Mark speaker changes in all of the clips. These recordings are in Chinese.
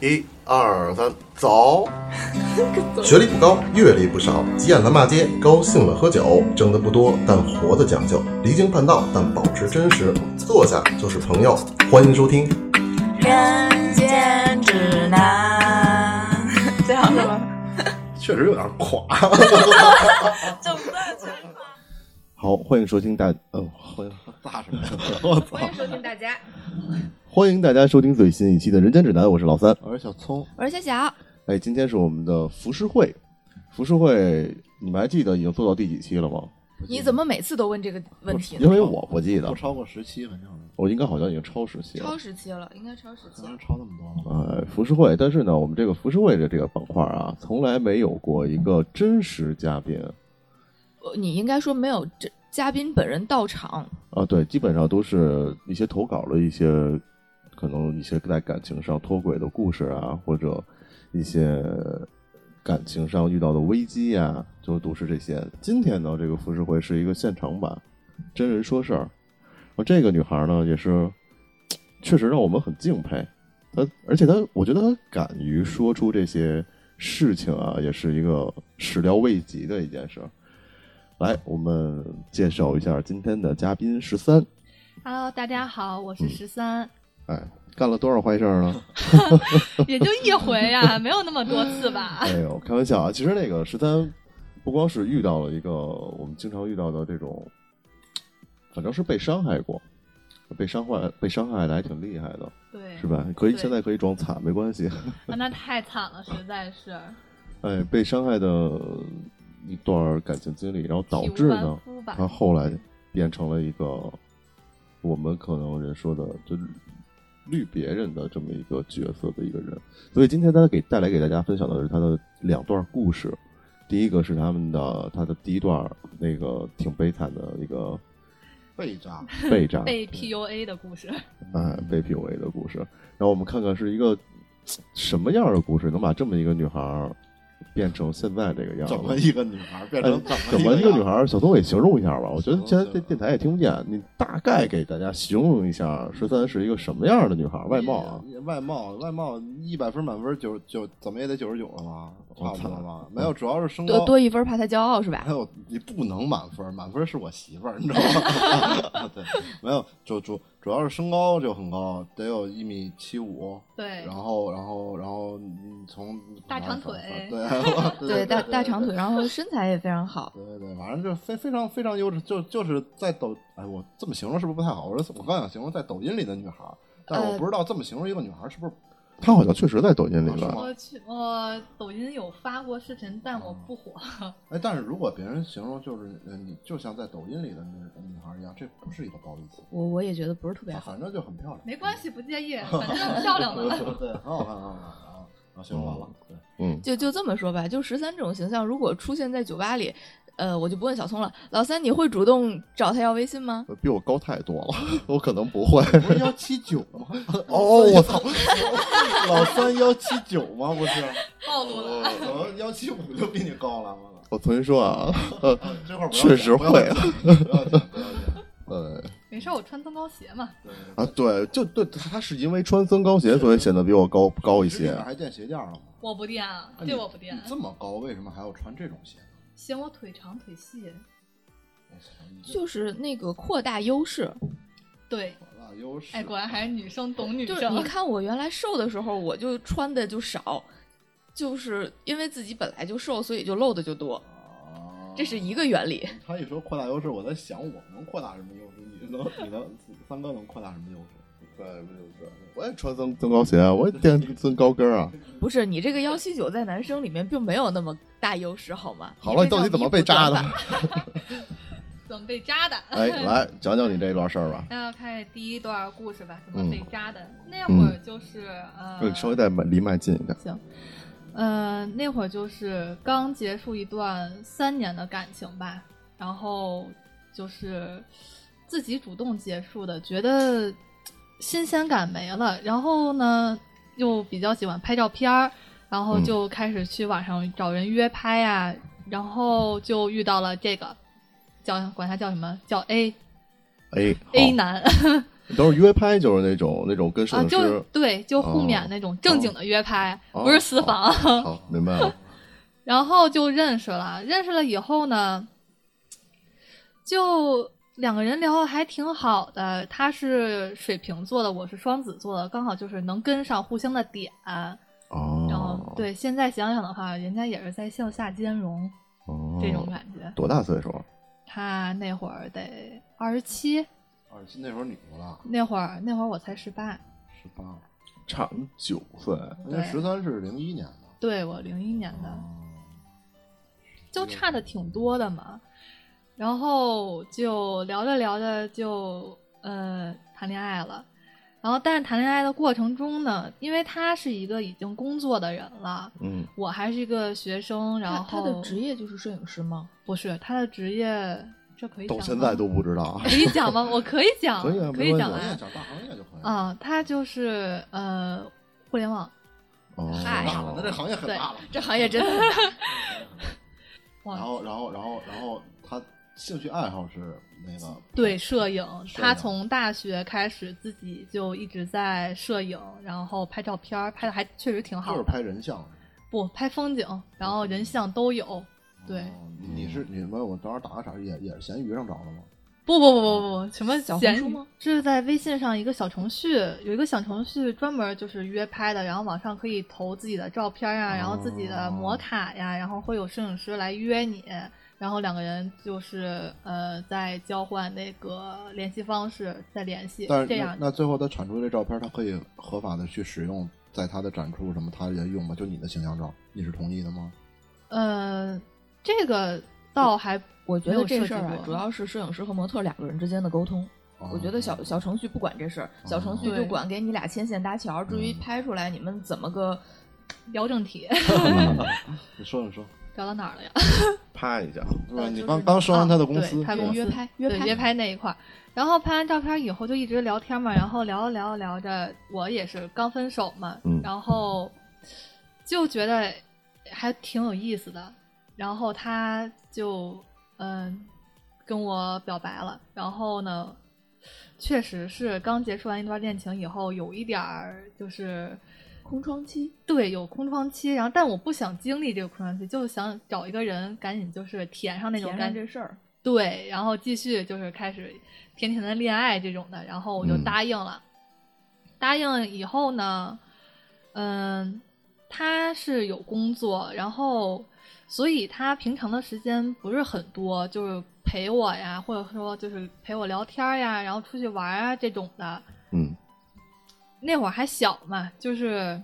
Speaker 1: 一二三， 走！
Speaker 2: 学历不高，阅历不少，急眼了骂街，高兴了喝酒，挣得不多但活得讲究，离经叛道但保持真实，坐下就是朋友。欢迎收听，
Speaker 3: 人间指 南，这样是吗？
Speaker 1: 确实有点垮。
Speaker 3: 正在全
Speaker 2: 好，欢迎收听大，嗯，欢迎
Speaker 1: 大什么？我操！
Speaker 4: 欢迎收听大家，
Speaker 2: 欢迎大家收听最新一期的《人间指南》，我是老三。
Speaker 1: 我是小葱，
Speaker 4: 我是小小，
Speaker 2: 哎，今天是我们的浮世绘，浮世绘，你们还记得已经做到第几期了吗？
Speaker 4: 你怎么每次都问这个问题呢？
Speaker 2: 因为我不记得
Speaker 1: 不，超过十七，反正
Speaker 2: 我应该好像已经超时期了
Speaker 4: 超。时期了，应该超时期
Speaker 1: 可能
Speaker 4: 了。
Speaker 1: 超那么多了吧。
Speaker 2: 呃，浮世绘，但是呢，我们这个浮世绘的这个板块啊，从来没有过一个真实嘉宾
Speaker 4: 呃你应该说没有这嘉宾本人到场，
Speaker 2: 啊，对，基本上都是一些投稿的一些，可能一些在感情上脱轨的故事啊，或者一些感情上遇到的危机啊，就都是这些。今天呢，这个浮世绘是一个现场版，真人说事儿。而这个女孩呢，也是确实让我们很敬佩。她，而且她，我觉得她敢于说出这些事情啊，也是一个始料未及的一件事儿。来，我们介绍一下今天的嘉宾十三。
Speaker 5: Hello，大家好，我
Speaker 1: 嗯
Speaker 5: 是十三，
Speaker 2: 哎，干了多少坏事儿 呢？
Speaker 5: 也就一 回呀、没有那么多次吧。
Speaker 2: 哎呦，开玩笑啊！其实那个十三不光是遇到了一个我们经常遇到的这种，反正是被伤害过，被伤害被伤害的还挺厉害的，
Speaker 5: 对
Speaker 2: 是吧？可以
Speaker 5: 对
Speaker 2: 现在可以装惨，没关系。
Speaker 5: 啊那太惨了，实在是
Speaker 2: 哎，被伤害的一段感情经历，然后导
Speaker 5: 体无
Speaker 2: 致
Speaker 5: 完
Speaker 2: 呢，
Speaker 5: 肤吧
Speaker 1: 啊
Speaker 2: 他。后来变成了一个我们可能人说的就绿别人的这么一个角色的一个人。所以今天他给带来给大家分享的是他的两段故事，第一个是他们的他的第一段那个挺悲惨的一个
Speaker 1: 背扎，
Speaker 2: 被炸
Speaker 5: 被 PUA 的故事，
Speaker 2: 哎被 PUA 的故事，然后我们看看是一个什么样的故事能把这么一个女孩儿变成现在这个样子。
Speaker 1: 怎么一个女孩变
Speaker 2: 哎
Speaker 1: 成
Speaker 2: 怎么一个女嗯孩？儿？小东给形容一下吧。我觉得
Speaker 1: 行
Speaker 2: 现在
Speaker 1: 行
Speaker 2: 这电台也听不见，你大概给大家形容一下十三是一个什么样的女孩儿？外貌啊，
Speaker 1: 外貌，外貌一百分满分九九，怎么也得九十九了吧？差
Speaker 2: 我
Speaker 1: 不
Speaker 2: 操
Speaker 1: 多吧？没有，主要是身
Speaker 4: 多
Speaker 1: 高。
Speaker 4: 多一分怕他骄傲是吧
Speaker 1: 还？有你不能满分，满分是我媳妇儿，你知道吗？对，没有，主主主要是身高就很高，得有一米七五，
Speaker 5: 对
Speaker 1: 然，后然后然后嗯从
Speaker 5: 大长腿
Speaker 1: 对对对
Speaker 4: 大
Speaker 1: 对
Speaker 4: 大长腿，然后身材也非常好。
Speaker 1: 对对对，反正就是非非常非常优质，就就是在抖，哎，我这么形容是不是不太好？我说我刚想形容在抖音里的女孩儿，但是我
Speaker 4: 呃
Speaker 1: 不知道这么形容一个女孩儿是不是
Speaker 2: 她好像确实在抖音里
Speaker 1: 啊是
Speaker 2: 吧
Speaker 1: 吗？
Speaker 5: 我去，我抖音有发过视频，但我不火。
Speaker 1: 哎，但是如果别人形容就是，呃，你就像在抖音里的女女孩儿一样，这不是一个褒义词，
Speaker 4: 我我也觉得不是特别
Speaker 1: 啊
Speaker 4: 好。
Speaker 1: 反正就很漂亮，
Speaker 5: 没关系，不介意，反正漂亮
Speaker 1: 对，
Speaker 5: 嘛。
Speaker 1: 对对，很好看，很好看啊！啊，形容完了，对，
Speaker 2: 嗯，
Speaker 4: 就就这么说吧，就十三这种形象，如果出现在酒吧里，呃，我就不问小聪了。老三，你会主动找他要微信吗？
Speaker 2: 呃比我高太多了， 我可能不会。
Speaker 1: 不是幺七九 吗？哦，我操，老三幺七九吗？不是，
Speaker 5: 暴露了，
Speaker 1: 我幺七五就比你高了，我操！
Speaker 2: 我重新说啊，呃，
Speaker 1: 这块儿不要
Speaker 2: 确实
Speaker 1: 剪不要
Speaker 2: 会
Speaker 1: 剪不要剪不要剪
Speaker 2: 呃
Speaker 5: 没事，我穿增高鞋嘛。
Speaker 1: 对对
Speaker 2: 啊，对，就对，她是因为穿增高鞋，所以显得比我高高一
Speaker 1: 其实里
Speaker 2: 些啊
Speaker 1: 面。还垫鞋垫了吗？
Speaker 5: 我不垫啊，
Speaker 1: 哎
Speaker 5: 这
Speaker 1: 你
Speaker 5: 我不垫
Speaker 1: 你。这么高，为什么还要穿这种鞋呢？
Speaker 5: 嫌我腿长腿细，
Speaker 1: 我操，你这
Speaker 4: 就是那个扩大优势，
Speaker 5: 对，
Speaker 1: 多大优势！
Speaker 5: 哎，果然还是女生懂女
Speaker 4: 就是
Speaker 5: 生。
Speaker 4: 你 看我原来瘦的时候，我就穿的就少，就是因为自己本来就瘦，所以就露的就多，
Speaker 1: 啊，
Speaker 4: 这是一个原理。
Speaker 1: 他一说扩大优势，我在想我能扩大什么优势？你能你能三哥能扩大什么优势？扩大什么优势？
Speaker 2: 我也穿增增高鞋啊，我也垫增高跟儿啊。
Speaker 4: 不是你这个幺七九在男生里面并没有那么大优势，好吗？
Speaker 2: 好了，你
Speaker 4: 这
Speaker 2: 到底
Speaker 4: 叫
Speaker 2: 怎么
Speaker 4: 弥补
Speaker 2: 被扎的
Speaker 4: 短？板
Speaker 5: 怎么被扎的？
Speaker 2: 哎，来讲讲你这一段事儿吧。
Speaker 5: 那要开始第一段故事吧，怎
Speaker 2: 嗯
Speaker 5: 么被扎的？那会儿就是、
Speaker 2: 呃
Speaker 5: 呃，
Speaker 2: 稍微再离麦近一点。
Speaker 5: 行，呃，那会儿就是刚结束一段三年的感情吧，然后就是自己主动结束的，觉得新鲜感没了，然后呢又比较喜欢拍照片儿，然后
Speaker 2: 嗯
Speaker 5: 就开始去网上找人约拍呀、然后就遇
Speaker 2: 哦
Speaker 5: 到了这个。叫管他叫什么叫 A
Speaker 2: 哎好
Speaker 5: A 男，
Speaker 2: 都是约拍，就是那种那种跟摄
Speaker 5: 啊，
Speaker 2: 影师、
Speaker 5: 就对，就互免
Speaker 2: 哦
Speaker 5: 那种正经的约拍，
Speaker 2: 哦
Speaker 5: 不是私房。
Speaker 2: 好，哦明白了。
Speaker 5: 然后就认识了，认识了以后呢，就两个人聊的还挺好的。他是水瓶座的，我是双子座的，刚好就是能跟上互相的点。
Speaker 2: 哦，
Speaker 5: 然后，对，现在想想的话，人家也是在向下兼容、
Speaker 2: 哦
Speaker 5: 这种感觉。
Speaker 2: 多大岁数？
Speaker 5: 他那会儿得二十七，
Speaker 1: 二七那会儿你多大？
Speaker 5: 那会儿那会儿我才十八，
Speaker 1: 十八，
Speaker 2: 差九岁，
Speaker 1: 因为十三是零一年的。
Speaker 5: 对我零一年的。
Speaker 1: 哦
Speaker 2: 嗯
Speaker 5: 就差的挺多的嘛。然后就聊着聊着就呃谈恋爱了，然后但是谈恋爱的过程中呢，因为他是一个已经工作的人了，
Speaker 2: 嗯，
Speaker 5: 我还是一个学生，然
Speaker 4: 他
Speaker 5: 后
Speaker 4: 他的职业就是摄影师 吗？
Speaker 5: 不是他的职业，这可以
Speaker 2: 到
Speaker 5: 讲吗。
Speaker 2: 现在都不知道啊
Speaker 5: 可以讲吗？我可以 讲，
Speaker 2: 可以啊
Speaker 5: 可
Speaker 2: 没
Speaker 5: 以
Speaker 2: 问题
Speaker 5: 讲
Speaker 1: 行业
Speaker 5: 啊
Speaker 1: 讲大行业就可以了。
Speaker 5: 啊，他就是呃互联网
Speaker 2: 哦，
Speaker 4: 嗨
Speaker 1: 大啊了，那这行业很
Speaker 5: 哎对
Speaker 1: 大了。
Speaker 4: 这行业 真的很大。
Speaker 5: 哇
Speaker 1: 然
Speaker 2: 哦
Speaker 1: 后，然后，然后，然后他兴趣爱好是那个
Speaker 5: 对摄影，
Speaker 1: 摄
Speaker 5: 他
Speaker 1: 影
Speaker 5: 从大学开始自己就一直在摄影，然后拍照片儿，拍的还确实挺
Speaker 1: 就
Speaker 5: 好
Speaker 1: 是
Speaker 5: 的。
Speaker 1: 拍人像。
Speaker 5: 不拍风景，然后人像都有。对
Speaker 1: 哦你是你们，我正好打个岔，也也是闲鱼上找的吗？
Speaker 5: 不不不不不不，什么
Speaker 4: 小红
Speaker 5: 闲
Speaker 4: 书
Speaker 5: 鱼
Speaker 4: 吗？
Speaker 5: 这是在微信上一个小程序，有一个小程序专门就是约拍的，然后网上可以投自己的照片啊，然后自己
Speaker 1: 哦
Speaker 5: 的摩卡呀，然后会有摄影师来约你，然后两个人就是呃在交换那个联系方式，再联系
Speaker 1: 但
Speaker 5: 这
Speaker 1: 是那
Speaker 5: 样。
Speaker 1: 那最后他产出的这照片，他可以合法的去使用，在他的展出什么，他也用吧？就你的形象照，你是同意的吗？
Speaker 5: 呃，这个倒还
Speaker 4: 我觉
Speaker 5: 没
Speaker 4: 得
Speaker 5: 有
Speaker 4: 这
Speaker 5: 涉
Speaker 4: 事
Speaker 5: 及
Speaker 4: 儿啊，
Speaker 5: 过
Speaker 4: 主要是摄影师和模特两个人之间的沟通。
Speaker 1: 哦
Speaker 4: 我觉得小小程序不管这事儿，小程序
Speaker 5: 哦
Speaker 4: 就管给你俩牵线搭桥。
Speaker 2: 嗯
Speaker 4: 至于拍出来你们怎么个，
Speaker 5: 聊正题，
Speaker 2: 嗯
Speaker 1: 你说你说，
Speaker 5: 聊到哪儿了呀？
Speaker 2: 啪一下，
Speaker 1: 对吧？
Speaker 4: 呃
Speaker 1: 你
Speaker 4: 就是
Speaker 1: 刚刚说完他的公司，
Speaker 5: 啊对他
Speaker 4: 对
Speaker 5: 公司
Speaker 4: 约拍约
Speaker 5: 对
Speaker 4: 拍
Speaker 5: 约拍那一块儿。然后拍完照片以后就一直聊天嘛，然后聊着聊着聊着，我也是刚分手嘛，
Speaker 2: 嗯
Speaker 5: 然后就觉得还挺有意思的。然后他就嗯跟我表白了，然后呢，确实是刚结束完一段恋情以后，有一点儿就是
Speaker 4: 空窗期。
Speaker 5: 对，有空窗期，然后但我不想经历这个空窗期，就想找一个人赶紧就是填上那种
Speaker 4: 填
Speaker 5: 感
Speaker 4: 上
Speaker 5: 觉
Speaker 4: 这。事儿，
Speaker 5: 对，然后继续就是开始甜甜的恋爱这种的，然后我就
Speaker 2: 嗯
Speaker 5: 答应了。答应以后呢，嗯，他是有工作，然后所以他平常的时间不是很多，就是陪我呀，或者说就是陪我聊天儿呀，然后出去玩儿啊这种的。
Speaker 2: 嗯，
Speaker 5: 那会儿还小嘛，就是，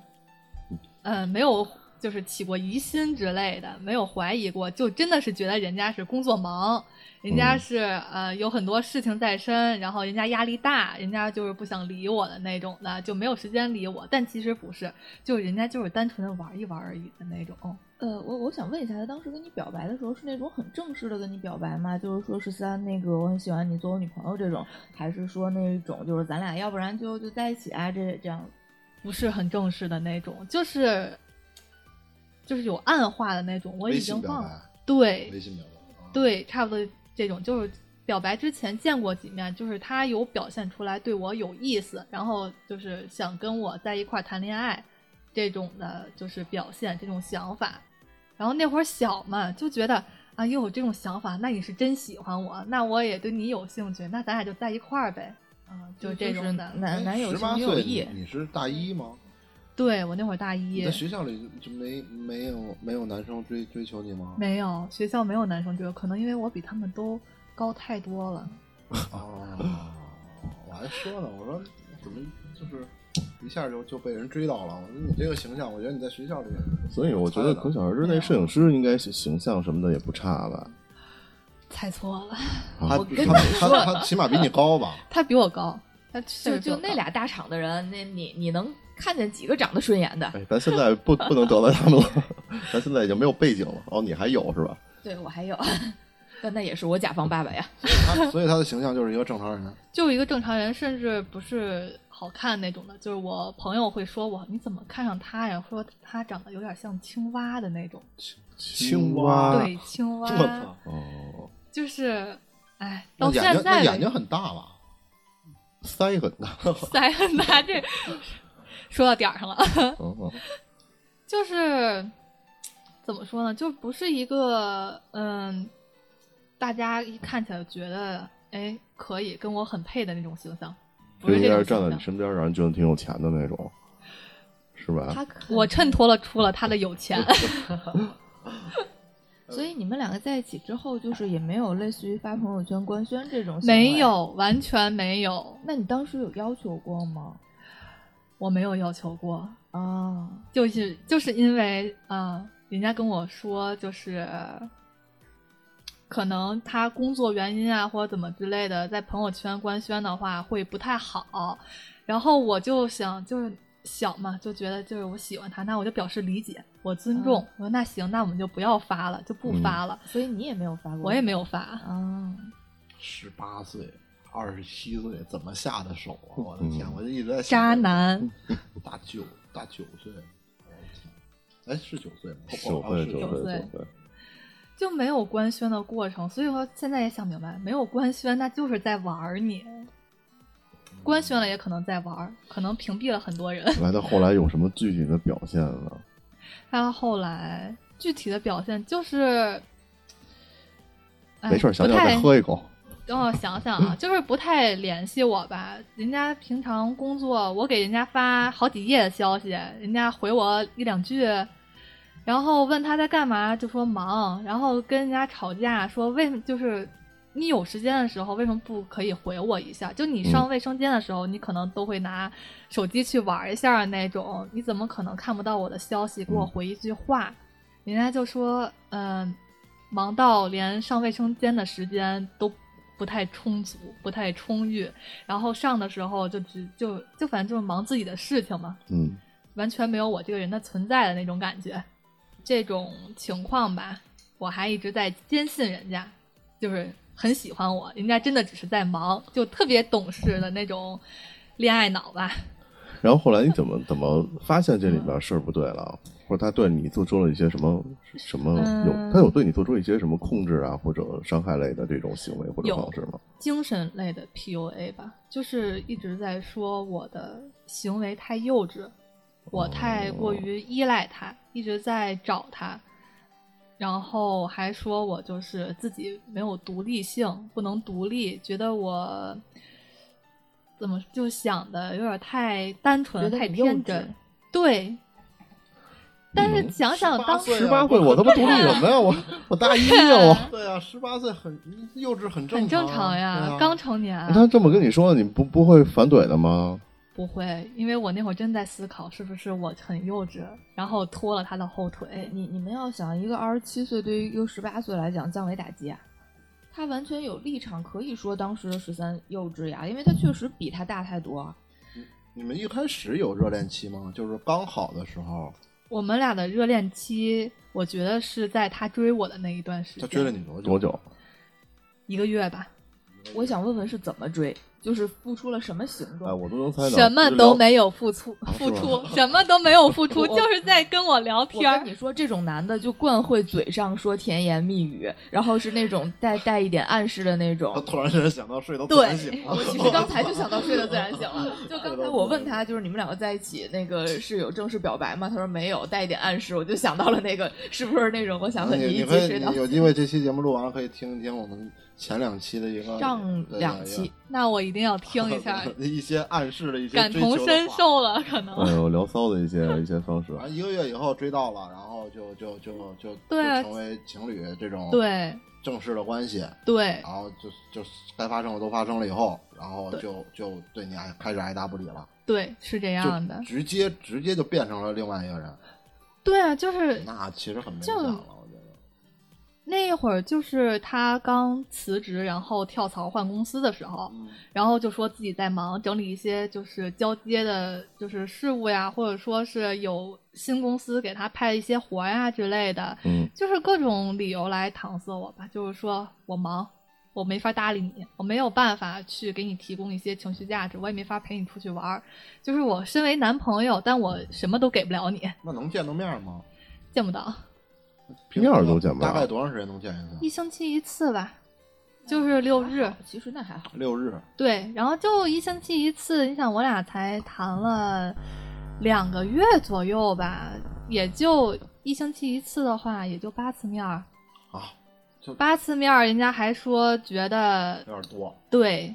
Speaker 5: 嗯，没有就是起过疑心之类的，没有怀疑过，就真的是觉得人家是工作忙，人家
Speaker 2: 嗯
Speaker 5: 是、呃有很多事情在身，然后人家压力大，人家就是不想理我的那种的，就没有时间理我。但其实不是，就人家就是单纯的玩一玩而已的那种。
Speaker 4: 呃，我我想问一下，他当时跟你表白的时候是那种很正式的跟你表白吗？就是说十三那个我很喜欢你做我女朋友这种，还是说那种就是咱俩要不然就就在一起啊这这样？
Speaker 5: 不是很正式的那种，就是就是有暗话的那种，我
Speaker 1: 微
Speaker 5: 已
Speaker 1: 信
Speaker 5: 经
Speaker 1: 表
Speaker 5: 忘
Speaker 1: 白
Speaker 5: 了。对，
Speaker 1: 微信表白，啊，
Speaker 5: 对，差不多这种，就是表白之前见过几面，就是他有表现出来对我有意思，然后就是想跟我在一块儿谈恋爱，这种的就是表现这种想法。然后那会儿小嘛，就觉得啊，又有这种想法，那你是真喜欢我，那我也对你有兴趣，那咱俩就在一块儿呗。嗯
Speaker 4: 啊，
Speaker 5: 就这种的
Speaker 4: 男男友
Speaker 1: 哎十
Speaker 4: 情
Speaker 1: 八
Speaker 4: 女友
Speaker 1: 岁
Speaker 4: 意，
Speaker 1: 你，你是大一吗？
Speaker 5: 对我那会儿大
Speaker 1: 你
Speaker 5: 一
Speaker 1: 在，学校里就没没有没有男生追追求你吗？
Speaker 5: 没有学校没有男生追我，可能因为我比他们都高太多了。
Speaker 1: 哦，我还说呢，我说怎么就是一下就就被人追到了？我说你这个形象，我觉得你在学校里，
Speaker 2: 所以我觉得可想而知，那摄影师应该是形象什么的也不差吧？
Speaker 5: 猜错了，
Speaker 1: 他
Speaker 4: 我跟
Speaker 1: 他
Speaker 4: 你
Speaker 1: 他
Speaker 4: 说
Speaker 1: 他他起码比你高吧？
Speaker 5: 他比我高，他确
Speaker 4: 就
Speaker 5: 实比
Speaker 4: 就
Speaker 5: 我
Speaker 4: 那
Speaker 5: 高
Speaker 4: 俩大厂的人，那你你能看见几个长得顺眼的？
Speaker 2: 哎，咱现在不不能得罪他们了， 咱现在已经没有背景了。哦，你还有是吧？
Speaker 4: 对我还有， 但那也是我甲方爸爸呀。
Speaker 1: 他所以他的形象就是一个正常人。
Speaker 5: 就一个正常人，甚至不是好看那种的。就是我朋友会说我，你怎么看上他呀？说他长得有点像青蛙的那种，
Speaker 1: 青蛙啊
Speaker 5: 对，青
Speaker 1: 我
Speaker 5: 蛙
Speaker 1: 操，
Speaker 2: 哦，
Speaker 5: 就是，哎，
Speaker 1: 那
Speaker 5: 到
Speaker 1: 眼
Speaker 5: 现
Speaker 1: 睛那
Speaker 5: 在
Speaker 1: 眼睛很大吧？塞很 大。
Speaker 5: 塞很大，这说到点儿上了。
Speaker 2: 哦
Speaker 1: 嗯嗯
Speaker 5: 就是怎么说呢，就不是一个嗯，大家一看起来觉得哎可以跟我很配的那种形象，不
Speaker 2: 就是应该
Speaker 5: 这
Speaker 2: 是站在你
Speaker 5: 种形象。
Speaker 2: 身边，让人觉得挺有钱的那种，是吧？
Speaker 4: 他可
Speaker 5: 我衬托了出了他的有钱，
Speaker 4: 所以你们两个在一起之后，就是也没有类似于发朋友圈官宣这种行为
Speaker 5: 没。有，完全没有，
Speaker 4: 那你当时有要求过吗？
Speaker 5: 我没有要求过，
Speaker 4: 啊，
Speaker 5: 就是就是因为啊、呃人家跟我说就是。可能他工作原因啊，或者怎么之类的，在朋友圈官宣的话会不太好。然后我就想，就是小嘛，就觉得就是我喜欢他，那我就表示理解，我尊重。
Speaker 4: 嗯
Speaker 5: 我说那行，那我们就不要发了，就不发了。
Speaker 4: 所以你也没有发过，
Speaker 5: 我也没有发，
Speaker 4: 啊。
Speaker 1: 十八岁、二十七岁，怎么下的手啊？我的天，我就一直在
Speaker 5: 渣
Speaker 1: 想
Speaker 5: 男。
Speaker 1: 大九大九岁，我的天，哎，是九岁吗？
Speaker 2: 九
Speaker 1: 哦
Speaker 2: 岁，
Speaker 1: 是
Speaker 2: 九
Speaker 5: 九
Speaker 2: 岁，
Speaker 5: 岁
Speaker 2: 九岁。
Speaker 5: 就没有官宣的过程，所以说现在也想明白，没有官宣，那就是在玩儿你。
Speaker 2: 嗯
Speaker 5: 官宣了也可能在玩儿，可能屏蔽了很多人。
Speaker 2: 来到后来有什么具体的表现呢？
Speaker 5: 他后来具体的表现就是，哎
Speaker 2: 没事儿，想
Speaker 5: 不
Speaker 2: 想
Speaker 5: 太
Speaker 2: 再喝一口。
Speaker 5: 等我想想啊，就是不太联系我吧。人家平常工作，我给人家发好几页的消息，人家回我一两句，然后问他在干嘛，就说忙，然后跟人家吵架，说为就是你有时间的时候为什么不可以回我一下？就你上卫生间的时候，你可能都会拿手机去玩一下那种，你怎么可能看不到我的消息，给我回一句话？人家就说，嗯、忙到连上卫生间的时间都不太充足，不太充裕，然后上的时候就只就就反正就是忙自己的事情嘛，
Speaker 2: 嗯，
Speaker 5: 完全没有我这个人的存在的那种感觉。这种情况吧，我还一直在坚信人家，就是很喜欢我，人家真的只是在忙，就特别懂事的那种恋爱脑吧。
Speaker 2: 然后后来你怎么怎么发现这里边事儿不对了，或者他对你做出了一些什么什么有
Speaker 5: 嗯
Speaker 2: 他有对你做出一些什么控制啊或者伤害类的这种行为或者
Speaker 5: 有
Speaker 2: 方式吗？
Speaker 5: 精神类的 PUA 吧，就是一直在说我的行为太幼稚，我太
Speaker 4: 哦
Speaker 5: 过于依赖他，一直在找他，然后还说我就是自己没有独立性，不能独立，觉得我怎么就想的有点太单纯了，
Speaker 4: 觉得
Speaker 5: 太
Speaker 4: 你幼
Speaker 5: 天
Speaker 4: 稚嗯
Speaker 5: 真，对。但是想想当时
Speaker 1: 18
Speaker 2: 十八岁我他妈独立什么呀？ 我我大一啊我。
Speaker 1: 对啊，啊十八岁很幼稚，很正
Speaker 5: 很正常
Speaker 1: 呀，对啊，
Speaker 5: 呀刚成年啊，
Speaker 2: 他这么跟你说，你不不会反怼的吗？
Speaker 5: 不会，因为我那会儿真在思考是不是我很幼稚，然后拖了他的后腿。
Speaker 4: 哎你你们要想，一个二十七岁对于一个十八岁来讲，降维打击啊！他完全有立场可以说当时的十三幼稚呀，因为他确实比他大太多啊。
Speaker 1: 你们一开始有热恋期吗？就是刚好的时候，
Speaker 5: 我们俩的热恋期，我觉得是在他追我的那一段时间，
Speaker 1: 他追了你多久？
Speaker 2: 多久？
Speaker 5: 一个月吧，
Speaker 4: 我想问问是怎么追，就是付出了什么行动？
Speaker 1: 呃
Speaker 2: 哎，我都能猜到，
Speaker 5: 什么都没有付出，付出什么都没有付出，
Speaker 4: 我
Speaker 5: 就是在跟我聊
Speaker 4: 我
Speaker 5: 天
Speaker 4: 跟
Speaker 5: 儿。
Speaker 4: 你说，这种男的就惯会嘴上说甜言蜜语，然后是那种带带一点暗示的那种
Speaker 1: 他。突然间想到睡到自然醒
Speaker 5: 对，
Speaker 1: 了。
Speaker 4: 其实刚才就想到睡得自然醒了。就刚才我问他，就是你们两个在一起那个是有正式表白吗？他说没有，带一点暗示，我就想到了那个是不是那种我想和
Speaker 1: 你
Speaker 4: 一
Speaker 1: 你
Speaker 4: 起
Speaker 1: 可
Speaker 4: 睡
Speaker 1: 以
Speaker 4: 到
Speaker 1: 你有机会这期节目录完了可以听一听我们前两期的一个呃
Speaker 4: 上两期，
Speaker 5: 那我一定要听一下，
Speaker 1: 一些暗示的一些
Speaker 5: 感
Speaker 1: 追求的
Speaker 5: 同身
Speaker 1: 话。哦
Speaker 5: 受了，可能。
Speaker 2: 哎呦，聊骚的一些一些方式
Speaker 1: 然。后一个月以后追到了，然后就就就就
Speaker 5: 对啊
Speaker 1: 就成为情侣这种
Speaker 5: 对
Speaker 1: 正式的关系，
Speaker 5: 对
Speaker 1: 然后就就该发生的都发生了以后，然后就就对你爱开始爱答不理了，
Speaker 5: 对，是这样的
Speaker 1: 就。直接直接就变成了另外一个人，
Speaker 5: 对啊，就是
Speaker 1: 那其实很没
Speaker 5: 就
Speaker 1: 讲了，我觉得。
Speaker 5: 那一会儿，就是他刚辞职，然后跳槽换公司的时候，
Speaker 1: 嗯
Speaker 5: 然后就说自己在忙整理一些就是交接的，就是事务呀，或者说是有新公司给他派一些活呀之类的，
Speaker 2: 嗯，
Speaker 5: 就是各种理由来搪塞我吧，就是说我忙，我没法搭理你，我没有办法去给你提供一些情绪价值，我也没法陪你出去玩儿，就是我身为男朋友，但我什么都给不了你，
Speaker 1: 那能见到面吗？
Speaker 5: 见不到，
Speaker 2: 面儿都见不到
Speaker 1: 大概多长时间能见一
Speaker 5: 一
Speaker 1: 次？
Speaker 5: 星期一次吧。就是六日
Speaker 4: 还好，哦其实那还好。
Speaker 1: 六日，
Speaker 5: 对，然后就一星期一次。你想，我俩才谈了两个月左右吧，也就一星期一次的话，也就八次面儿
Speaker 1: 啊就
Speaker 5: 八次面儿，人家还说觉得
Speaker 1: 有点多。
Speaker 5: 对，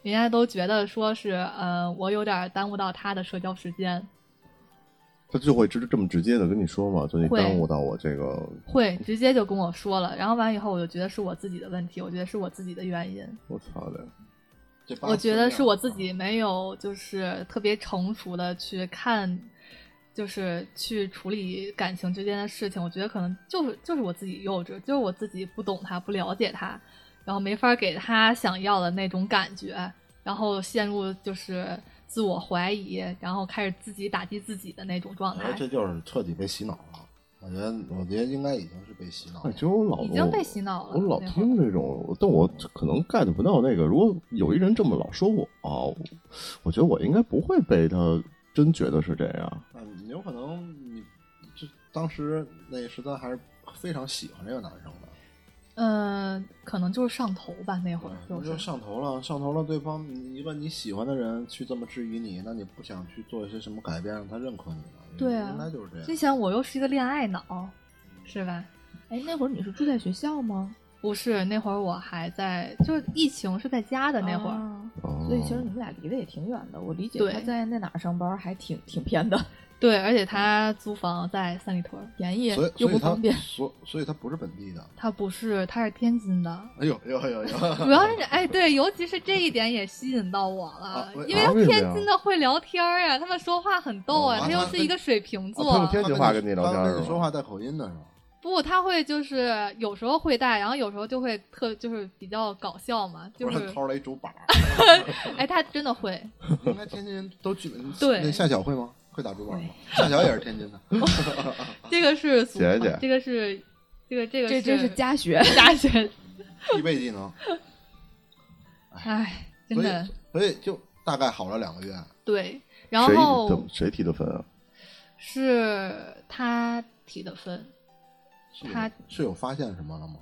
Speaker 5: 人家都觉得说是，呃，我有点耽误到他的社交时间，
Speaker 2: 他就会直这么直接的跟你说嘛，就你
Speaker 5: 会
Speaker 2: 耽误到我这个，
Speaker 5: 会直接就跟我说了。然后完以后，我就觉得是我自己的问题，我觉得是我自己的原因。
Speaker 2: 我操的，
Speaker 1: 这八
Speaker 5: 我觉得
Speaker 1: 次
Speaker 5: 是我
Speaker 1: 面
Speaker 2: 啊
Speaker 5: 自己没有，就是特别成熟的去看，就是去处理感情之间的事情。我觉得可能就是就是我自己幼稚，就是我自己不懂他，不了解他，然后没法给他想要的那种感觉，然后陷入就是自我怀疑，然后开始自己打击自己的那种状
Speaker 1: 我
Speaker 5: 态
Speaker 1: 觉得。这就是彻底被洗脑了。我觉得，我觉得应该已经是被洗脑
Speaker 2: 哎，
Speaker 1: 了
Speaker 2: 其。实我老
Speaker 5: 已经被洗脑了
Speaker 2: 我老
Speaker 5: 那会儿
Speaker 2: 听这种，但我可能 get 不到那个。如果有一人这么老说我，哦，我觉得我应该不会被他真觉得是这样。
Speaker 1: 嗯，有可能你这当时那十三还是非常喜欢这个男生的，
Speaker 5: 嗯、可能就是上头吧，那会儿
Speaker 1: 你
Speaker 5: 就。
Speaker 1: 就是上头了，上头了，对方一个你喜欢的人去这么质疑你，那你不想去做一些什么改变让他认可你吗？
Speaker 5: 对啊
Speaker 1: 应该就是这样
Speaker 5: 你。想，我又是一个恋爱脑，是吧？
Speaker 4: 哎，那会儿你是住在学校吗？
Speaker 5: 不是，那会儿我还在，就是疫情是在家的那会儿，
Speaker 4: 啊
Speaker 2: 哦、
Speaker 4: 所以其实你们俩离得也挺远的。我理解
Speaker 5: 对
Speaker 4: 他在那哪儿上班还挺挺偏的，
Speaker 5: 对，而且他租房在三里屯儿，
Speaker 4: 便宜
Speaker 1: 所以，
Speaker 4: 又
Speaker 1: 所以
Speaker 4: 不
Speaker 1: 他
Speaker 4: 方便。
Speaker 1: 所所以他不是本地的。
Speaker 5: 他不是，他是天津的。
Speaker 1: 哎呦哎呦哎呦！
Speaker 5: 主要是哎，对，尤其是这一点也吸引到我了，
Speaker 1: 啊为
Speaker 5: 因
Speaker 2: 啊为
Speaker 5: 为
Speaker 2: 什么
Speaker 5: 天津
Speaker 2: 呀
Speaker 5: 的会聊天儿啊，他们说话很逗啊，
Speaker 1: 哦
Speaker 5: 他又是一个水瓶座，
Speaker 2: 啊他们天津话跟你
Speaker 1: 你
Speaker 2: 聊天
Speaker 1: 他
Speaker 2: 儿
Speaker 1: 跟
Speaker 2: 是
Speaker 1: 你说
Speaker 2: 吧？
Speaker 1: 话带口音的是吧？
Speaker 5: 不，他会就是有时候会带，然后有时候就会特就是比较搞笑嘛，就
Speaker 1: 不
Speaker 5: 是
Speaker 1: 然掏了一竹板儿。
Speaker 5: 哎，他真的会，
Speaker 1: 应该天津人都记得。
Speaker 5: 对
Speaker 1: 那夏晓会吗？会打竹板 吗？夏晓也是天津的。
Speaker 5: 这个是祖
Speaker 2: 姐
Speaker 5: 传
Speaker 2: 姐
Speaker 5: 这个是这个这个
Speaker 4: 这真是家学，
Speaker 5: 家学，
Speaker 1: 必备技能，
Speaker 5: 哎，真
Speaker 1: 所以
Speaker 5: 的
Speaker 1: 所以就大概好了两个月。
Speaker 5: 对。然
Speaker 2: 谁
Speaker 5: 后
Speaker 2: 怎么谁提的分啊？
Speaker 5: 是他提的分，
Speaker 1: 是有
Speaker 5: 他
Speaker 1: 是有发现什么了吗？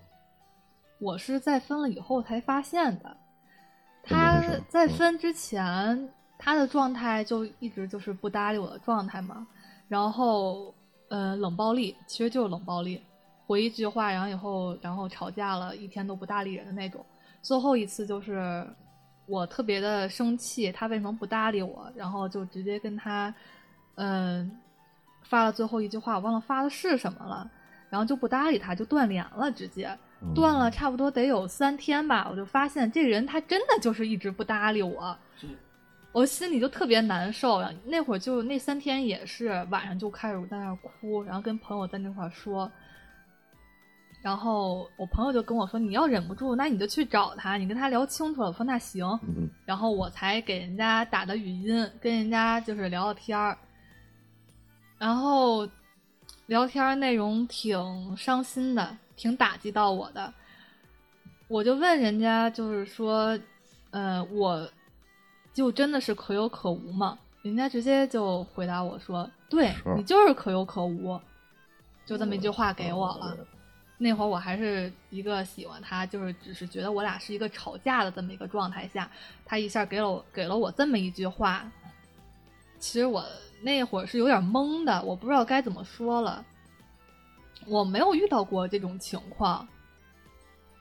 Speaker 5: 我是在分了以后才发现的。
Speaker 2: 怎么
Speaker 5: 他
Speaker 2: 回事
Speaker 5: 在
Speaker 2: 嗯
Speaker 5: 分之前，他的状态就一直就是不搭理我的状态嘛，然后呃冷暴力，其实就是冷暴力，回一句话，然后以后然后吵架了，一天都不搭理人的那种。最后一次就是我特别的生气，他为什么不搭理我，然后就直接跟他，嗯、发了最后一句话，我忘了发的是什么了，然后就不搭理他，就断联了，直接
Speaker 2: 嗯
Speaker 5: 断了，差不多得有三天吧，我就发现这个人他真的就是一直不搭理我。我心里就特别难受呀，那会儿就那三天也是晚上就开始在那儿哭，然后跟朋友在那块儿说，然后我朋友就跟我说：“你要忍不住，那你就去找他，你跟他聊清楚了。”我说：“那行。
Speaker 2: 嗯，”
Speaker 5: 然后我才给人家打的语音，跟人家就是聊聊天儿，然后聊天儿内容挺伤心的，挺打击到我的。我就问人家，就是说，呃，我就真的是可有可无吗？人家直接就回答我说：“对
Speaker 2: 是
Speaker 5: 你就是可有可无。”就这么一句话给我了。
Speaker 2: 嗯
Speaker 5: 那会儿我还是一个喜欢他，就是只是觉得我俩是一个吵架的这么一个状态下，他一下给了我给了我这么一句话，其实我那会儿是有点懵的，我不知道该怎么说了。我没有遇到过这种情况，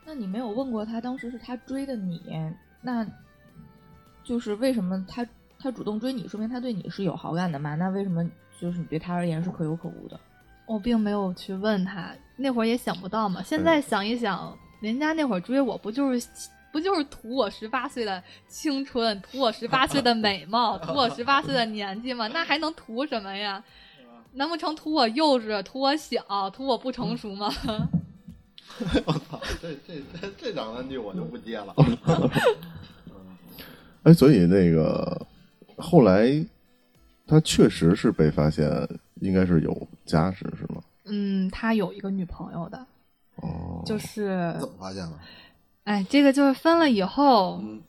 Speaker 4: 那你没有问过他，当时是他追的你，那就是为什么他他主动追你，说明他对你是有好感的嘛？那为什么就是你对他而言是可有可无的？
Speaker 5: 我并没有去问他，那会儿也想不到嘛。现在想一想，人家那会儿追我不就是不就是图我十八岁的青春，图我十八岁的美貌，图我十八岁的年纪吗？那还能图什 么呀？难不成图我幼稚，图我小，图我不成
Speaker 1: 嗯
Speaker 5: 熟吗？
Speaker 1: 我操，这这这这两三句我就不接了。
Speaker 2: 哎，所以那个后来他确实是被发现，应该是有家室是吗？
Speaker 5: 嗯，他有一个女朋友的，
Speaker 2: 哦，
Speaker 5: 就是
Speaker 1: 怎么发现的？
Speaker 5: 哎，这个就是分了以后，
Speaker 1: 嗯，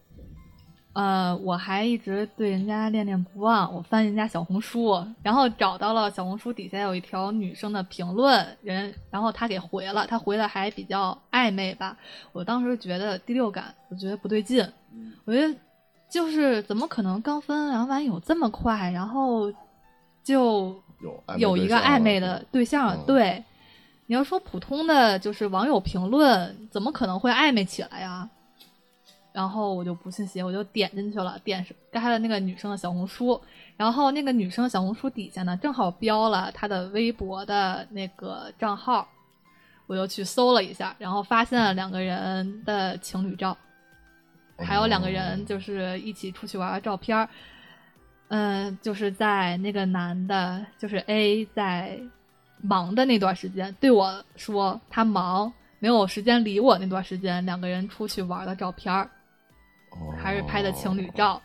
Speaker 5: 呃，我还一直对人家恋恋不忘，我翻人家小红书，然后找到了小红书底下有一条女生的评论，人，然后她给回了，她回的还比较暧昧吧。我当时觉得第六感，我觉得不对劲，
Speaker 1: 嗯
Speaker 5: 我觉得就是怎么可能刚分然后完有这么快，然后就
Speaker 1: 有暧昧
Speaker 5: 有
Speaker 1: 对
Speaker 5: 一个
Speaker 1: 象
Speaker 5: 暧
Speaker 1: 了
Speaker 5: 昧
Speaker 1: 是
Speaker 5: 的
Speaker 1: 吧
Speaker 5: 对象，
Speaker 1: 嗯
Speaker 5: 对。你要说普通的就是网友评论，怎么可能会暧昧起来呀、然后我就不信邪，我就点进去了，点是开了那个女生的小红书，然后那个女生的小红书底下呢，正好标了她的微博的那个账号，我就去搜了一下，然后发现了两个人的情侣照，还有两个人就是一起出去玩的照片儿，嗯，就是在那个男的，就是 A 在忙的那段时间，对我说他忙。没有时间理我那段时间，两个人出去玩的照片儿，
Speaker 1: 哦
Speaker 5: 还是拍的情侣照。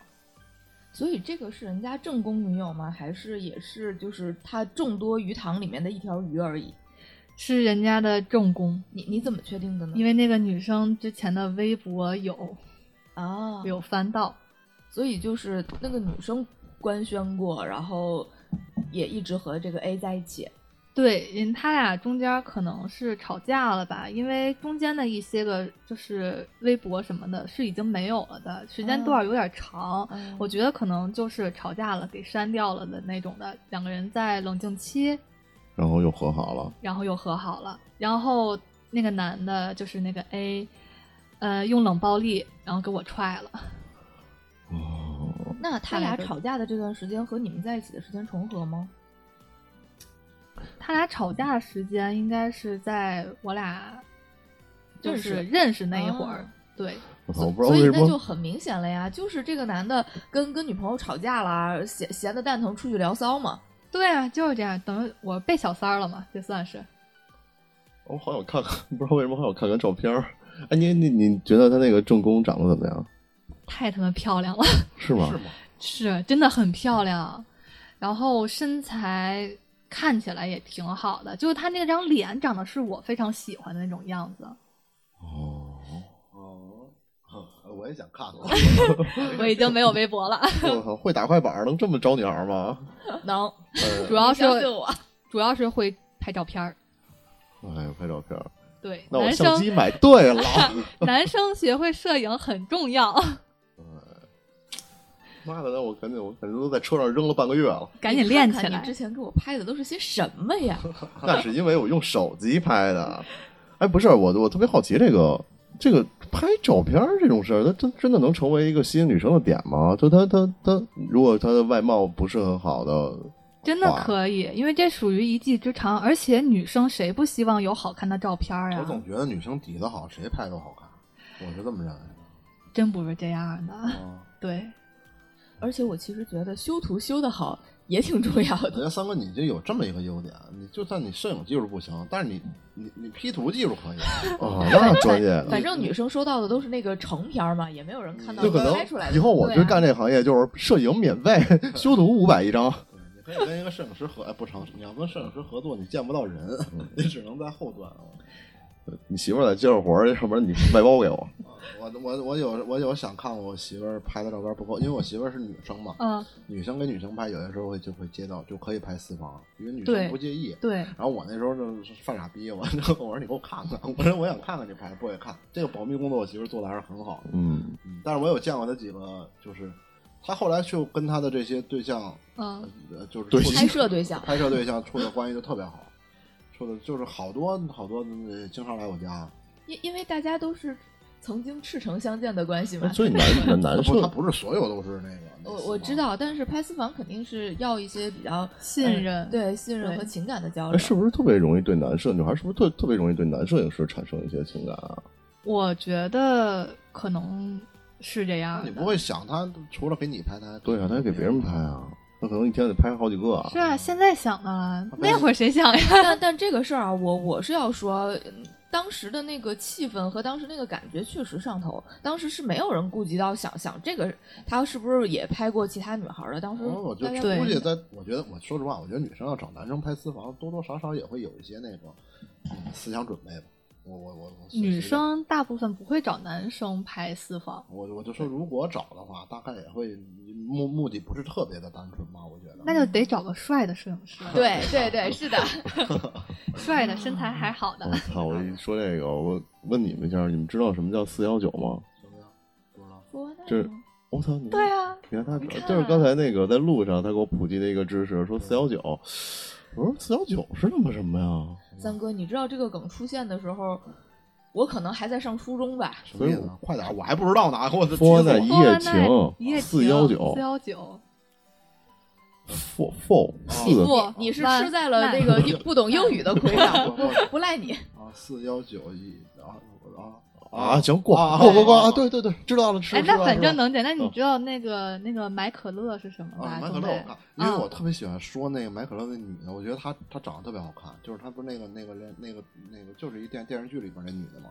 Speaker 4: 所以这个是人家正宫女友吗？还是也是就是他众多鱼塘里面的一条鱼而已？
Speaker 5: 是人家的正宫，
Speaker 4: 你你怎么确定的呢？
Speaker 5: 因为那个女生之前的微博有
Speaker 4: 啊，
Speaker 5: 有翻到，
Speaker 4: 所以就是那个女生官宣过，然后也一直和这个 A 在一起。
Speaker 5: 对，因为他俩中间可能是吵架了吧，因为中间的一些个就是微博什么的是已经没有了的，时间段有点长，
Speaker 4: 嗯
Speaker 5: 我觉得可能就是吵架了给删掉了的那种的，两个人在冷静期，
Speaker 2: 然后又和好了，
Speaker 5: 然后又和好了。然后那个男的，就是那个 A，呃，用冷暴力，然后给我踹了。
Speaker 2: 哦
Speaker 4: 那他俩
Speaker 5: 大概都
Speaker 4: 吵架的这段时间和你们在一起的时间重合吗？
Speaker 5: 他俩吵架的时间应该是在我俩就
Speaker 4: 认识
Speaker 5: 是认识那一会儿
Speaker 4: 啊，
Speaker 5: 对，
Speaker 2: 我操，
Speaker 4: 所
Speaker 2: 我不知道
Speaker 4: 所
Speaker 2: 为
Speaker 4: 以
Speaker 2: 什
Speaker 4: 那就
Speaker 2: 么
Speaker 4: 很明显了呀，就是这个男的跟跟女朋友吵架啦，闲闲的蛋疼出去聊骚嘛。
Speaker 5: 对啊，就是这样。等于我被小三儿了嘛，这算是。
Speaker 2: 我好想看看，不知道为什么好想看看照片儿。哎，你你你觉得他那个正宫长得怎么样？
Speaker 5: 太他妈漂亮了，
Speaker 2: 是吗？
Speaker 1: 是吗？
Speaker 5: 是真的很漂亮，然后身材看起来也挺好的，就是她那张脸长得是我非常喜欢的那种样子。
Speaker 2: 哦，
Speaker 1: 哦，我也想看看。
Speaker 5: 我已经没有微博了，
Speaker 2: 我操，会打快板儿能这么招女孩儿吗？
Speaker 4: 能，
Speaker 5: 主要
Speaker 4: 你
Speaker 5: 是
Speaker 4: 相信我。
Speaker 5: 主要是会拍照片儿。
Speaker 2: 哎，拍照片儿，
Speaker 5: 对，
Speaker 2: 那我
Speaker 5: 男
Speaker 2: 相
Speaker 5: 生
Speaker 2: 机买对了。
Speaker 5: 男生学会摄影很重要，
Speaker 2: 妈的，那我赶紧，我感觉都在车上扔了半个月 了。
Speaker 5: 赶紧练
Speaker 4: 看
Speaker 5: 起
Speaker 4: 看 你
Speaker 5: 来
Speaker 4: 之。前给我拍的都是些什么 呀？
Speaker 2: 那是因为我用手机拍的。哎，不是，我我特别好奇这个这个拍照片儿这种事儿，它真真的能成为一个吸引女生的点吗？就她她她，如果她的外貌不是很好的，
Speaker 5: 真的
Speaker 2: 哇
Speaker 5: 可以，因为这属于一技之长，而且女生谁不希望有好看的照片
Speaker 1: 我
Speaker 5: 啊？
Speaker 1: 总觉得女生底子好，谁拍都好看，我是这么认为的。
Speaker 5: 真不是这样的，
Speaker 1: 啊，
Speaker 5: 对，
Speaker 4: 而且我其实觉得修图修得好也挺重要
Speaker 1: 我觉
Speaker 4: 的。
Speaker 1: 得三哥你就有这么一个优点，你就算你摄影技术不行，但是你你你 P 图技术可以。啊
Speaker 2: 哦，那专业的。
Speaker 4: 反正女生收到的都是那个成片儿嘛，也没有人看到
Speaker 2: 就嗯可能
Speaker 4: 拍出来的。
Speaker 2: 以后我
Speaker 4: 对
Speaker 2: 就
Speaker 4: 啊
Speaker 2: 干这行业，就是摄影免费，修图五百一张。
Speaker 1: 对你可以跟一个摄影师合，哎，不成，你要跟摄影师合作，你见不到人，你只能在后端。啊
Speaker 2: 你媳妇儿得接着活儿，要不然你外包给我。
Speaker 1: 我我我有我有想看我媳妇儿拍的照片不够，因为我媳妇儿是女生嘛，
Speaker 5: 嗯，
Speaker 1: 女生跟女生拍，有些时候会就会接到就可以拍私房，因为女
Speaker 5: 对
Speaker 1: 生不介意。
Speaker 5: 对，
Speaker 1: 然后我那时候就是犯傻逼，我就我说你给我看看，我说我想看看你拍的，不也看。这个保密工作我媳妇儿做的还是很好的，
Speaker 2: 嗯，
Speaker 1: 嗯，但是我有见过她几个，就是她后来就跟她的这些对象，
Speaker 5: 嗯，
Speaker 1: 呃，就是
Speaker 2: 对
Speaker 1: 处的
Speaker 4: 拍摄对象
Speaker 1: 拍摄对象处的关系就特别好，处的就是好多好多呃经常来我
Speaker 2: 啊
Speaker 1: 家，
Speaker 4: 因因为大家都是曾经赤诚相见的关系嘛。
Speaker 2: 所以男男 男
Speaker 1: 不，
Speaker 2: 生
Speaker 1: 他不是所有都是那个。那
Speaker 4: 我
Speaker 1: 个
Speaker 4: 我
Speaker 1: 私
Speaker 4: 知
Speaker 1: 房，
Speaker 4: 道，但是拍私房肯定是要一些比较
Speaker 5: 信
Speaker 4: 嗯
Speaker 5: 任
Speaker 4: 对信任
Speaker 5: 对
Speaker 4: 和情感的交
Speaker 2: 哎，
Speaker 4: 流。
Speaker 2: 是不是特别容易对男摄女孩？是不是特特别容易对男摄影师产生一些情感啊？
Speaker 5: 我觉得可能是这样
Speaker 1: 那
Speaker 5: 的。
Speaker 1: 你不会想他除了给你拍，他还
Speaker 2: 对啊，他还给别人拍啊，他可能一天得拍好几个啊
Speaker 5: 是。啊，现在想啊，那会儿谁想呀？
Speaker 4: 但但这个事儿啊，我我是要说，嗯当时的那个气氛和当时那个感觉确实上头。当时是没有人顾及到想想这个他是不是也拍过其他女孩儿的。当时
Speaker 2: 哦
Speaker 1: 我我就
Speaker 4: 大家
Speaker 5: 对
Speaker 1: 估计在，我觉得，我说实话，我觉得女生要找男生拍私房，多多少少也会有一些那种、嗯思想准备吧。我我我我随
Speaker 5: 女
Speaker 1: 随便
Speaker 5: 生大部分不会找男生拍私房，
Speaker 1: 我我就说，如果找的话，大概也会目目的不是特别的单纯吧，我觉得。
Speaker 5: 那就得找个帅的摄影师，
Speaker 6: 对 对对，是的，
Speaker 5: 帅的身材还好的
Speaker 2: 我、，操！我一说这个，我问你们一下，你们知道什么叫四幺九吗？
Speaker 1: 什么呀？不知道。
Speaker 2: 这
Speaker 4: 这
Speaker 2: 我操！你
Speaker 5: 对啊，
Speaker 2: 你看他
Speaker 4: 你看
Speaker 2: 就是刚才那个在路上，他给我普及的一个知识，说四幺九，我说四幺九是那么什么呀？
Speaker 4: 三哥，你知道这个梗出现的时候，我可能还在上初中吧。
Speaker 1: 什么意思啊？快点，我还不知道呢，给我这急死
Speaker 2: 说在
Speaker 1: 我
Speaker 2: 一
Speaker 1: 了。
Speaker 2: 夜
Speaker 5: 一哦
Speaker 2: 情，
Speaker 5: 夜情
Speaker 2: 四幺九
Speaker 5: 四幺九，
Speaker 2: ，four four 四
Speaker 1: 哦
Speaker 4: 不，你是吃在了那个英不懂英语的亏上，不不赖你。
Speaker 1: 啊，四幺九一啊我啊
Speaker 2: 啊！行，过
Speaker 1: 啊
Speaker 2: 过过过
Speaker 1: 啊
Speaker 2: 啊！对对对，知道了，知道
Speaker 5: 哎，
Speaker 2: 了。
Speaker 5: 那
Speaker 2: 知道了
Speaker 5: 反正能点。那你知道那个那个买可乐是什么吧？
Speaker 1: 啊，麦
Speaker 5: 东
Speaker 1: 哦可乐
Speaker 5: 北
Speaker 1: 我看，因为
Speaker 5: 嗯
Speaker 1: 我特别喜欢说那个麦可乐那女的，我觉得她她长得特别好看，就是她不是那个那个人那个那个就是一电电视剧里边那女的吗？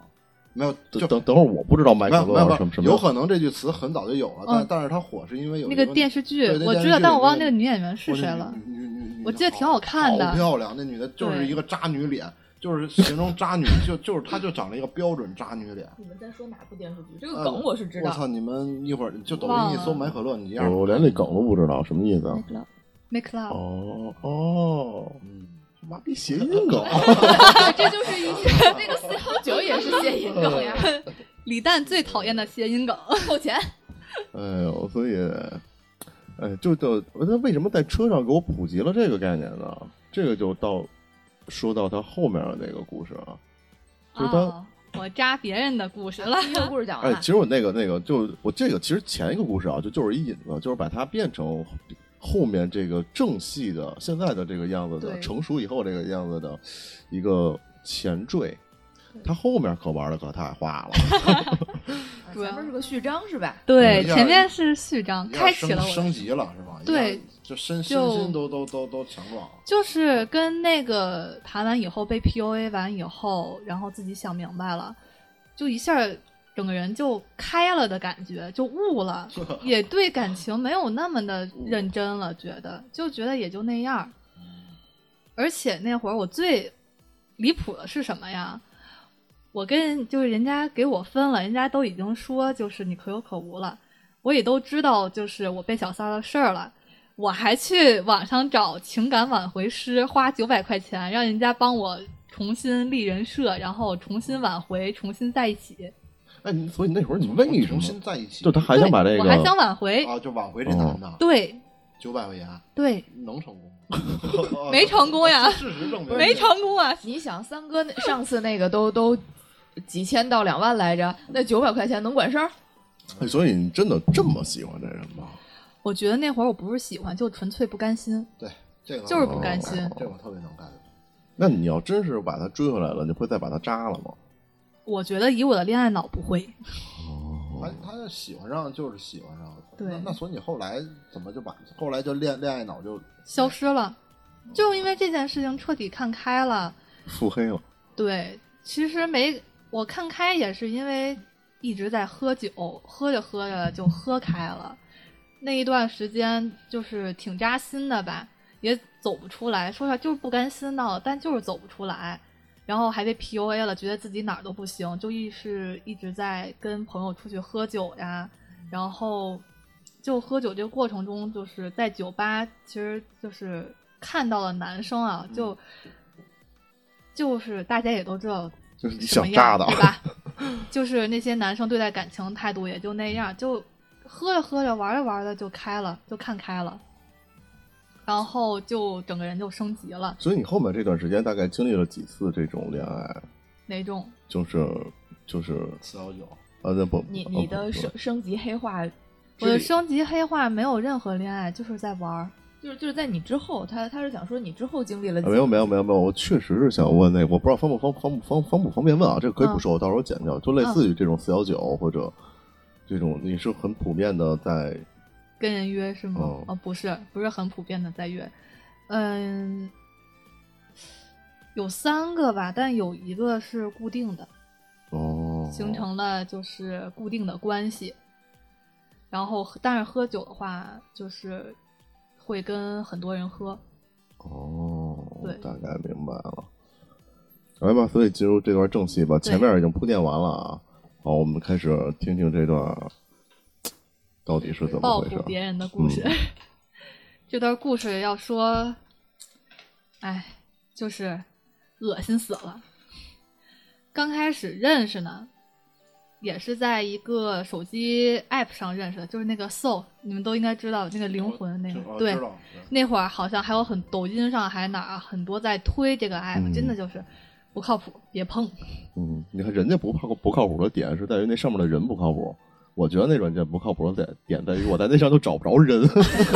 Speaker 1: 没有，就
Speaker 2: 等等等会儿，我不知道麦
Speaker 1: 哦没
Speaker 2: 可
Speaker 1: 有没有
Speaker 2: 乐
Speaker 1: 没
Speaker 2: 什么什
Speaker 1: 有，
Speaker 2: 么，
Speaker 1: 有可能这句词很早就有了，但
Speaker 5: 嗯
Speaker 1: 但是它火是因为有
Speaker 5: 那
Speaker 1: 一
Speaker 5: 个
Speaker 1: 个
Speaker 5: 电视剧
Speaker 1: 对那
Speaker 5: 我
Speaker 1: 电
Speaker 5: 知
Speaker 1: 视
Speaker 5: 道，
Speaker 1: 剧
Speaker 5: 但
Speaker 1: 里
Speaker 5: 我忘了
Speaker 1: 边
Speaker 5: 那个女演员是
Speaker 1: 我那
Speaker 5: 谁
Speaker 1: 女
Speaker 5: 了。
Speaker 1: 女女女，
Speaker 5: 我
Speaker 1: 女
Speaker 5: 记得
Speaker 1: 的
Speaker 5: 挺好看的
Speaker 1: 好漂亮。那女的就是
Speaker 5: 对
Speaker 1: 一个渣女脸， 就是形容渣女，就就是她就长了一个标准渣女脸。
Speaker 4: 你们在说哪部电视剧？这个
Speaker 1: 啊
Speaker 4: 梗我是知
Speaker 1: 我
Speaker 4: 道。
Speaker 1: 操！你们一会儿就抖
Speaker 5: 忘
Speaker 1: 音一
Speaker 5: 了
Speaker 1: 搜买可乐，你这样
Speaker 2: 我我连那梗都不知道，什么意思啊？
Speaker 5: Make love，
Speaker 2: 哦哦，
Speaker 1: 嗯，
Speaker 2: 妈逼谐音梗，
Speaker 1: 啊
Speaker 4: 这就是一些那个四幺九也 是 谐音梗呀。
Speaker 1: 哦
Speaker 5: 李诞最讨厌的谐音梗，
Speaker 4: 呃
Speaker 5: 扣钱。
Speaker 2: 哎呦，所以，哎，就就那为什么在车上给我普及了这个概念呢？这个就到说到他后面的那个故事啊，就是他
Speaker 5: 哦，我扎别人的故事了。
Speaker 4: 第一个故事讲完
Speaker 2: 哎，
Speaker 4: 了
Speaker 2: 其，实我那个那个，就我这个其实前一个故事啊，就就是一引子，就是把它变成后面这个正戏的现在的这个样子的
Speaker 5: 对
Speaker 2: 成熟以后这个样子的一个前缀。它后面可玩的可太花了，
Speaker 4: 啊前面是个序章是 吧？
Speaker 5: 对，
Speaker 1: 一下
Speaker 5: 前面是序章，
Speaker 1: 一下
Speaker 5: 嗯开启
Speaker 1: 升
Speaker 5: 了我的
Speaker 1: 升级了是吧？一
Speaker 5: 对
Speaker 1: 下就身身
Speaker 5: 就
Speaker 1: 心都都都都强壮了。
Speaker 5: 就是跟那个谈完以后被 PUA 完以后，然后自己想明白了，就一下儿整个人就开了的感觉，就悟了，也对感情没有那么的认真了，觉得就觉得也就那样儿。而且那会儿我最离谱的是什么呀？我跟就是人家给我分了，人家都已经说就是你可有可无了，我也都知道就是我被小三儿的事儿了。我还去网上找情感挽回师，花九百块钱让人家帮我重新立人设，然后重新挽回，重新在一起。
Speaker 2: 哎，你所以那会儿你为什
Speaker 1: 重
Speaker 2: 么？
Speaker 1: 新在一起？
Speaker 2: 就他哦还想把这
Speaker 5: 我
Speaker 2: 个，
Speaker 5: 还想挽回，
Speaker 4: 哦
Speaker 1: 啊，就挽回这男的
Speaker 5: 对
Speaker 1: 九百块钱
Speaker 5: 对，
Speaker 1: 能成功 吗？哦
Speaker 5: 没成功呀
Speaker 1: 事实证明
Speaker 5: 没成功啊！
Speaker 4: 你想三哥那上次那个都都几千到两万来着，那九百块钱能管事儿？
Speaker 2: 哎所以你真的这么喜欢这人吗？
Speaker 5: 我觉得那会儿我不是喜欢，就纯粹不甘心。
Speaker 1: 对这个哦
Speaker 5: 就是不甘心
Speaker 1: 这我特别能干。
Speaker 2: 那你要真是把他追回来了，你会再把他扎了吗？
Speaker 5: 我觉得以我的恋爱脑不会，
Speaker 1: 他他喜欢上就是喜欢上，
Speaker 5: 对
Speaker 1: 那那所以你后来怎么就把后来就恋恋爱脑就
Speaker 5: 消失了，就因为这件事情彻底看开了。
Speaker 2: 腹黑了，
Speaker 5: 对，其实没我看开也是因为一直在喝酒，喝着喝着就喝开了。那一段时间就是挺扎心的吧，也走不出来。说实话，就是不甘心闹，但就是走不出来。然后还被 PUA 了，觉得自己哪儿都不行，就一是一直在跟朋友出去喝酒呀，然后就喝酒这个过程中，就是在酒吧，其实就是看到了男生啊，就、就是大家也都知道
Speaker 2: 就是你
Speaker 5: 什么
Speaker 2: 想
Speaker 5: 样
Speaker 2: 扎的，
Speaker 5: 对吧？ 就是那些男生对待感情态度也就那样，就喝着喝着玩着玩着就开了，就看开了，然后就整个人就升级了
Speaker 2: 所以你后面这段时间大概经历了几次这种恋爱？
Speaker 5: 那种。
Speaker 2: 就是就是
Speaker 1: 四幺九？
Speaker 2: 啊，那不，
Speaker 4: 你
Speaker 2: 啊
Speaker 4: 你
Speaker 2: 不
Speaker 4: 的
Speaker 2: 不
Speaker 4: 升升级黑化之旅，
Speaker 5: 我的升级黑化没有任何恋爱，就是在玩儿。
Speaker 4: 就是就是在你之后，他他是想说你之后经历了
Speaker 2: 啊没有没
Speaker 4: 有，
Speaker 2: 有没有没有，我确实是想问那个，我不知道方不方方不方方不方便问啊，这个
Speaker 5: 嗯
Speaker 2: 可以不说，我到时候剪掉。就类似于这种四幺九或者这种，你是很普遍的在
Speaker 5: 跟人约是吗？
Speaker 2: 哦
Speaker 5: 哦，不是，不是很普遍的在约，嗯，有三个吧，但有一个是固定的，
Speaker 2: 哦
Speaker 5: 形成了就是固定的关系。然后，但是喝酒的话，就是会跟很多人喝。
Speaker 2: 哦，
Speaker 5: 对
Speaker 2: 大概明白了。来吧，哎所以进入这段正戏吧，
Speaker 5: 对
Speaker 2: 前面已经铺垫完了啊。好，我们开始听听这段到底是怎么
Speaker 5: 报
Speaker 2: 回事嗯
Speaker 5: 复。别人的故事。 这段故事要说，哎，就是恶心死了。刚开始认识呢，也是在一个手机 app 上认识的，就是那个 Soul，你们都应该知道那个灵魂那个，
Speaker 1: 哦
Speaker 5: 对
Speaker 1: 知，道
Speaker 5: 那会儿好像还有很抖音上还哪儿很多在推这个 app，、
Speaker 2: 嗯
Speaker 5: 真的就是不靠谱，别碰。
Speaker 2: 嗯，你看人家不靠不靠谱的点是在于那上面的人不靠谱，我觉得那软件不靠谱的点点在于我在那上就找不着人。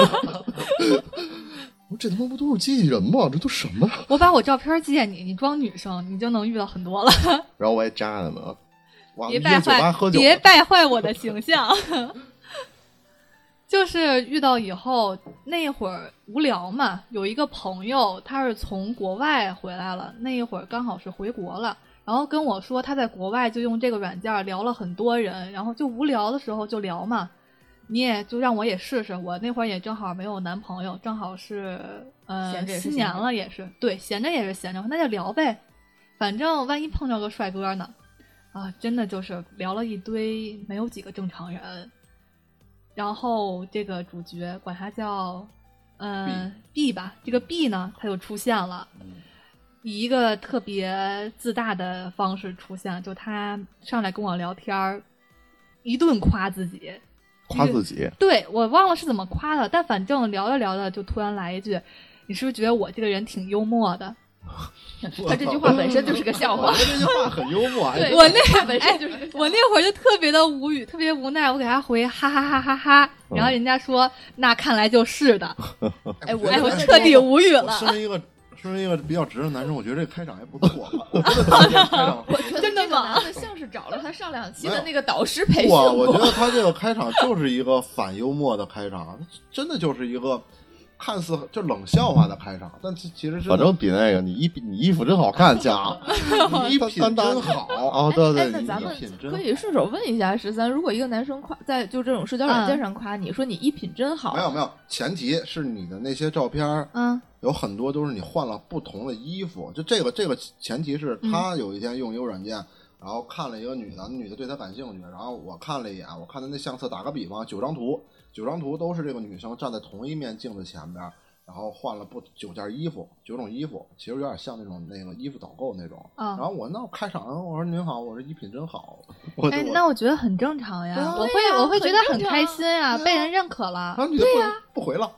Speaker 2: 我说这他妈不都是机器人吗？这都什么？
Speaker 5: 我把我照片借你，你装女生，你就能遇到很多了。
Speaker 2: 然后我还扎他们，啊哇，
Speaker 5: 别
Speaker 2: 约
Speaker 5: 败
Speaker 2: 酒吧
Speaker 5: 坏
Speaker 2: 喝，酒，
Speaker 5: 别败坏我的形象。 就是遇到以后那会儿无聊嘛，有一个朋友他是从国外回来了，那一会儿刚好是回国了，然后跟我说他在国外就用这个软件儿聊了很多人，然后就无聊的时候就聊嘛，你也就让我也试试，我那会儿也正好没有男朋友，正好是呃
Speaker 4: 闲着也是
Speaker 5: 新
Speaker 4: 闲
Speaker 5: 年
Speaker 4: 着
Speaker 5: 了也是，对，闲着也是闲着，那就聊呗，反正万一碰着个帅哥呢，啊，真的就是聊了一堆，没有几个正常人。然后这个主角管他叫，嗯，B 吧，这个 B 呢，他就出现了，以一个特别自大的方式出现，就他上来跟我聊天儿，一顿夸自己，
Speaker 2: 夸自己，
Speaker 5: 对我忘了是怎么夸的，但反正聊着聊着就突然来一句：“你是不是觉得我这个人挺幽默的？”
Speaker 4: 他这句话本身就是个笑
Speaker 1: 我
Speaker 4: 话。
Speaker 1: 觉得这句话很幽 默，哎
Speaker 4: 对
Speaker 5: 我那
Speaker 4: 他本身就是个笑话
Speaker 5: 我那会儿就特别的无语，特别无奈，我给他回哈哈哈哈哈，然后人家说：“那看来就是的。
Speaker 4: 哎，我”
Speaker 5: 哎，
Speaker 4: 我
Speaker 5: 我
Speaker 4: 觉得
Speaker 5: 彻底
Speaker 4: 这个
Speaker 5: 无语
Speaker 1: 我
Speaker 5: 了。
Speaker 1: 身为一个身为一个比较直的男生，我觉得这开场还不错。我觉得这个开场
Speaker 4: 我觉得
Speaker 5: 真的
Speaker 4: 这个
Speaker 5: 吗
Speaker 4: 男的像是找了他上两期的那个导师培训
Speaker 1: 哇，我觉
Speaker 4: 过。
Speaker 1: 得他这个开场就是一个反幽默的开场，真的就是一个看似就冷笑话的开场，但其其实真的
Speaker 2: 反正比那个你衣你衣服真好看， 讲
Speaker 1: 你衣品真好，
Speaker 2: 啊，对
Speaker 4: 哎
Speaker 2: 对，
Speaker 4: 那
Speaker 2: 你
Speaker 4: 咱们
Speaker 1: 衣品真好
Speaker 4: 可以顺手问一下十三，如果一个男生夸在就这种社交软件上夸你说你衣品真好，
Speaker 1: 没有没有，前提是你的那些照片儿
Speaker 5: 嗯，
Speaker 1: 有很多都是你换了不同的衣服，就这个这个前提是
Speaker 5: 嗯
Speaker 1: 他有一天用一个软件，然后看了一个女的，女的对他感兴趣，然后我看了一眼，我看他那相册，打个比方，九张图，九张图都是这个女生站在同一面镜子前边儿，然后换了不九件衣服，九种衣服，其实有点像那种那个衣服导购那种。
Speaker 5: 啊
Speaker 1: 然后我那我开场，我说您好，我说衣品真好，我就
Speaker 5: 哎
Speaker 1: 我，
Speaker 5: 那我觉得很正常呀，
Speaker 4: 对呀
Speaker 5: 我会我会觉得啊很
Speaker 4: 很正常
Speaker 5: 开心啊，被人认可了
Speaker 1: 然，后女的不、不回了，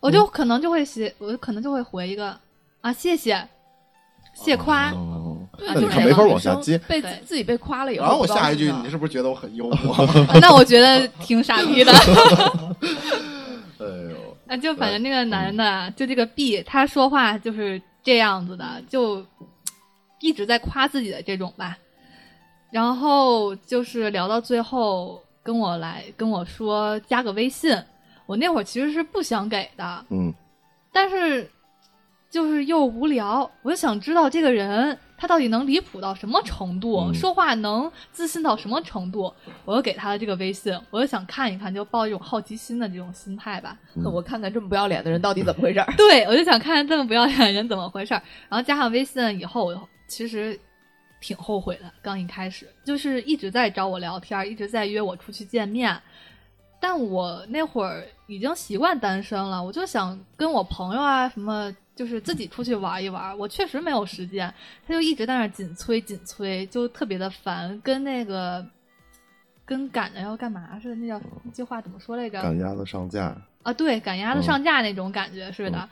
Speaker 5: 我就可能就会写，我可能就会回一个啊，谢谢，谢夸，
Speaker 2: 哦，
Speaker 4: 对
Speaker 2: 那
Speaker 5: 就
Speaker 2: 你
Speaker 4: 是
Speaker 2: 看
Speaker 5: 这
Speaker 2: 没
Speaker 5: 样
Speaker 2: 法往下接，
Speaker 4: 被
Speaker 5: 对
Speaker 4: 自己被夸了以后，
Speaker 1: 然后我下一
Speaker 4: 不知
Speaker 1: 句，
Speaker 4: 道
Speaker 1: 你是不是觉得我很幽默？
Speaker 5: 那我觉得挺傻逼的。
Speaker 2: 哎呦，哎嗯
Speaker 5: 啊，就反 正那个男的，就这个 B，他说话就是这样子的，就一直在夸自己的这种吧。然后就是聊到最后，跟我来跟我说加个微信，我那会儿其实是不想给的，
Speaker 2: 嗯，
Speaker 5: 但是就是又无聊，我就想知道这个人他到底能离谱到什么程度，
Speaker 2: 嗯
Speaker 5: 说话能自信到什么程度，我就给他了这个微信，我就想看一看，就抱一种好奇心的这种心态吧。
Speaker 2: 嗯
Speaker 4: 我看看这么不要脸的人到底怎么回事儿。
Speaker 5: 对，我就想看看这么不要脸的人怎么回事儿。然后加上微信以后，我其实挺后悔的。刚一开始就是一直在找我聊天儿，一直在约我出去见面。但我那会儿已经习惯单身了，我就想跟我朋友啊什么，就是自己出去玩一玩。我确实没有时间，他就一直在那儿紧催紧催，就特别的烦，跟那个跟赶着要干嘛似的。那叫那句话怎么说来着？
Speaker 2: 赶鸭子上架，
Speaker 5: 啊，对，赶鸭子上架那种感觉似的。
Speaker 2: 嗯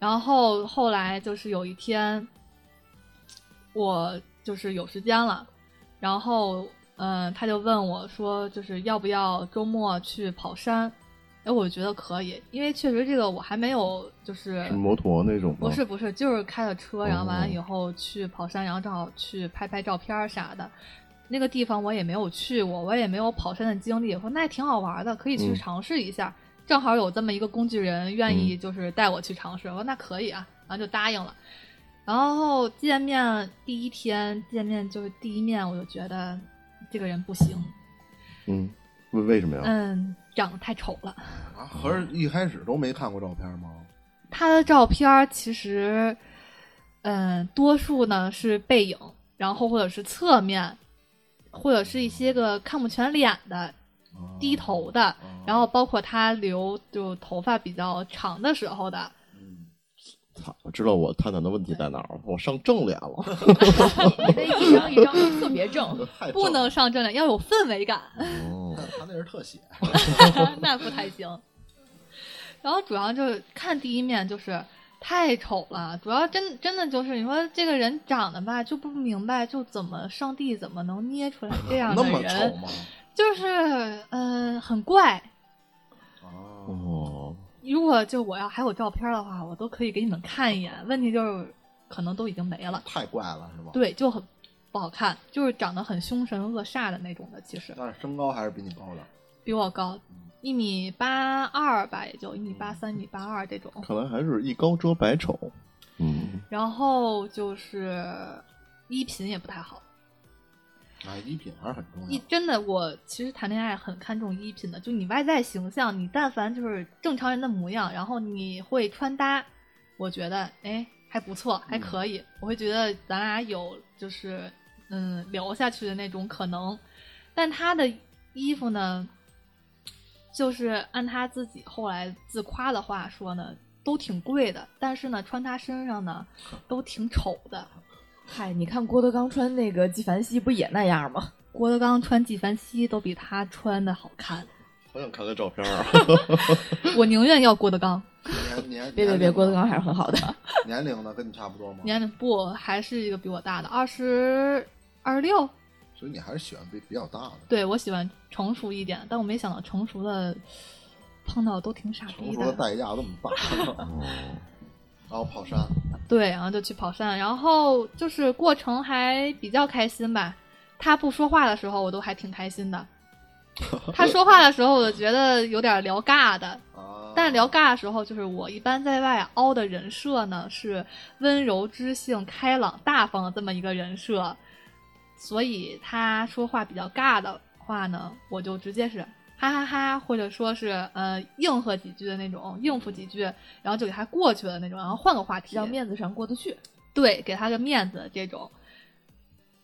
Speaker 5: 然后后来就是有一天，我就是有时间了，然后嗯、呃他就问我说，就是要不要周末去跑山？哎，我觉得可以，因为确实这个我还没有就是
Speaker 2: 是摩托那种吗？
Speaker 5: 不是不是，就是开了车，然后完了以
Speaker 2: 嗯哦
Speaker 5: 后去跑山，然后正好去拍拍照片儿啥的。那个地方我也没有去过，我也没有跑山的经历，我说那也挺好玩的，可以去
Speaker 2: 嗯
Speaker 5: 尝试一下。正好有这么一个工具人愿意就是带我去尝试，我说那可以啊，然后就答应了。然后见面第一天见面就是第一面，我就觉得这个人不行，
Speaker 2: 嗯，为为什么呀？
Speaker 5: 嗯，长得太丑了。
Speaker 1: 啊，合着一开始都没看过照片吗？
Speaker 5: 他的照片儿其实，嗯，多数呢是背影，然后或者是侧面，或者是一些个看不全脸的、低头的，然后包括他留就头发比较长的时候的，
Speaker 2: 操！我知道我探探的问题在哪儿了，我上正脸 了，
Speaker 4: 你那一张一张都特别正，
Speaker 1: 太
Speaker 5: 不
Speaker 1: 正
Speaker 5: 能
Speaker 1: 了
Speaker 5: 上正脸，要有氛围感。
Speaker 2: 哦，
Speaker 1: 呃他那是特写，
Speaker 5: 那不太行。然后主要就是看第一面就是太丑了，主要真真的就是你说这个人长得吧就不明白，就怎么上帝怎么能捏出来这样
Speaker 1: 那
Speaker 5: 的
Speaker 1: 么丑
Speaker 5: 人，
Speaker 1: 吗？
Speaker 5: 就是嗯、呃很怪。
Speaker 1: 哦，
Speaker 2: 哦，
Speaker 5: 如果就我要还有照片的话，我都可以给你们看一眼。问题就是可能都已经没了，
Speaker 1: 太怪了是吧？
Speaker 5: 对，就很不好看，就是长得很凶神恶煞的那种的。其实
Speaker 1: 但是身高还是比你高的，
Speaker 5: 比我高一米八二吧，也就一米八三、一米八二这种。
Speaker 2: 看来还是一高遮百丑， 嗯，
Speaker 5: 然后就是衣品也不太好，
Speaker 1: 啊，衣品还是很重
Speaker 5: 一
Speaker 1: 要。
Speaker 5: 真的我其实谈恋爱很看重衣品的，就你外在形象，你但凡就是正常人的模样，然后你会穿搭，我觉得哎还不错，还可以，我会觉得咱俩有就是嗯聊下去的那种可能。但他的衣服呢，就是按他自己后来自夸的话说呢，都挺贵的，但是呢穿他身上呢都挺丑的。
Speaker 4: 嗨，你看郭德纲穿那个纪梵希不也那样吗？
Speaker 5: 郭德纲穿纪梵希都比他穿的好看，
Speaker 2: 好想看看照片 啊，
Speaker 5: 我宁愿要郭德 纲。
Speaker 1: 年年
Speaker 4: 别别别，郭德纲还是很好的。
Speaker 1: 年龄呢跟你差不多吗？
Speaker 5: 年龄不还是一个比我大的，二十二十六。
Speaker 1: 所以你还是喜欢比比较大的，
Speaker 5: 对我喜欢成熟一点，但我没想到成熟的碰到都挺傻
Speaker 1: 成
Speaker 5: 逼
Speaker 1: 熟的代价这么 大，然后跑山，
Speaker 5: 对，然后就去跑山，然后就是过程还比较开心吧。他不说话的时候，我都还挺开 心的。他说话的时候，我就觉得有点聊尬的，
Speaker 1: 啊，
Speaker 5: 但聊尬的时候，就是我一般在外凹的人设呢是温柔、知性、开朗、大方的这么一个人设，所以他说话比较尬的话呢，我就直接是哈哈哈或者说是呃应和几句的那种，应付几句，然后就给他过去了那种，然后换个话题，
Speaker 4: 让面子上过得去。
Speaker 5: 对，给他个面子这种。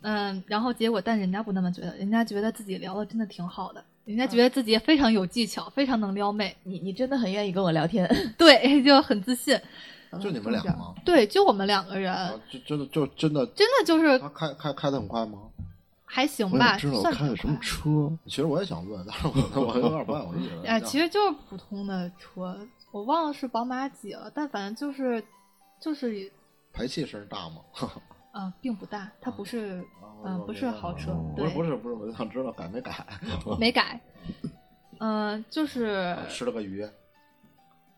Speaker 5: 嗯，然后结果，但人家不那么觉得，人家觉得自己聊的真的挺好的，人家觉得自己非常有技巧，非常能撩妹，
Speaker 4: 你你真的很愿意跟我聊天，
Speaker 5: 对，就很自信。
Speaker 1: 就你们俩吗？
Speaker 5: 对，就我们两个人，
Speaker 2: 哦
Speaker 1: 啊，就真的就真的，
Speaker 5: 真的就是
Speaker 1: 他开开开的很快吗？
Speaker 5: 还行
Speaker 2: 啊我
Speaker 5: 吧，
Speaker 2: 想知道
Speaker 5: 算
Speaker 2: 开的
Speaker 5: 挺
Speaker 2: 什么
Speaker 5: 快
Speaker 2: 车，
Speaker 1: 其实我也想问，但是我我有点不太好意思。
Speaker 5: 哎，其实就是普通的车，我忘了是宝马几了，但反正就是就是
Speaker 1: 排气声大吗？
Speaker 5: 呃，并不大，它不是
Speaker 1: 啊
Speaker 5: 嗯、不是豪车
Speaker 2: 哦，
Speaker 1: 不
Speaker 5: 对，
Speaker 1: 是不是不是，我就想知道改没改，
Speaker 5: 没改，嗯、就是
Speaker 1: 哎吃了个鱼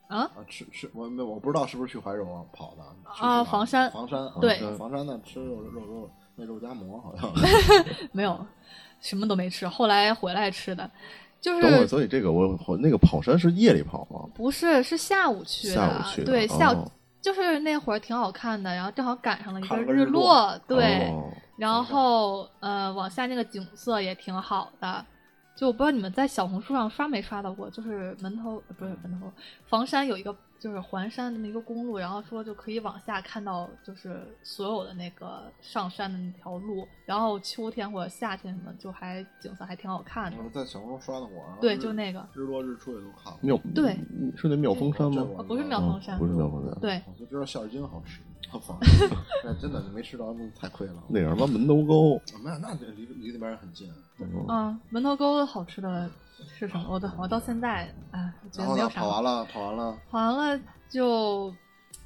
Speaker 5: 啊，
Speaker 1: 啊，吃吃我没我不知道是不是去怀柔啊跑的去
Speaker 5: 啊
Speaker 1: 哪儿
Speaker 5: 房山
Speaker 1: 房山啊
Speaker 5: 对
Speaker 1: 房山房山那吃肉肉肉那肉夹馍好 像
Speaker 5: 没有什么都没吃，后来回来吃的，就
Speaker 2: 等会儿，
Speaker 5: 是
Speaker 2: 所以这个我我那个跑山是夜里跑吗？
Speaker 5: 不是是下午去的，
Speaker 2: 下午去的
Speaker 5: 对，下午、
Speaker 2: 哦
Speaker 5: 就是那会儿挺好看的，然后正好赶上了一
Speaker 1: 看
Speaker 5: 个
Speaker 1: 了个
Speaker 5: 日
Speaker 1: 日落
Speaker 5: 对。
Speaker 2: 哦
Speaker 5: 然后呃，往下那个景色也挺好的。就我不知道你们在小红书上刷没刷到过，就是门头呃不是门头，房山有一个就是环山那么一个公路，然后说就可以往下看到就是所有的那个上山的那条路，然后秋天或者夏天什么就还景色还挺好看的。
Speaker 1: 我在小红书刷的我，然后
Speaker 5: 对，
Speaker 1: 日
Speaker 5: 就那个
Speaker 1: 日落日出也都看了，
Speaker 2: 妙嗯
Speaker 5: 对，
Speaker 2: 是那妙峰山
Speaker 1: 这
Speaker 2: 吗？
Speaker 1: 我
Speaker 5: 哦不是妙
Speaker 2: 哦
Speaker 5: 峰山嗯
Speaker 2: 不是妙峰山，
Speaker 5: 对，
Speaker 1: 我就知道馅儿筋好吃， 那真的没吃着那太亏了。
Speaker 2: 那叫什么门头沟，
Speaker 1: 没有，那得离离那边很近。
Speaker 2: 嗯
Speaker 5: 嗯，门头沟好吃的是什么？我到我到现在啊，我觉
Speaker 1: 然
Speaker 5: 得
Speaker 1: 后
Speaker 5: 没
Speaker 1: 呢，
Speaker 5: 有啥
Speaker 1: 跑
Speaker 5: 好。
Speaker 1: 完了，跑完了，
Speaker 5: 跑完了就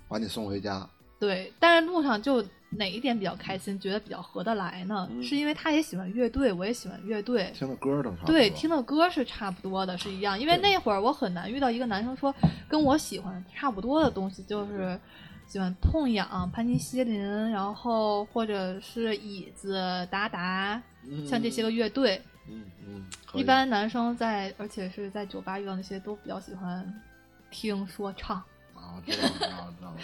Speaker 1: 把你送回家。
Speaker 5: 对，但是路上就哪一点比较开心，觉得比较合得来呢？
Speaker 1: 嗯
Speaker 5: 是因为他也喜欢乐队，我也喜欢乐队，
Speaker 1: 听的歌儿都差不多。
Speaker 5: 对，听的歌是差不多的，是一样。因为那会儿我很难遇到一个男生说跟我喜欢差不多的东西，就是喜欢痛痒、潘尼西林，然后或者是椅子、达达，
Speaker 1: 嗯
Speaker 5: 像这些个乐队。
Speaker 1: 嗯嗯，可以
Speaker 5: 一般男生在，而且是在酒吧遇到那些都比较喜欢听说唱。
Speaker 1: 啊，我知道了，知道了，知道了。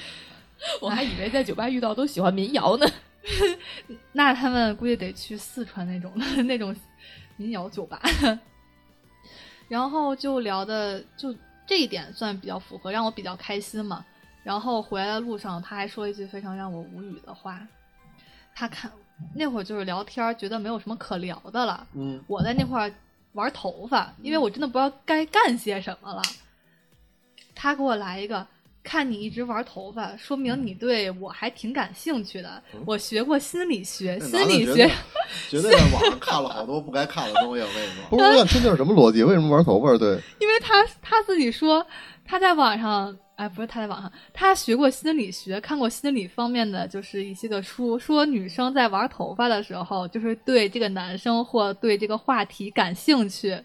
Speaker 4: 我还以为在酒吧遇到都喜欢民谣呢。
Speaker 5: 那他们估计得去四川那种 那种民谣酒吧，然后就聊的就这一点算比较符合，让我比较开心嘛。然后回来的路上，他还说一句非常让我无语的话。他看那会儿就是聊天儿，觉得没有什么可聊的了。
Speaker 1: 嗯，
Speaker 5: 我在那块儿玩头发，因为我真的不知道该干些什么了。他给我来一个，看你一直玩头发，说明你对我还挺感兴趣的。我学过心理学，
Speaker 1: 那
Speaker 5: 哎心
Speaker 1: 男的
Speaker 5: 理
Speaker 1: 绝
Speaker 5: 学
Speaker 1: 对绝对在网上看了好多不该看的东西，我跟你说。
Speaker 2: 不是，我想听听是什么逻辑？为什么玩头发？对，
Speaker 5: 因为他他自己说他在网上，哎，不是他在网上，他学过心理学，看过心理方面的就是一些个书，说女生在玩头发的时候，就是对这个男生或对这个话题感兴趣。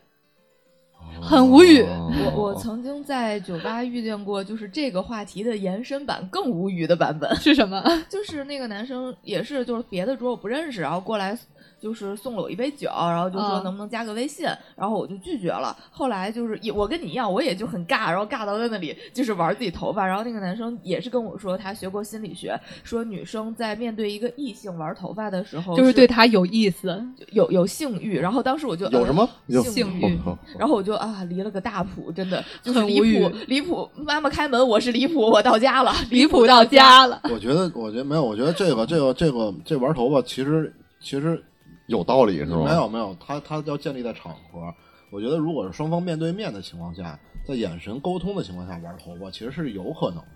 Speaker 5: 很无语
Speaker 2: 哦
Speaker 1: 哦
Speaker 4: 我我曾经在酒吧遇见过，就是这个话题的延伸版更无语的版本。
Speaker 5: 是什么？
Speaker 4: 就是那个男生也是，就是别的桌我不认识，然后过来就是送了我一杯酒，然后就说
Speaker 5: 嗯
Speaker 4: 能不能加个微信，然后我就拒绝了。后来就是也我跟你一样，我也就很尬，然后尬到在那里就是玩自己头发。然后那个男生也是跟我说，他学过心理学，说女生在面对一个异性玩头发的时候
Speaker 5: 哦就是对他有意思。
Speaker 4: 有有性欲。然后当时我就嗯
Speaker 2: 有什么有
Speaker 4: 性
Speaker 5: 欲
Speaker 2: 哦
Speaker 4: 然后我就啊，离了个大谱，真的就是
Speaker 5: 很
Speaker 4: 离
Speaker 5: 无语
Speaker 4: 谱，离谱。妈妈开门，我是离谱，我到家了，
Speaker 5: 离谱到家了。
Speaker 1: 我觉得，我觉得没有，我觉得这个这个这个这玩头发其实其实
Speaker 2: 有道理是吗？
Speaker 1: 没有没有，他他要建立在场合。我觉得如果是双方面对面的情况下，在眼神沟通的情况下玩头发，其实是有可能的。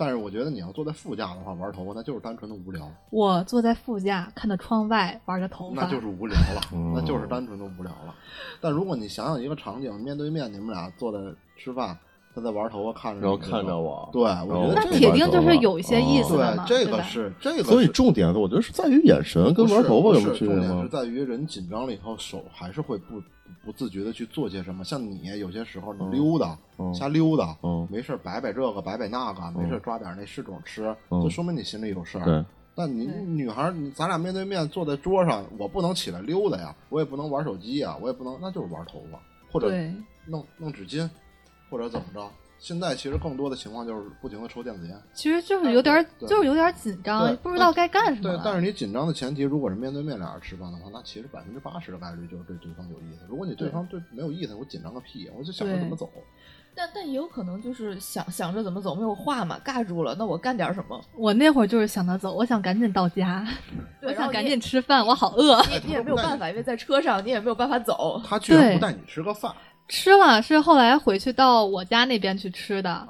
Speaker 1: 但是我觉得你要坐在副驾的话玩头发，那就是单纯的无聊，
Speaker 5: 我坐在副驾看着窗外玩着头发，
Speaker 1: 那就是无聊了，
Speaker 2: 嗯
Speaker 1: 那就是单纯的无聊了。但如果你想想一个场景，面对面你们俩坐在吃饭，他在玩头发，看着你
Speaker 2: 然后看着我
Speaker 1: 对，我觉得
Speaker 5: 那
Speaker 2: 哦
Speaker 1: 这
Speaker 5: 铁
Speaker 1: 个哦
Speaker 5: 定就是有一些意思的嘛，
Speaker 1: 对这
Speaker 5: 对
Speaker 1: 个
Speaker 5: 吧？
Speaker 1: 是这个是，
Speaker 2: 所以重点我觉得是在于眼神跟玩头发有什
Speaker 1: 不
Speaker 2: 么
Speaker 1: 是
Speaker 2: 区别
Speaker 1: 重点
Speaker 2: 吗
Speaker 1: 是？在于人紧张了以后，手还是会不不不自觉的去做些什么。像你有些时候你溜达、
Speaker 2: 嗯
Speaker 1: 瞎溜达，
Speaker 2: 嗯
Speaker 1: 没事儿摆摆这个摆摆那个，没事儿抓点那湿种吃，
Speaker 2: 嗯
Speaker 1: 就说明你心里有事儿。
Speaker 2: 对，
Speaker 1: 但你
Speaker 5: 对
Speaker 1: 女孩儿，你咱俩面对面坐在桌上，我不能起来溜达呀，我也不能玩手机呀，我也不能，那就是玩头发或者
Speaker 5: 对
Speaker 1: 弄弄纸巾，或者怎么着。现在其实更多的情况就是不停的抽电子烟。
Speaker 5: 其实就是有点儿，
Speaker 1: 对
Speaker 5: 就是有点儿紧张
Speaker 1: 对，
Speaker 5: 不知道该干什么
Speaker 1: 对
Speaker 5: 了。，
Speaker 1: 但是你紧张的前提，如果是面对面俩人吃饭的话，那其实百分之八十的概率就是对对方有意思。如果你对方对没有意思，我紧张个屁，我就想着
Speaker 5: 对
Speaker 1: 怎么走。
Speaker 4: 但但也有可能就是想想着怎么走，没有话嘛，尬住了。那我干点什么？
Speaker 5: 我那会儿就是想着走，我想赶紧到家，
Speaker 4: 对
Speaker 5: 我
Speaker 4: 然
Speaker 5: 想
Speaker 4: 后
Speaker 5: 赶
Speaker 4: 你也
Speaker 5: 紧吃饭，我好饿。
Speaker 1: 哎
Speaker 4: 你也你也没有办法，因为在车上你也没有办法走。
Speaker 1: 他居然
Speaker 5: 对
Speaker 1: 不带你吃个饭，
Speaker 5: 吃了是后来回去到我家那边去吃的，
Speaker 1: 啊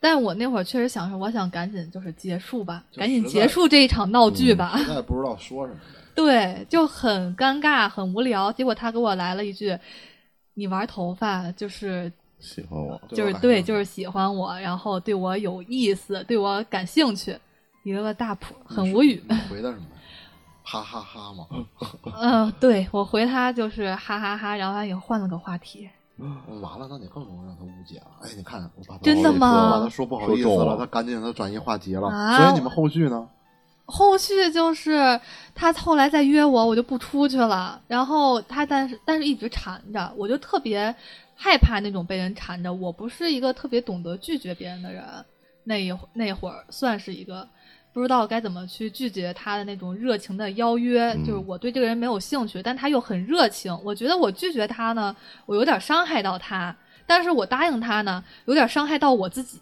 Speaker 5: 但我那会儿确实想说，我想赶紧就是结束吧，
Speaker 1: 就
Speaker 5: 赶紧
Speaker 1: 实在嗯
Speaker 5: 结束这一场闹剧吧。
Speaker 1: 实在不知道说什么。
Speaker 5: 对，就很尴尬，很无聊。结果他给我来了一句：“你玩头发就是
Speaker 2: 喜欢我，
Speaker 1: 对
Speaker 5: 就是
Speaker 1: 我感
Speaker 5: 对，
Speaker 1: 觉
Speaker 5: 就是喜欢我，然后对我有意思，对我感兴趣。”离了个大谱，很无语。
Speaker 1: 你回的什么呀？哈哈哈嘛，
Speaker 5: 嗯，对我回他就是哈哈哈然后他也换了个话题。
Speaker 1: 嗯完了，那你更容易让他误解了。哎，你看，我把
Speaker 5: 真的吗
Speaker 1: 我把他说不好意思
Speaker 2: 说中
Speaker 1: 了，
Speaker 2: 了
Speaker 1: 他赶紧给他转移话题了。
Speaker 5: 啊
Speaker 1: 所以你们后续呢？
Speaker 5: 后续就是他后来再约我，我就不出去了。然后他但是但是一直缠着，我就特别害怕那种被人缠着。我不是一个特别懂得拒绝别人的人，那一会那会儿算是一个不知道该怎么去拒绝他的那种热情的邀约。
Speaker 2: 嗯
Speaker 5: 就是我对这个人没有兴趣，但他又很热情。我觉得我拒绝他呢，我有点伤害到他；但是我答应他呢，有点伤害到我自 己。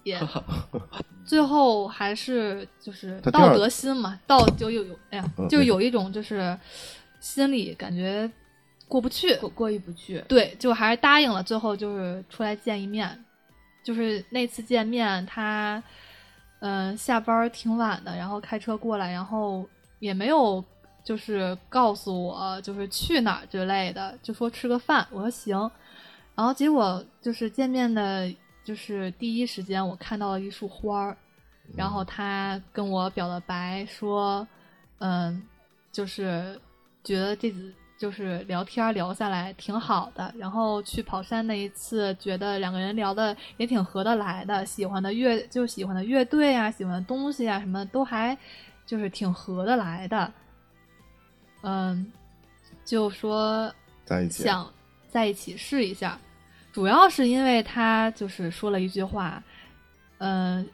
Speaker 5: 最后还是就是
Speaker 2: 他第二
Speaker 5: 道德心嘛，道就有有哎呀
Speaker 2: 嗯，
Speaker 5: 就是有一种就是心里感觉过不去，
Speaker 4: 过过意不去，
Speaker 5: 对，就还是答应了。最后就是出来见一面，就是那次见面，他嗯、呃下班儿挺晚的，然后开车过来，然后也没有就是告诉我就是去哪儿之类的，就说吃个饭。我说行，然后结果就是见面的，就是第一时间我看到了一束花儿，然后他跟我表了白，说，嗯，就是觉得这次就是聊天儿聊下来挺好的，然后去跑山那一次，觉得两个人聊的也挺合得来的，喜欢的乐就喜欢的乐队啊，喜欢的东西啊，什么都还就是挺合得来的，嗯，就说
Speaker 2: 在一起
Speaker 5: 想在一起试一下，主要是因为他就是说了一句话，嗯、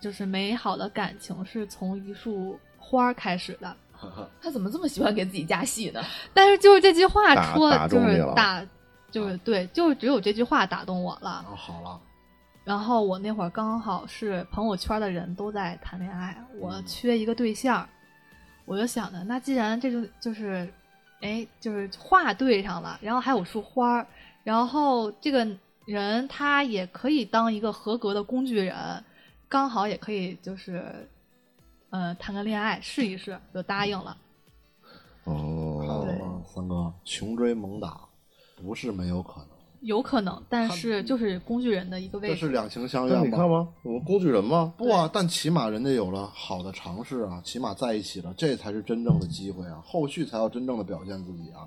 Speaker 5: 就是美好的感情是从一束花儿开始的，
Speaker 1: 啊
Speaker 4: 他怎么这么喜欢给自己加戏呢？
Speaker 5: 但是就是这句话
Speaker 2: 打
Speaker 5: 戳
Speaker 2: 打
Speaker 5: 就
Speaker 2: 中你
Speaker 5: 是
Speaker 2: 了啊
Speaker 5: 打，就是对，就是只有这句话打动我了。
Speaker 1: 然后好了，
Speaker 5: 然后我那会儿刚好是朋友圈的人都在谈恋爱，我
Speaker 2: 嗯
Speaker 5: 缺一个对象，我就想着，那既然这就就是，哎，就是话对上了，然后还有束花儿，然后这个人他也可以当一个合格的工具人，刚好也可以就是，呃，谈个恋爱试一试，就答应了。
Speaker 1: 看到
Speaker 2: 哦，
Speaker 1: 了吗，三哥？穷追猛打不是没有可能，
Speaker 5: 有可能，但是就是工具人的一个位
Speaker 1: 这是
Speaker 5: 置。
Speaker 1: 两情相
Speaker 2: 那
Speaker 1: 悦
Speaker 2: 你看
Speaker 1: 吗？
Speaker 2: 吗？我们工具人吗？
Speaker 1: 不啊，但起码人家有了好的尝试啊，起码在一起了，这才是真正的机会啊，后续才要真正的表现自己啊。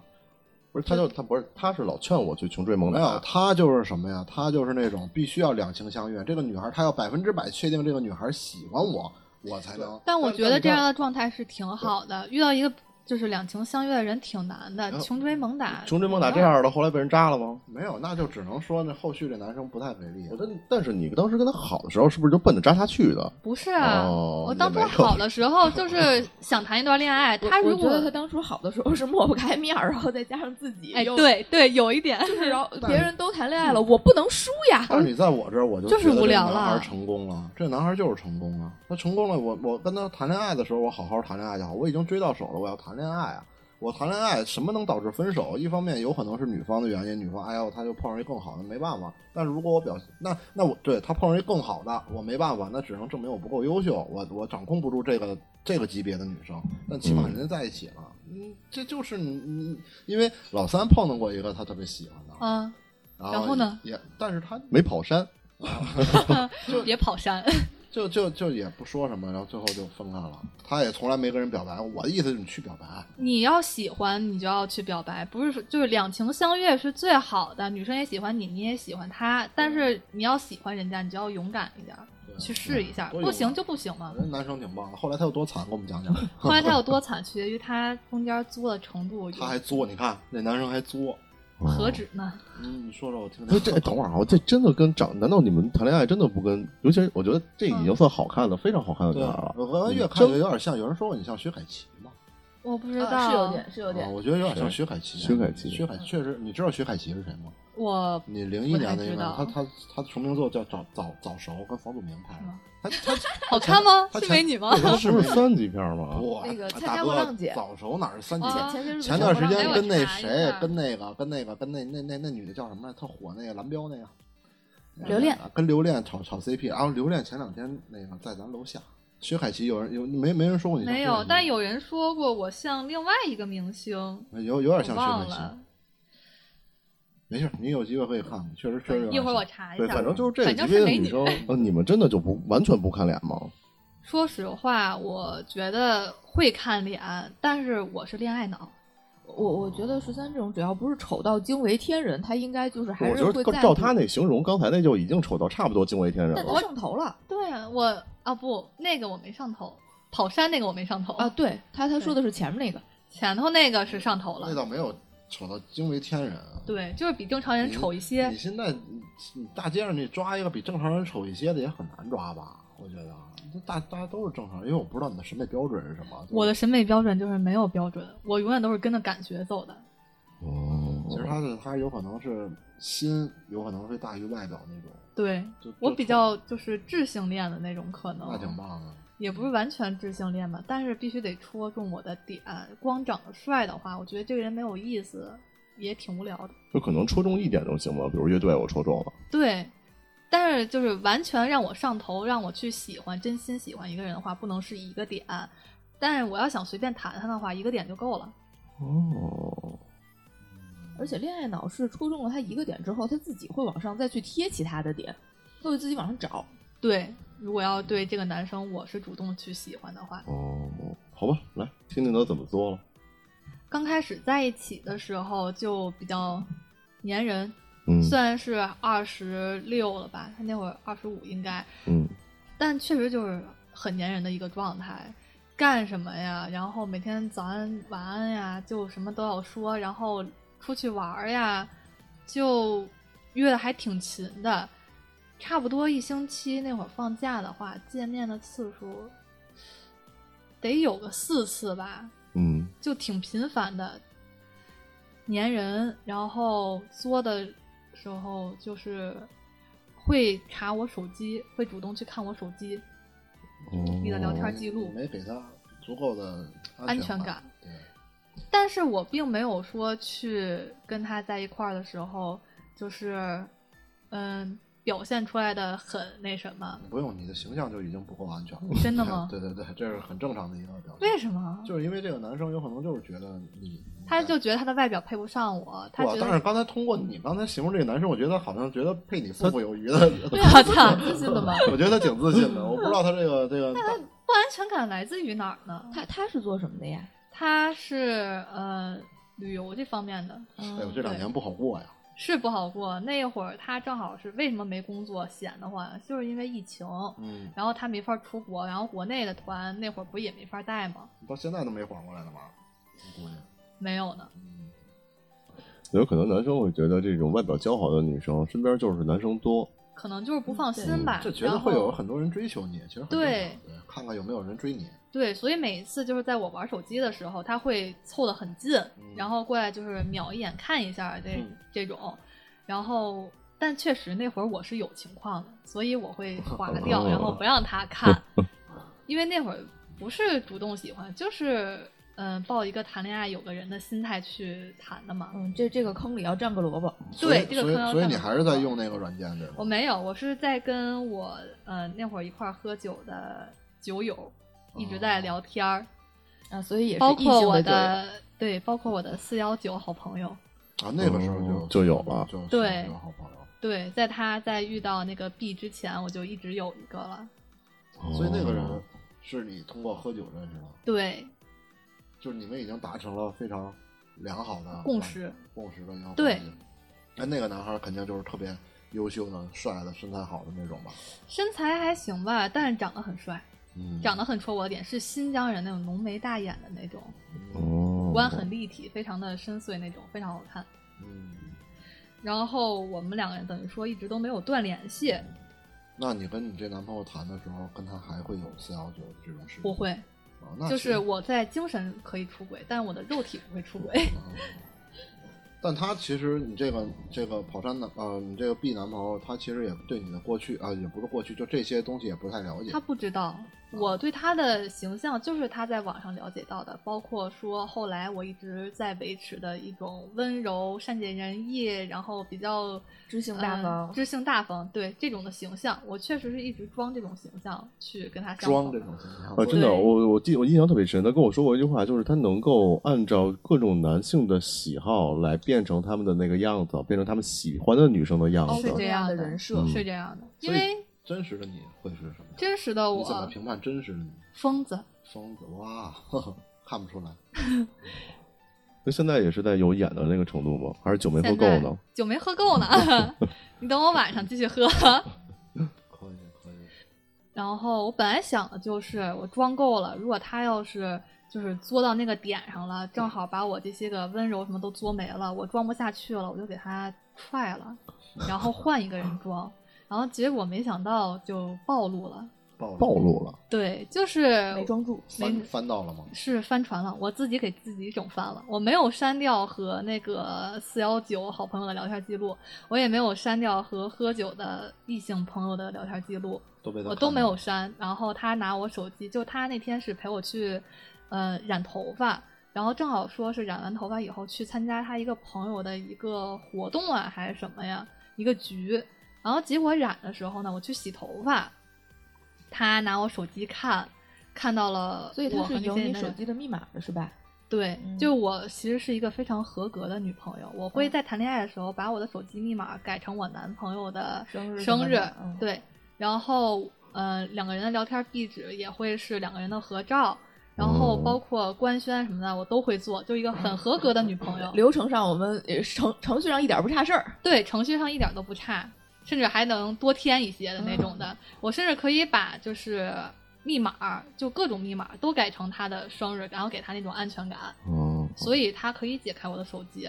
Speaker 2: 不是，他就他不是，他是老劝我去穷追猛
Speaker 1: 没有，
Speaker 2: 打。
Speaker 1: 他就是什么呀？他就是那种必须要两情相悦，这个女孩她要百分之百确定这个女孩喜欢我，我才能。
Speaker 5: 但我觉得这
Speaker 1: 但
Speaker 5: 样的状态是挺好的，遇到一个就是两情相悦的人挺难的，穷追猛打。
Speaker 2: 穷追猛打这样的，后来被人扎了吗？
Speaker 1: 没有，那就只能说那后续这男生不太给力
Speaker 2: 我。但但是你当时跟他好的时候，是不是就奔着扎他去的？
Speaker 5: 不是啊，
Speaker 2: 哦
Speaker 5: 我当初
Speaker 2: 也没有
Speaker 5: 好的时候就是想谈一段恋爱，他
Speaker 4: 我
Speaker 5: 如
Speaker 4: 觉
Speaker 5: 果
Speaker 4: 得他当初好的时候是抹不开面儿，然后再加上自己
Speaker 5: 哎，
Speaker 4: 又，
Speaker 5: 对对，有一点，
Speaker 4: 就是然后别人都谈恋爱了，我不能输呀。嗯
Speaker 1: 但是你在我这儿，我就
Speaker 5: 就是
Speaker 1: 觉得
Speaker 5: 无
Speaker 1: 这
Speaker 5: 聊
Speaker 1: 男孩
Speaker 5: 了
Speaker 1: 成功了，这男孩就是成功了。他成功了，我我跟他谈恋爱的时候，我好好谈恋爱就好。我已经追到手了，我要谈恋爱啊！我谈恋爱什么能导致分手？一方面有可能是女方的原因，女方哎呦，她就碰上一更好的，没办法。但是如果我表那那我对她碰上一更好的，我没办法，那只能证明我不够优秀，我我掌控不住这个这个级别的女生。但起码人家在一起了，嗯，这就是你你，因为老三碰到过一个他特别喜欢的，
Speaker 5: 嗯，
Speaker 1: 然
Speaker 5: 然后呢
Speaker 1: 也，但是他
Speaker 2: 没跑山，
Speaker 5: 别跑山，
Speaker 1: 就就就也不说什么，然后最后就分开了。他也从来没跟人表白。我的意思是，你去表白，
Speaker 5: 你要喜欢你就要去表白，不是说就是两情相悦是最好的，女生也喜欢你，你也喜欢他，但是你要喜欢人家，你就要勇敢一点，去试一下，
Speaker 1: 多
Speaker 5: 不
Speaker 1: 勇敢
Speaker 2: 啊
Speaker 5: 行就不 行嘛。
Speaker 1: 人家男生挺棒的。后来他有多惨，给我们讲讲。
Speaker 5: 后来他有多惨，取决于他中间作的程度有
Speaker 1: 他还作，你看那男生还作。
Speaker 2: 嗯
Speaker 5: 何止呢？
Speaker 1: 嗯，你说说我听
Speaker 2: 不
Speaker 1: 听
Speaker 2: 是。这等会儿啊，这真的跟长，难道你们谈恋爱真的不跟？尤其是我觉得这已
Speaker 5: 嗯
Speaker 2: 经算好看的，非常好看的
Speaker 1: 对
Speaker 2: 女孩 了，。
Speaker 1: 我刚才越看
Speaker 2: 真
Speaker 1: 越有点像，有人说过你像薛凯琪吗？
Speaker 5: 我不知道，
Speaker 4: 啊是有点，是有
Speaker 1: 啊，
Speaker 4: 点。
Speaker 1: 我觉得有点像薛凯琪。
Speaker 2: 谁薛凯琪
Speaker 1: 薛凯确实，你知道薛凯琪是谁吗？
Speaker 5: 我
Speaker 1: 你零一年的应该，他
Speaker 5: 不太知道
Speaker 1: 他他成名作叫《早早早熟》，跟房祖名拍的
Speaker 5: 吗。
Speaker 1: 他他
Speaker 5: 嗯好看吗
Speaker 1: 他？前
Speaker 5: 是美女吗？
Speaker 1: 对他
Speaker 2: 不
Speaker 1: 是
Speaker 2: 是
Speaker 1: 美女
Speaker 2: 三级片吗？
Speaker 1: 哇，
Speaker 4: 那个参
Speaker 1: 大
Speaker 4: 加过
Speaker 1: 哥
Speaker 4: 浪姐
Speaker 1: 早熟哪是三级
Speaker 5: 哦
Speaker 1: 片？
Speaker 4: 前些日子
Speaker 1: 前段时
Speaker 4: 我
Speaker 1: 间
Speaker 4: 让
Speaker 1: 跟
Speaker 5: 哎
Speaker 1: 那
Speaker 5: 我查一
Speaker 1: 谁
Speaker 5: 下，
Speaker 1: 跟那个，跟那个，跟那那那那女的叫什么来？特火那个蓝标那个，
Speaker 4: 刘恋
Speaker 1: 呃跟刘恋炒炒 CP，然后刘恋前两天那个在咱楼下，薛凯琪有人有没没人说过你像
Speaker 5: 没
Speaker 1: 薛凯
Speaker 5: 有，
Speaker 1: 琪
Speaker 5: 但有人说过我像另外一个明星，
Speaker 1: 有有点
Speaker 5: 我
Speaker 1: 像
Speaker 5: 忘
Speaker 1: 薛凯琪
Speaker 5: 了，，
Speaker 1: 没事，你有机会可以看看，确实确实有点哦
Speaker 5: 一会儿我
Speaker 1: 像
Speaker 5: 查一
Speaker 2: 对，
Speaker 5: 下。
Speaker 2: 反正就是这
Speaker 5: 反
Speaker 2: 级
Speaker 5: 正
Speaker 2: 别
Speaker 5: 是
Speaker 2: 的
Speaker 5: 美
Speaker 2: 女
Speaker 5: 女
Speaker 2: 生， 呃，你们真的就不完全不看脸吗？
Speaker 5: 说实话，我觉得会看脸，但是我是恋爱脑。
Speaker 4: 我我觉得十三这种只要不是丑到惊为天人，他应该就是还
Speaker 2: 我
Speaker 4: 是
Speaker 2: 觉
Speaker 4: 会
Speaker 2: 得
Speaker 4: 在
Speaker 2: 照他那形容，刚才那就已经丑到差不多惊为天人
Speaker 4: 但
Speaker 2: 了
Speaker 4: 他。上头了
Speaker 5: 对啊，我啊不，那个我没上头，跑山那个我没上头
Speaker 4: 啊！，对他他说的是前面那个，
Speaker 5: 前头那个是上头
Speaker 1: 那
Speaker 5: 了。
Speaker 1: 倒没有丑到惊为天人啊。
Speaker 5: 对，就是比正常人丑一些
Speaker 1: 你。现在你你大街上你抓一个比正常人丑一些的也很难抓吧？我觉得这大大家都是正常人，因为我不知道你的审美标准是什么。就是
Speaker 5: 我的审美标准就是没有标准，我永远都是跟着感觉走的。
Speaker 2: 哦，
Speaker 1: 其
Speaker 5: 嗯
Speaker 1: 实他是他有可能是心有可能会大于外表那种，
Speaker 5: 对
Speaker 1: 就就
Speaker 5: 我比较就是智性恋的那种，可能
Speaker 1: 那挺棒的。
Speaker 5: 也不是完全智性恋吧，但是必须得戳中我的点。呃光长得帅的话，我觉得这个人没有意思，也挺无聊的。
Speaker 2: 就可能戳中一点就行了，比如乐队我戳中了，
Speaker 5: 对，但是就是完全让我上头，让我去喜欢，真心喜欢一个人的话，不能是一个点。但是我要想随便谈谈的话，一个点就够了。
Speaker 2: 哦，
Speaker 4: 而且恋爱脑是戳中了他一个点之后，他自己会往上再去贴其他的点，他会自己往上找。
Speaker 5: 对，如果要对这个男生我是主动去喜欢的话，
Speaker 2: 哦，好吧，来听听他怎么做了。
Speaker 5: 刚开始在一起的时候就比较粘人，
Speaker 2: 嗯
Speaker 5: 虽然是二十六了吧，他那会儿二十五应该，
Speaker 2: 嗯，
Speaker 5: 但确实就是很粘人的一个状态。干什么呀？然后每天早安晚安呀，就什么都要说，然后出去玩儿呀，就约的还挺勤的。差不多一星期那会儿放假的话，见面的次数得有个四次吧，
Speaker 2: 嗯，
Speaker 5: 就挺频繁的，粘人，然后作的时候就是会查我手机，会主动去看我手机里的聊
Speaker 2: 哦
Speaker 5: 天记录。
Speaker 1: 没给他足够的
Speaker 5: 安
Speaker 1: 全
Speaker 5: 全感。
Speaker 1: 对，
Speaker 5: 但是我并没有说去跟他在一块儿的时候，就是嗯表现出来的很那什么，
Speaker 1: 不用你的形象就已经不够安全了。
Speaker 5: 嗯真的吗？
Speaker 1: 对对对，这是很正常的一个表现。
Speaker 5: 为什么？
Speaker 1: 就是因为这个男生有可能就是觉得你，
Speaker 5: 他就觉得他的外表配不上我，他
Speaker 1: 哇
Speaker 5: 觉！
Speaker 1: 但是
Speaker 5: 得
Speaker 1: 刚才通过你刚才形容这个男生，我觉得好像觉得配你富富有余的，
Speaker 5: 我操，自信的 吗？
Speaker 1: 我觉得他挺自信的。我不知道他这个这个，
Speaker 5: 不安全感来自于哪儿呢？
Speaker 4: 他他是做什么的呀？
Speaker 5: 他是呃旅游这方面的，嗯
Speaker 1: 哎呦，这两年不好过呀。
Speaker 5: 是不好过。那一会儿他正好是为什么没工作闲得慌，就是因为疫情，
Speaker 1: 嗯，
Speaker 5: 然后他没法出国，然后国内的团那会儿不也没法带吗？
Speaker 1: 到现在都没缓过来呢吧？我估计，
Speaker 5: 没有呢，
Speaker 1: 嗯，
Speaker 2: 有可能男生会觉得这种外表姣好的女生身边就是男生多，
Speaker 5: 可能就是不放心吧。
Speaker 1: 这嗯觉得
Speaker 5: 然后
Speaker 1: 会有很多人追求你，其实很正常
Speaker 5: 对
Speaker 1: 对，看看有没有人追你。
Speaker 5: 对，所以每一次就是在我玩手机的时候，他会凑得很近，然后过来就是瞄一眼看一下这、
Speaker 1: 嗯
Speaker 5: 这种，然后但确实那会儿我是有情况的，所以我会划掉，然后不让他看， 因为那会儿不是主动喜欢，就是嗯、呃抱一个谈恋爱有个人的心态去谈的嘛。
Speaker 4: 嗯，这这个坑里要占个萝卜。
Speaker 5: 对
Speaker 1: 所以
Speaker 5: 这个
Speaker 1: 所
Speaker 5: 坑要
Speaker 1: 以所以
Speaker 5: 占
Speaker 1: 你
Speaker 5: 个
Speaker 1: 还是在
Speaker 5: 坑
Speaker 1: 用那个软件对吧
Speaker 5: 我？没有，我是在跟我呃那会儿一块儿喝酒的酒友一直在聊天儿。
Speaker 4: 啊，所以也是
Speaker 5: 包
Speaker 4: 异
Speaker 5: 括
Speaker 4: 性
Speaker 5: 我
Speaker 4: 酒友
Speaker 5: 的对，包括我的四幺九好朋友，
Speaker 1: 啊，那个时候就
Speaker 2: 哦就有了
Speaker 1: 就
Speaker 5: 对
Speaker 1: 就有好朋友。
Speaker 5: 对，在他在遇到那个 B 之前，我就一直有一个了。
Speaker 4: 哦
Speaker 1: 所以那个
Speaker 2: 哦
Speaker 1: 人是你通过喝酒认识的，
Speaker 5: 对，
Speaker 1: 就是你们已经达成了非常良好的
Speaker 5: 共识，
Speaker 1: 共识的一个
Speaker 5: 对
Speaker 1: 关系。哎，那个男孩肯定就是特别优秀的、帅的、身材好的那种吧？
Speaker 5: 身材还行吧，但是长得很帅，
Speaker 1: 嗯，
Speaker 5: 长得很戳我的点，是新疆人那种浓眉大眼的那种，
Speaker 2: 哦
Speaker 5: 五，官很立体，非常的深邃那种，非常好看。
Speaker 1: 嗯，
Speaker 5: 然后我们两个人等于说一直都没有断联系，
Speaker 1: 那你跟你这男朋友谈的时候，跟他还会有四幺九这种事情？
Speaker 5: 不会，
Speaker 1: 哦，那
Speaker 5: 就
Speaker 1: 其实
Speaker 5: 是我在精神可以出轨，但我的肉体不会出轨。
Speaker 1: 但他其实你这个这个跑山男呃，你这个 B 男朋友，他其实也对你的过去啊、也不是过去，就这些东西也不太了解
Speaker 5: 他。不知道，
Speaker 1: 嗯
Speaker 5: 我对他的形象就是他在网上了解到的，包括说后来我一直在维持的一种温柔、善解人意，然后比较
Speaker 4: 知性大方
Speaker 5: 嗯知性大方，对这种的形象，我确实是一直装这种形象去跟他相
Speaker 1: 装
Speaker 5: 处
Speaker 1: 这种形象，
Speaker 2: 啊，真的，
Speaker 5: 对
Speaker 2: 我我记我印象特别深，他跟我说过一句话，就是他能够按照各种男性的喜好来变成他们的那个样子，变成他们喜欢的女生的样
Speaker 5: 哦
Speaker 2: 子
Speaker 5: 是。这样
Speaker 4: 的
Speaker 5: 的
Speaker 4: 人设，
Speaker 5: 是这样的，
Speaker 1: 嗯所
Speaker 5: 因
Speaker 1: 以
Speaker 5: 为
Speaker 1: 真实的你会是什么样？
Speaker 5: 真实的
Speaker 1: 你怎么
Speaker 5: 我
Speaker 1: 评判真实的你？
Speaker 5: 疯子，
Speaker 1: 疯子哇， 呵呵看不出来。
Speaker 2: 那现在也是在有演的那个程度吗？还是酒没喝
Speaker 5: 现
Speaker 2: 够
Speaker 5: 在
Speaker 2: 呢？
Speaker 5: 酒没喝 够呢， 你等我晚上继续喝。
Speaker 1: 可以可以，
Speaker 5: 然后我本来想的就是我装够了，如果他要是就是作到那个点上了，正好把我这些个温柔什么都作没了，我装不下去了，我就给他踹了，然后换一个人装，然后结果没想到就暴露了。
Speaker 1: 暴
Speaker 2: 暴露了，
Speaker 5: 对，就是
Speaker 4: 没装住。
Speaker 1: 翻翻到了吗？
Speaker 5: 是翻船了，我自己给自己整翻了。我没有删掉和那个四幺九好朋友的聊天记录，我也没有删掉和喝酒的异性朋友的聊天记录，
Speaker 1: 都被他
Speaker 5: 我
Speaker 1: 看
Speaker 5: 都没
Speaker 1: 到
Speaker 5: 有
Speaker 1: 了
Speaker 5: 删。然后他拿我手机，就他那天是陪我去，呃，染头发，然后正好说是染完头发以后去参加他一个朋友的一个活动啊，还是什么呀，一个局。然后结果染的时候呢，我去洗头发，他拿我手机看，看到了
Speaker 4: 所以他
Speaker 5: 我和
Speaker 4: 是
Speaker 5: 那
Speaker 4: 有
Speaker 5: 些
Speaker 4: 你
Speaker 5: 人的
Speaker 4: 手
Speaker 5: 聊
Speaker 4: 机的密码的是吧？
Speaker 5: 对，
Speaker 4: 嗯
Speaker 5: 就我其实是一个非常合格的女朋友，我会
Speaker 4: 嗯
Speaker 5: 在谈恋爱的时候把我的手机密码改成我男朋友的
Speaker 4: 生日什
Speaker 5: 生
Speaker 4: 么
Speaker 5: 日
Speaker 4: 的嗯，
Speaker 5: 对，然后呃两个人的聊天地址也会是两个人的合照，然后
Speaker 2: 哦
Speaker 5: 包括官宣什么的我都会做，就一个很合格的女朋友，
Speaker 4: 流程上我们呃程程序上一点不差事儿，
Speaker 5: 对程序上一点都不差，甚至还能多添一些的那种
Speaker 4: 嗯
Speaker 5: 的， 我甚至可以把就是密码就各种密码都改成他的生日，然后给他那种安全感。
Speaker 2: 嗯，
Speaker 5: 所以他可以解开我的手机，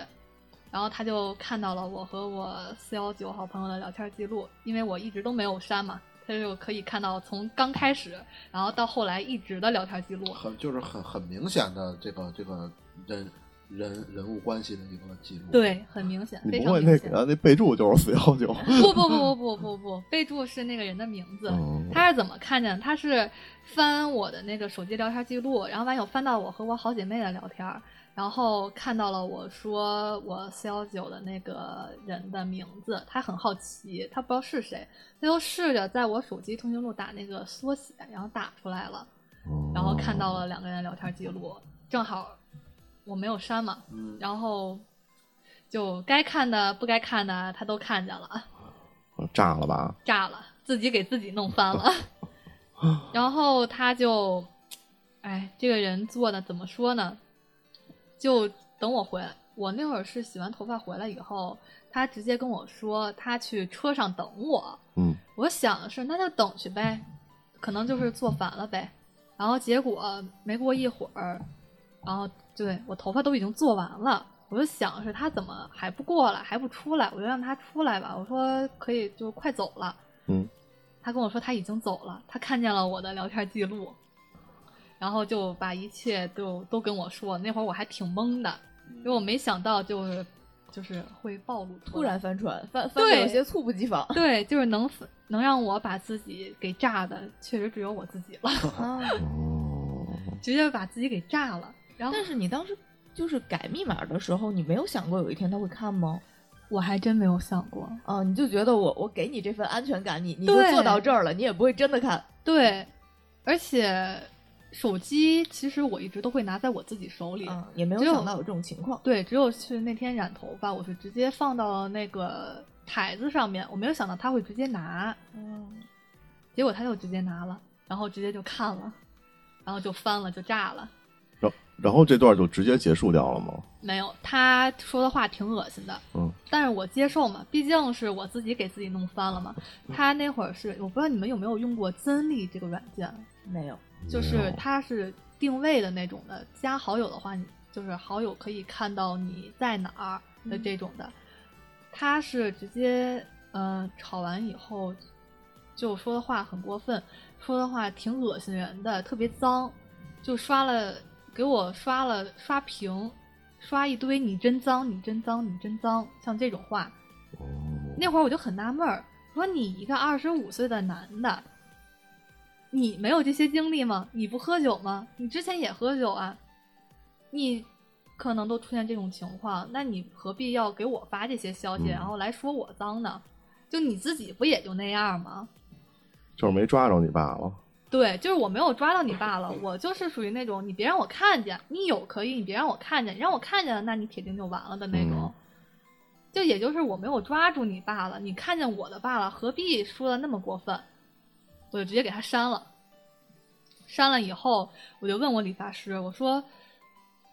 Speaker 5: 然后他就看到了我和我四幺九好朋友的聊天记录，因为我一直都没有删嘛，他就可以看到从刚开始，然后到后来一直的聊天记录。
Speaker 1: 很就是很很明显的这个这个人人人物关系的一个记录。，
Speaker 5: 对，很明显，
Speaker 2: 你
Speaker 5: 非
Speaker 2: 不
Speaker 5: 常
Speaker 2: 会
Speaker 5: 明
Speaker 2: 那
Speaker 5: 显
Speaker 2: 给。他那备注就是四幺九，
Speaker 5: 不不不不不不不，备注是那个人的名字。
Speaker 2: 嗯
Speaker 5: 他是怎么看见的？他是翻我的那个手机聊天记录，然后完有翻到我和我好姐妹的聊天儿，然后看到了我说我四幺九的那个人的名字，他很好奇，他不知道是谁，他就试着在我手机通讯录打那个缩写，然后打出来了，
Speaker 2: 嗯
Speaker 5: 然后看到了两个人聊天记录，正好我没有删嘛，
Speaker 1: 嗯，
Speaker 5: 然后就该看的不该看的他都看见了。
Speaker 2: 哦炸了吧？
Speaker 5: 炸了，自己给自己弄翻了。然后他就，哎，这个人做的怎么说呢？就等我回来，我那会儿是洗完头发回来以后，他直接跟我说他去车上等我。
Speaker 2: 嗯，
Speaker 5: 我想的是那就等去呗，可能就是做反了呗。然后结果没过一会儿，然后对我头发都已经做完了，我就想是他怎么还不过来，还不出来，我就让他出来吧。我说可以，就快走了。
Speaker 2: 嗯，
Speaker 5: 他跟我说他已经走了，他看见了我的聊天记录，然后就把一切都都跟我说。那会儿我还挺懵的，因为我没想到就是就是会暴露出来
Speaker 4: 突然翻船，翻翻的
Speaker 5: 对
Speaker 4: 有些猝不及 防。
Speaker 5: 对，就是能能让我把自己给炸的，确实只有我自己了，
Speaker 1: 嗯
Speaker 4: 啊，
Speaker 5: 嗯
Speaker 2: 哦，
Speaker 5: 直接把自己给炸了。然后
Speaker 4: 但是你当时就是改密码的时候，你没有想过有一天他会看吗？
Speaker 5: 我还真没有想过，
Speaker 4: 啊，你就觉得我我给你这份安全感，你你就
Speaker 5: 对
Speaker 4: 做到这儿了，你也不会真的看。
Speaker 5: 对，而且手机其实我一直都会拿在我自己手里，
Speaker 4: 啊，也没有
Speaker 5: 只有
Speaker 4: 想到有这种情况。
Speaker 5: 对，只有去那天染头发，我是直接放到了那个台子上面，我没有想到他会直接拿，
Speaker 4: 嗯，
Speaker 5: 结果他就直接拿了，然后直接就看了，然后就翻了，就炸了。
Speaker 2: 然然后这段就直接结束掉了吗？
Speaker 5: 没有，他说的话挺恶心的，
Speaker 2: 嗯，
Speaker 5: 但是我接受嘛，毕竟是我自己给自己弄翻了嘛。他那会儿是我不知道你们有没有用过真力这个软件，
Speaker 4: 没有。
Speaker 5: 就是
Speaker 2: 没有
Speaker 5: 它是定位的那种的，加好友的话，你就是好友可以看到你在哪儿的这种的。他是直接呃吵完以后，就说的话很过分，说的话挺恶心人的，特别脏，就刷了给我刷了刷屏，刷一堆你真脏，你真脏，你真脏，像这种话。
Speaker 2: 哦
Speaker 5: 那会儿我就很纳闷儿，我说你一个二十五岁的男的，你没有这些经历吗？你不喝酒吗？你之前也喝酒啊，你可能都出现这种情况，那你何必要给我发这些消息，
Speaker 2: 嗯
Speaker 5: 然后来说我脏呢？就你自己不也就那样吗？
Speaker 2: 就是没抓着你罢了。
Speaker 5: 对，就是我没有抓到你罢了，我就是属于那种你别让我看见，你有可以，你别让我看见，你让我看见了，那你铁定就完了的那种。
Speaker 2: 嗯
Speaker 5: 就也就是我没有抓住你罢了，你看见我的罢了，何必说的那么过分？我就直接给他删了。删了以后，我就问我理发师，我说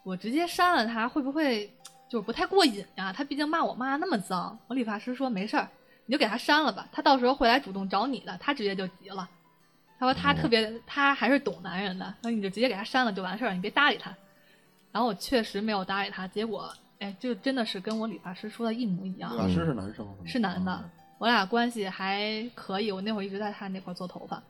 Speaker 5: 我直接删了他会不会就是不太过瘾呀、他毕竟骂我骂的那么脏。我理发师说没事儿，你就给他删了吧，他到时候会来主动找你的。他直接就急了，他说他特别，他还是懂男人的，他说你就直接给他删了就完事儿，你别搭理他。然后我确实没有搭理他，结果哎，就真的是跟我理发师说的一模一样
Speaker 1: 理。
Speaker 2: 嗯
Speaker 1: 发师是男生吗，啊
Speaker 5: 是男的，我俩关系还可以。我那会儿一直在他那块儿做头发，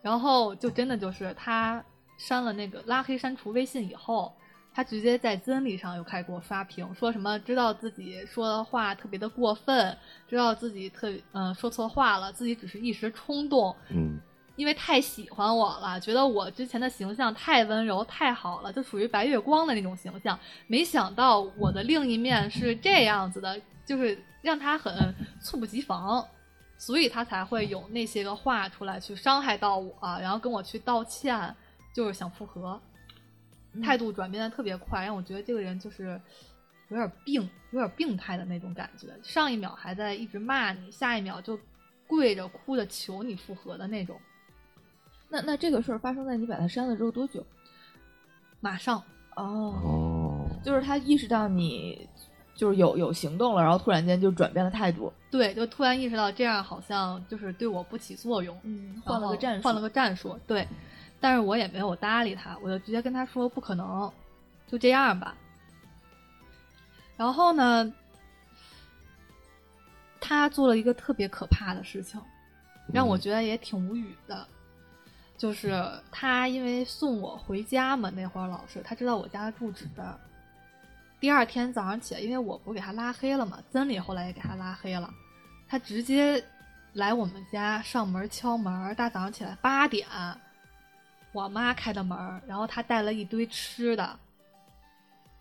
Speaker 5: 然后就真的就是他删了那个拉黑删除微信以后，他直接在 z 理上又开始给我刷屏，说什么知道自己说的话特别的过分，知道自己特嗯、说错话了，自己只是一时冲动，
Speaker 2: 嗯，
Speaker 5: 因为太喜欢我了，觉得我之前的形象太温柔、太好了，就属于白月光的那种形象。没想到我的另一面是这样子的，就是让他很猝不及防，所以他才会有那些个话出来去伤害到我，然后跟我去道歉，就是想复合，态度转变的特别快，让我觉得这个人就是有点病，有点病态的那种感觉。上一秒还在一直骂你，下一秒就跪着哭着求你复合的那种。
Speaker 4: 那那这个事儿发生在你把他删了之后多久？
Speaker 5: 马上，嗯
Speaker 4: 哦，
Speaker 2: 哦，
Speaker 4: 就是他意识到你就是有有行动了，然后突然间就转变了态度，
Speaker 5: 对，就突然意识到这样好像就是对我不起作用，
Speaker 4: 嗯，
Speaker 5: 然
Speaker 4: 换了
Speaker 5: 后
Speaker 4: 个战术，
Speaker 5: 换了个战术，对。但是我也没有搭理他，我就直接跟他说不可能，就这样吧。然后呢，他做了一个特别可怕的事情，让我觉得也挺无语的。就是他因为送我回家嘛，那会儿老师他知道我家的住址，第二天早上起来，因为我不是给他拉黑了嘛，曾理后来也给他拉黑了，他直接来我们家上门敲门，大早上起来八点，我妈开的门，然后他带了一堆吃的，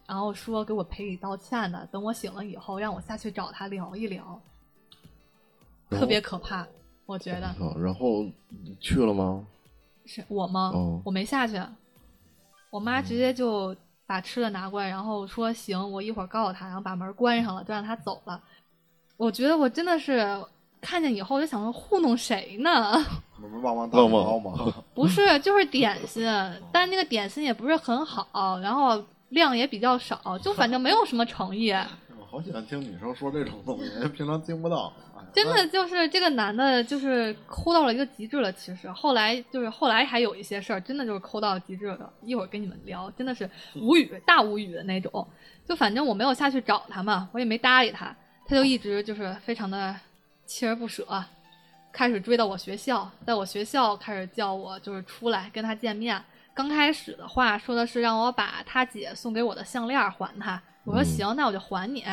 Speaker 5: 然后说给我赔礼道歉的，等我醒了以后让我下去找他聊一聊，
Speaker 2: 然后
Speaker 5: 特别可怕，我觉得
Speaker 2: 我操嗯然后你去了吗？
Speaker 5: 是我吗？
Speaker 2: 哦
Speaker 5: 我没下去，啊我妈直接就把吃的拿过来，然后说行，我一会儿告诉他，然后把门关上了，就让他走了。我觉得我真的是看见以后，我就想说糊弄谁呢？
Speaker 1: 我们旺旺大礼包嘛，
Speaker 5: 不是，就是点心，但那个点心也不是很好，然后量也比较少，就反正没有什么诚意。
Speaker 1: 我好喜欢听女生说这种东西， 平常听不到。哎呀
Speaker 5: 真的就是这个男的，就是抠到了一个极致了。其实后来就是后来还有一些事儿，真的就是抠到极致了。一会儿跟你们聊，真的是无语，大无语的那种。就反正我没有下去找他嘛，我也没搭理他，他就一直就是非常的锲而不舍，开始追到我学校，在我学校开始叫我就是出来跟他见面。刚开始的话说的是让我把他姐送给我的项链儿还他，我说
Speaker 2: 嗯
Speaker 5: 行，那我就还你。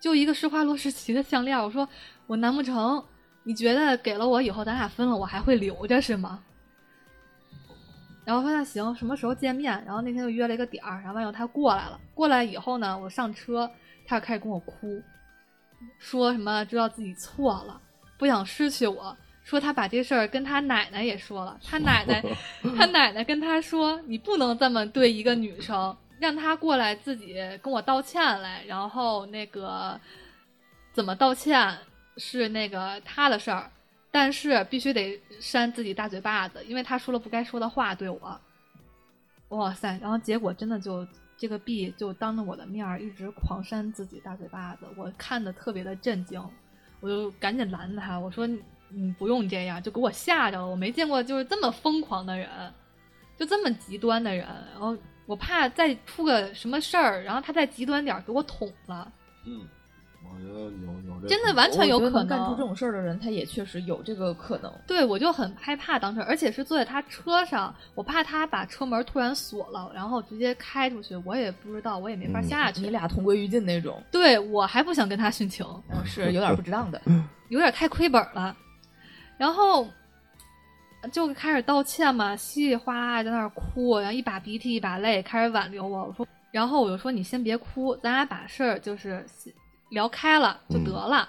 Speaker 5: 就一个施华洛世奇的项链，我说我难不成你觉得给了我以后咱俩分了，我还会留着是吗？然后说那行，什么时候见面？然后那天就约了一个点儿，然后完以后他过来了。过来以后呢，我上车，他就开始跟我哭，说什么知道自己错了，不想失去我，说他把这事儿跟他奶奶也说了，他奶奶他奶奶跟他说，你不能这么对一个女生，让她过来自己跟我道歉来，然后那个怎么道歉是那个他的事儿，但是必须得扇自己大嘴巴子，因为他说了不该说的话对我。哇塞！然后结果真的就这个 B 就当着我的面儿一直狂扇自己大嘴巴子，我看的特别的震惊，我就赶紧拦他，我说你你不用这样，就给我吓着了，我没见过就是这么疯狂的人，就这么极端的人，然后我怕再出个什么事儿，然后他再极端点儿给我捅了，
Speaker 1: 嗯，我觉得有有这
Speaker 5: 真的完全
Speaker 4: 我
Speaker 5: 有
Speaker 4: 觉得
Speaker 5: 可
Speaker 4: 干出这种事儿的人，他也确实有这个可能。
Speaker 5: 对，我就很害怕当时，而且是坐在他车上，我怕他把车门突然锁了，然后直接开出去，我也不知道，我也没法
Speaker 2: 嗯
Speaker 5: 下去。
Speaker 4: 你俩同归于尽那种，
Speaker 5: 对我还不想跟他殉情，
Speaker 4: 嗯是有点不值当的。
Speaker 5: 有点太亏本了。然后就开始道歉嘛，稀里哗啦在那儿哭，然后一把鼻涕一把泪，开始挽留我。我说，然后我就说你先别哭，咱俩把事儿就是聊开了就得了。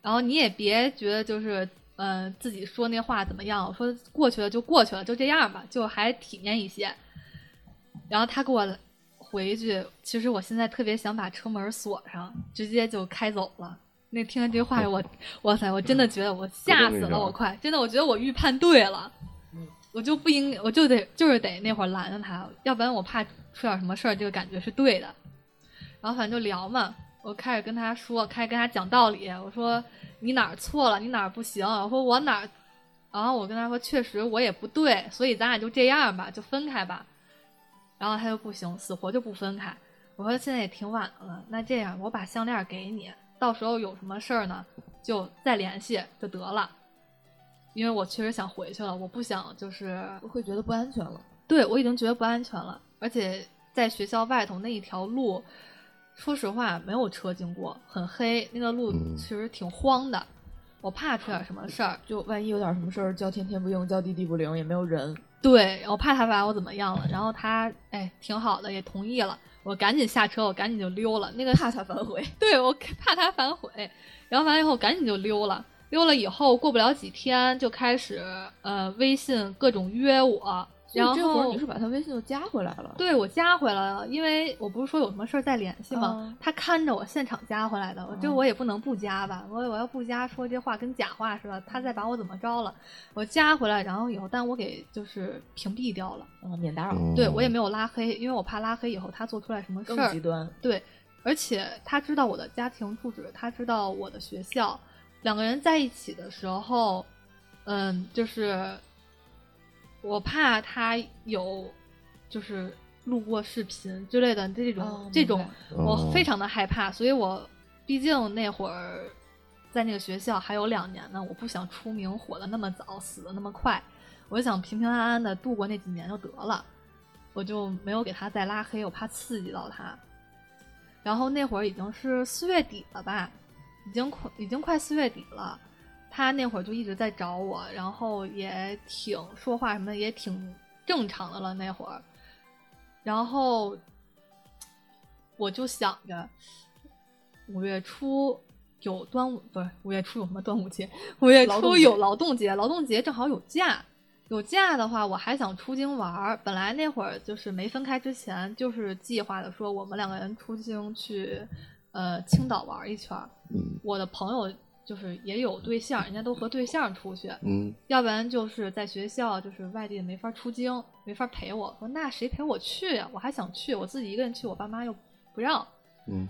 Speaker 5: 然后你也别觉得就是嗯、呃自己说那话怎么样，我说过去了就过去了，就这样吧，就还体面一些。然后他给我回一句，其实我现在特别想把车门锁上，直接就开走了。那听了这话，我哇塞，我真的觉得我吓死了，我快真的，我觉得我预判对了，我就不应，我就得就是得那会儿拦着他，要不然我怕出点什么事儿，这个感觉是对的。然后反正就聊嘛，我开始跟他说，开始跟他讲道理，我说你哪儿错了，你哪儿不行，我说我哪儿，然后我跟他说确实我也不对，所以咱俩就这样吧，就分开吧。然后他就不行，死活就不分开。我说现在也挺晚了，那这样我把项链给你，到时候有什么事儿呢，就再联系就得了。因为我确实想回去了，我不想就是
Speaker 4: 我会觉得不安全了。
Speaker 5: 对我已经觉得不安全了，而且在学校外头那一条路，说实话没有车经过，很黑，那个路
Speaker 2: 嗯
Speaker 5: 其实挺荒的，我怕出点什么事儿。
Speaker 4: 就万一有点什么事儿，叫天天不应，叫地地不灵，也没有人。
Speaker 5: 对，我怕他把我怎么样了，然后他哎挺好的，也同意了，我赶紧下车，我赶紧就溜了。那个
Speaker 4: 怕他反悔，
Speaker 5: 对我怕他反悔，然后完了以后赶紧就溜了。溜了以后，过不了几天就开始呃微信各种约我，
Speaker 4: 所
Speaker 5: 然后
Speaker 4: 以这会儿你是把他微信又加回来了。
Speaker 5: 对我加回来了，因为我不是说有什么事儿再联系吗？
Speaker 4: 嗯
Speaker 5: 他看着我现场加回来的，我这
Speaker 4: 嗯
Speaker 5: 我也不能不加吧，我我要不加说这话跟假话似的，他再把我怎么着了？我加回来，然后以后，但我给就是屏蔽掉了，
Speaker 4: 嗯，免打扰，
Speaker 2: 嗯
Speaker 5: 啊对我也没有拉黑，因为我怕拉黑以后他做出来什么事
Speaker 4: 更
Speaker 5: 儿
Speaker 4: 极，端。
Speaker 5: 对，而且他知道我的家庭住址，他知道我的学校，两个人在一起的时候，嗯，就是我怕他有就是路过视频之类的这种、
Speaker 4: 哦
Speaker 5: 这种
Speaker 4: 明白，
Speaker 5: 我非
Speaker 2: 哦
Speaker 5: 常的害怕，所以我毕竟那会儿在那个学校还有两年呢，我不想出名火的那么早，死的那么快，我就想平平安安的度过那几年就得了，我就没有给他再拉黑，我怕刺激到他。然后那会儿已经是四月底了吧，已经快已经快四月底了。他那会儿就一直在找我，然后也挺说话什么的也挺正常的了那会儿。然后我就想着五月初有端午，不是五月初有什么端午节？五月
Speaker 4: 劳动
Speaker 5: 初
Speaker 4: 节
Speaker 5: 有劳动节，劳动节正好有假。有假的话，我还想出京玩儿。本来那会儿就是没分开之前，就是计划的说我们两个人出京去，呃，青岛玩儿一圈儿。
Speaker 2: 嗯
Speaker 5: 我的朋友就是也有对象，人家都和对象出去，
Speaker 2: 嗯
Speaker 5: 要不然就是在学校，就是外地没法出京，没法陪我。说那谁陪我去呀、我还想去，我自己一个人去，我爸妈又不让，
Speaker 2: 嗯，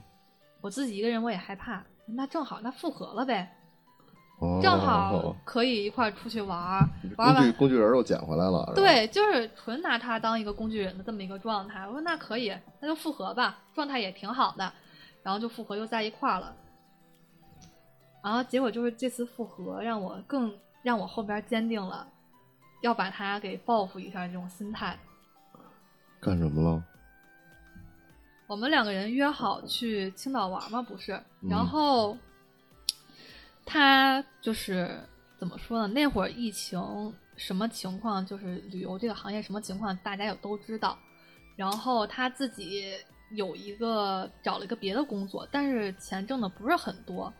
Speaker 5: 我自己一个人我也害怕。那正好，那复合了呗，
Speaker 2: 哦
Speaker 5: 正好可以一块儿出去玩儿，玩
Speaker 2: 工具
Speaker 5: 完
Speaker 2: 工具人儿又捡回来了，是吧，
Speaker 5: 对，就是纯拿他当一个工具人的这么一个状态。我说那可以，那就复合吧，状态也挺好的，然后就复合又在一块儿了。然后结果就是这次复合让我更让我后边坚定了要把他给报复一下这种心态。
Speaker 2: 干什么了？
Speaker 5: 我们两个人约好去青岛玩嘛，不是？
Speaker 2: 嗯
Speaker 5: 然后他就是怎么说呢？那会儿疫情什么情况？就是旅游这个行业什么情况，大家也都知道。然后他自己有一个找了一个别的工作，但是钱挣的不是很多。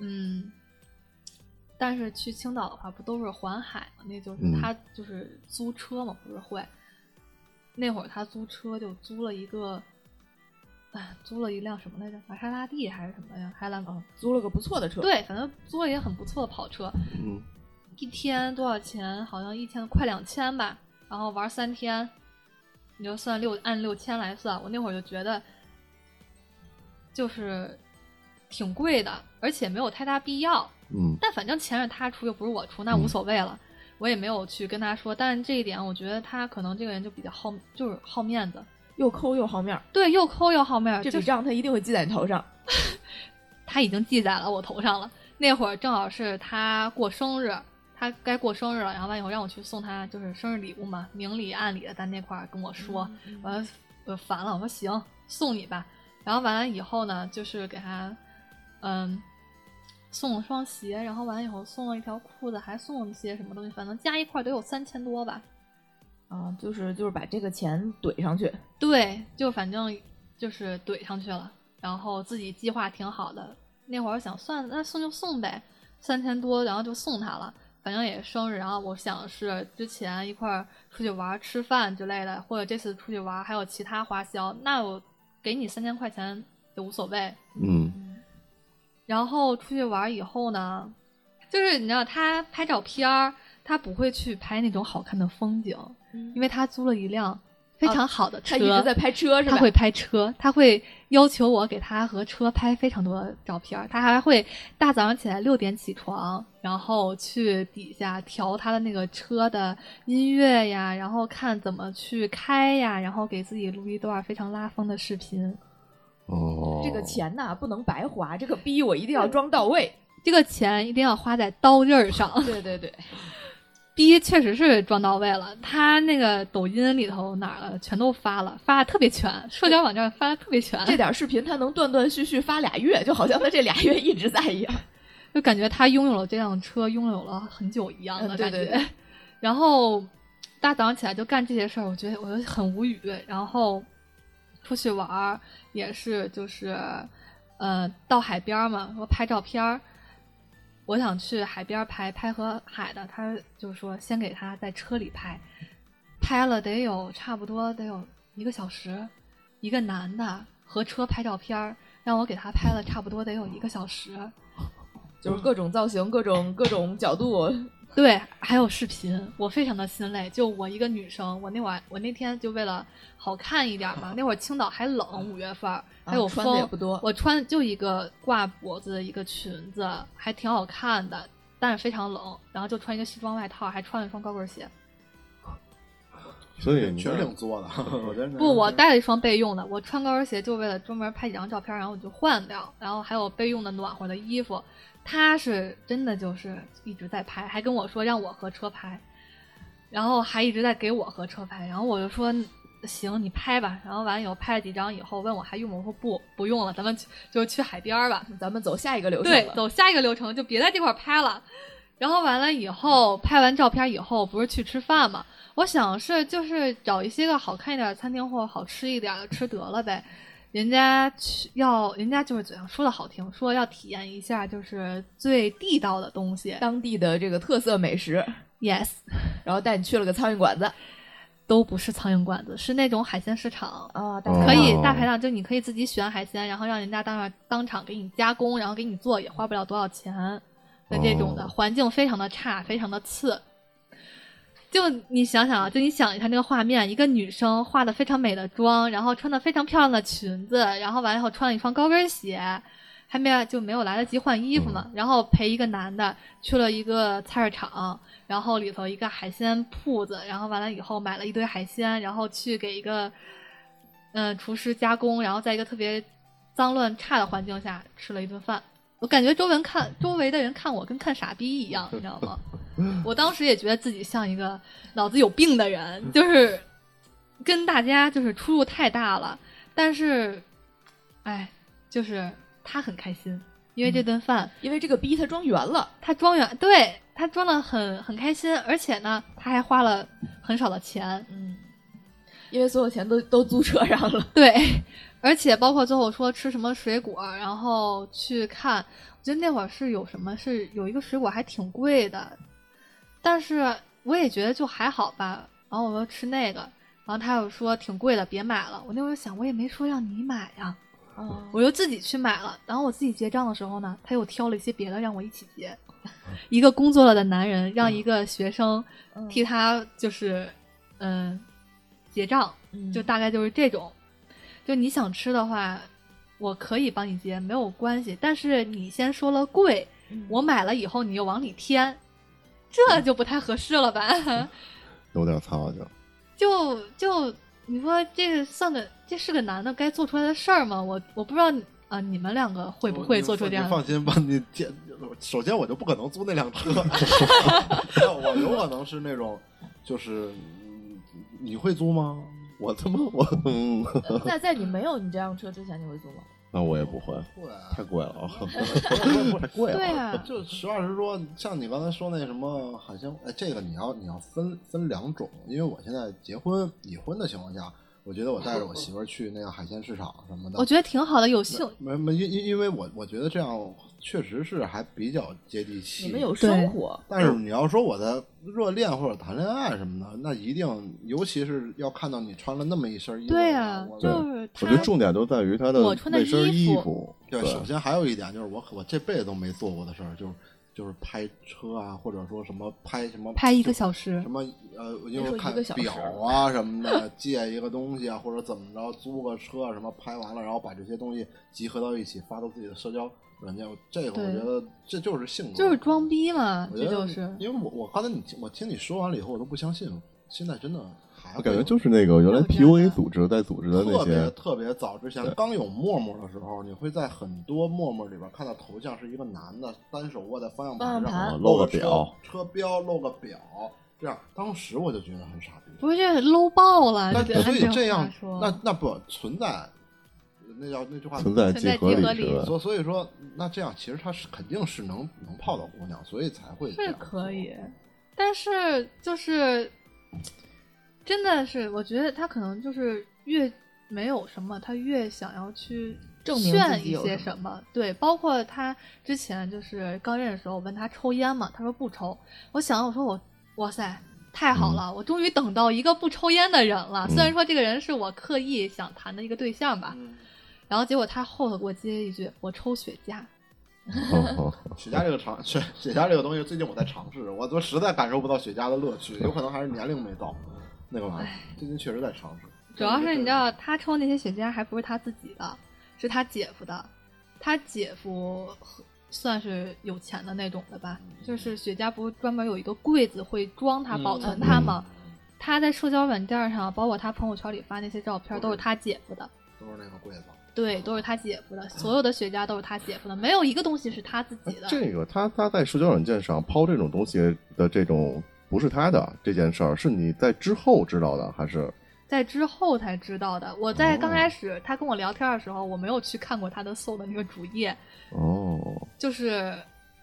Speaker 5: 嗯，但是去青岛的话，不都是环海嘛？那就是
Speaker 2: 嗯
Speaker 5: 他就是租车嘛，不是会。那会儿他租车就租了一个，哎，租了一辆什么来着？玛莎拉蒂还是什么呀？还是兰博？
Speaker 4: 啊租了个不错的车，，
Speaker 5: 对，反正租了一个很不错的跑车，
Speaker 2: 嗯
Speaker 5: 一天多少钱？好像一千快两千吧。然后玩三天，你就算六按六千来算，我那会儿就觉得就是挺贵的，而且没有太大必要。
Speaker 2: 嗯
Speaker 5: 但反正钱是他出，又不是我出，那
Speaker 2: 嗯
Speaker 5: 无所谓了。我也没有去跟他说，但这一点我觉得他可能这个人就比较好，就是好面子，
Speaker 4: 又抠又好面儿，
Speaker 5: 对，又抠又好面儿，
Speaker 4: 这
Speaker 5: 啊就
Speaker 4: 笔
Speaker 5: 是
Speaker 4: 账他一定会记在你头上。
Speaker 5: 他已经记在了我头上了。那会儿正好是他过生日，他该过生日了，然后完以后让我去送他就是生日礼物嘛，明里暗里的在那块儿跟我说，我说我烦了，我说行，送你吧。然后完了以后呢，就是给他，嗯，送了双鞋，然后完了以后送了一条裤子，还送了一些什么东西，反正加一块儿得有三千多吧。
Speaker 4: 啊，就是就是把这个钱怼上去，
Speaker 5: 对，就反正就是怼上去了，然后自己计划挺好的。那会儿想算那送就送呗，三千多，然后就送他了。反正也是生日，然后我想是之前一块儿出去玩儿、吃饭之类的，或者这次出去玩儿还有其他花销，那我给你三千块钱也无所谓。
Speaker 2: 嗯
Speaker 5: 然后出去玩儿以后呢，就是你知道他拍照片儿，他不会去拍那种好看的风景，因
Speaker 4: 因为
Speaker 5: 为他租了一辆非
Speaker 4: 啊
Speaker 5: 常好嗯的车，
Speaker 4: 他一直在拍车是吧？
Speaker 5: 他会拍车，他会要求我给他和车拍非常多的照片儿。他还会大早上起来六点起床，然后去底下调他的那个车的音乐呀，然后看怎么去开呀，然后给自己录一段非常拉风的视频。
Speaker 2: 哦，
Speaker 4: 这个钱呐不能白花，这个逼我一定要装到 位。
Speaker 5: 这个钱一定要花在刀刃儿上。
Speaker 4: 对对对，
Speaker 5: 逼确实是装到位了，他那个抖音里头哪儿了，全都发了，发的特别全，社交网站发的特别全。
Speaker 4: 这点视频他能断断续续发俩月，就好像他这俩月一直在一样。
Speaker 5: 就感觉他拥有了这辆车，拥有了很久一样的
Speaker 4: 嗯
Speaker 5: 感
Speaker 4: 对
Speaker 5: 觉。
Speaker 4: 对对
Speaker 5: 然后大早上起来就干这些事儿，我觉得我就很无语。然后出去玩儿也是，就是呃，到海边儿嘛，我拍照片儿。我想去海边儿拍拍和海的，他就说先给他在车里拍，拍了得有差不多得有一个小时，一个男的和车拍照片儿，让我给他拍了差不多得有一个小时。
Speaker 4: 就是各种造型、各种各种角度，
Speaker 5: 对，还有视频，我非常的心累。就我一个女生，我那晚我那天就为了好看一点嘛，那会儿青岛还冷，五月份儿还有
Speaker 4: 嗯啊
Speaker 5: 风，
Speaker 4: 穿的也不多
Speaker 5: 我穿就一个挂脖子的一个裙子，还挺好看的，但是非常冷，然后就穿一个西装外套，还穿了一双高跟鞋。
Speaker 2: 所以你
Speaker 1: 确实
Speaker 2: 这
Speaker 1: 挺作的，我觉得
Speaker 5: 不，我带了一双备用的，我穿高跟鞋就为了专门拍几张照片，然后我就换掉，然后还有备用的暖和的衣服。他是真的就是一直在拍，还跟我说让我和车拍，然后还一直在给我和车拍，然后我就说行，你拍吧。然后完以后拍了几张以后，问我还用吗？我说不，不用了，咱们去就去海边儿吧。
Speaker 4: 咱们走下一个流程
Speaker 5: 对
Speaker 4: 了，
Speaker 5: 走下一个流程，就别在这块儿拍了。然后完了以后，拍完照片以后，不是去吃饭嘛？我想是就是找一些个好看一点的餐厅或者好吃一点的吃得了呗。人家去要，人家就是嘴上说的好听，说要体验一下就是最地道的东西。
Speaker 4: 当地的这个特色美食，
Speaker 5: Yes，
Speaker 4: 然后带你去了个苍蝇馆子
Speaker 5: 都不是苍蝇馆子，是那种海鲜市场。
Speaker 4: 啊，
Speaker 2: 哦
Speaker 5: 可以大排档，就你可以自己选海鲜，然后让人家当场当场给你加工，然后给你做，也花不了多少钱的这种的，
Speaker 2: 哦
Speaker 5: 环境非常的差，非常的次。就你想想啊，就你想一下那个画面，一个女生化的非常美的妆，然后穿的非常漂亮的裙子，然后完了以后穿了一双高跟鞋，还没有就没有来得及换衣服嘛，然后陪一个男的去了一个菜市场，然后里头一个海鲜铺子，然后完了以后买了一堆海鲜，然后去给一个嗯、呃厨师加工，然后在一个特别脏乱差的环境下吃了一顿饭。我感觉周围看周围的人看我跟看傻逼一样，你知道吗？我当时也觉得自己像一个脑子有病的人，就是跟大家就是出入太大了。但是，哎，就是他很开心，因为这顿饭
Speaker 4: 因为这个逼他装圆了，
Speaker 5: 他装圆，对他装的很很开心，而且呢，他还花了很少的钱，
Speaker 4: 嗯，因为所有钱都都租车上了，
Speaker 5: 对，而且包括最后说吃什么水果，然后去看，我觉得那会儿是有什么是有一个水果还挺贵的，但是我也觉得就还好吧。然后我说吃那个，然后他又说挺贵的，别买了。我那会儿想，我也没说让你买呀、
Speaker 4: 啊，
Speaker 5: 哦我就自己去买了。然后我自己结账的时候呢，他又挑了一些别的让我一起结。 一个工作了的男人让一个学生
Speaker 4: 嗯
Speaker 5: 替他就是嗯、结账，
Speaker 4: 嗯
Speaker 5: 就大概就是这种。就你想吃的话，我可以帮你结，没有关系。但是你先说了贵， 我买了以后你又往里添，这就不太合适了吧？
Speaker 2: 有点操性。
Speaker 5: 就就你说这个算个这是个男的该做出来的事儿吗？我我不知道你啊、你们两个会不会做出这样
Speaker 1: 你
Speaker 5: 的？
Speaker 1: 放心吧，你这首先我就不可能租那辆车， 那我有可能是那种，就是嗯你会租吗？我他妈我
Speaker 2: 嗯，
Speaker 4: 在在你没有你这辆车之前，你会租吗？
Speaker 2: 那我也不会，
Speaker 1: 会
Speaker 2: 太贵了啊，
Speaker 1: 不
Speaker 2: 太贵了。
Speaker 5: 对啊，
Speaker 1: 就实话实说，像你刚才说那什么海鲜，哎，这个你要你要分分两种，因为我现在结婚已婚的情况下，我觉得我带着我媳妇儿去那个海鲜市场什么的，
Speaker 5: 我觉得挺好的，有兴
Speaker 1: 没没因因因为我我觉得这样确实是还比较接地气。
Speaker 4: 你们有生活，
Speaker 1: 但是你要说我在热恋或者谈恋爱什么的，那一定，尤其是要看到你穿了那么一身衣服，
Speaker 5: 对啊，
Speaker 1: 我
Speaker 5: 就是
Speaker 2: 我
Speaker 5: 他
Speaker 2: 觉得重点都在于他的
Speaker 5: 我穿的
Speaker 2: 那身
Speaker 5: 衣
Speaker 2: 衣
Speaker 5: 服
Speaker 2: 服，
Speaker 1: 对，首先还有一点就是我可我这辈子都没做过的事儿，就是就是拍车啊，或者说什么拍什么
Speaker 5: 拍一个小时
Speaker 1: 什，么呃，因
Speaker 4: 说
Speaker 1: 为
Speaker 4: 一
Speaker 1: 看
Speaker 4: 个小时
Speaker 1: 表啊什么的，借一个东西啊，或者怎么着，租个车啊什么，拍完了，然后把这些东西集合到一起，发到自己的社交软件，这个我
Speaker 5: 对
Speaker 1: 觉得这就是性格，
Speaker 5: 就是装。逼嘛，
Speaker 1: 我
Speaker 5: 这
Speaker 1: 觉得
Speaker 5: 就是。
Speaker 1: 因为我我刚才你听我听你说完了以后，我都不相信，现在真的还
Speaker 2: 我
Speaker 1: 会
Speaker 2: 感觉
Speaker 1: 有
Speaker 2: 就是那个原来
Speaker 4: 我觉得
Speaker 2: PUA 组织在组织的那
Speaker 1: 特别
Speaker 2: 些，
Speaker 1: 特别早之前刚有陌陌的时候，你会在很多陌陌里边看到头像是一个男的，单手握在方向
Speaker 4: 方向
Speaker 1: 盘
Speaker 4: 盘
Speaker 1: 上，
Speaker 2: 啊
Speaker 1: 露
Speaker 2: 露个
Speaker 1: 车
Speaker 2: 表、
Speaker 1: 车标、露个表，这样当时我就觉得很傻逼。
Speaker 5: 不是这 low 爆了，
Speaker 1: 但
Speaker 5: 这
Speaker 1: 所以
Speaker 5: 按
Speaker 1: 这
Speaker 5: 话
Speaker 1: 样，
Speaker 5: 说
Speaker 1: 那那不存在，那叫那句话
Speaker 2: 存在
Speaker 5: 存在
Speaker 2: 合
Speaker 5: 集合
Speaker 2: 是
Speaker 5: 里
Speaker 2: 吧？
Speaker 1: 所所以说，那这样其实他是肯定是能能泡到姑娘，所以才会这
Speaker 5: 是
Speaker 1: 样
Speaker 5: 可
Speaker 1: 做
Speaker 5: 以，但是就是真的是，我觉得他可能就是越没有什么，他越想要去
Speaker 4: 证明自
Speaker 5: 炫
Speaker 4: 己
Speaker 5: 一
Speaker 4: 有
Speaker 5: 些
Speaker 4: 什
Speaker 5: 么。对，包括他之前就是刚认识的时候，我问他抽烟嘛，他说不抽。我想我说我哇塞。太
Speaker 4: 嗯
Speaker 5: 好了，我终于等到一个不抽烟的人了。虽然说这个人是我刻意想谈的一个对象吧，
Speaker 1: 嗯，
Speaker 5: 然后结果他后头给我接一句：“我抽雪茄。”
Speaker 2: 哦
Speaker 1: 雪茄这个尝雪雪茄这个东西，最近我在尝试，我都实在感受不到雪茄的乐趣，有可能还是年龄没到那个玩意儿。最近确实在尝试，
Speaker 5: 主要是你知道，他抽那些雪茄还不是他自己的，是他姐夫的。他姐夫算是有钱的那种的吧，就是雪茄不是专门有一个柜子会装它、
Speaker 1: 嗯
Speaker 5: 保存它吗？他在社交软件上，包括他朋友圈里发那些照片，都是他姐夫的。
Speaker 1: 都是那个柜子。
Speaker 5: 对，都是他姐夫的，所有的雪茄都是他姐夫的，没有一个东西是他自己
Speaker 1: 啊
Speaker 5: 的。
Speaker 2: 这个他他在社交软件上抛这种东西的这种不是他的这件事儿，是你在之后知道的还是？
Speaker 5: 在之后才知道的。我在
Speaker 1: 哦
Speaker 5: 刚开始他跟我聊天的时候，我没有去看过他的 Soul 的那个主页，
Speaker 2: 哦，
Speaker 5: 就是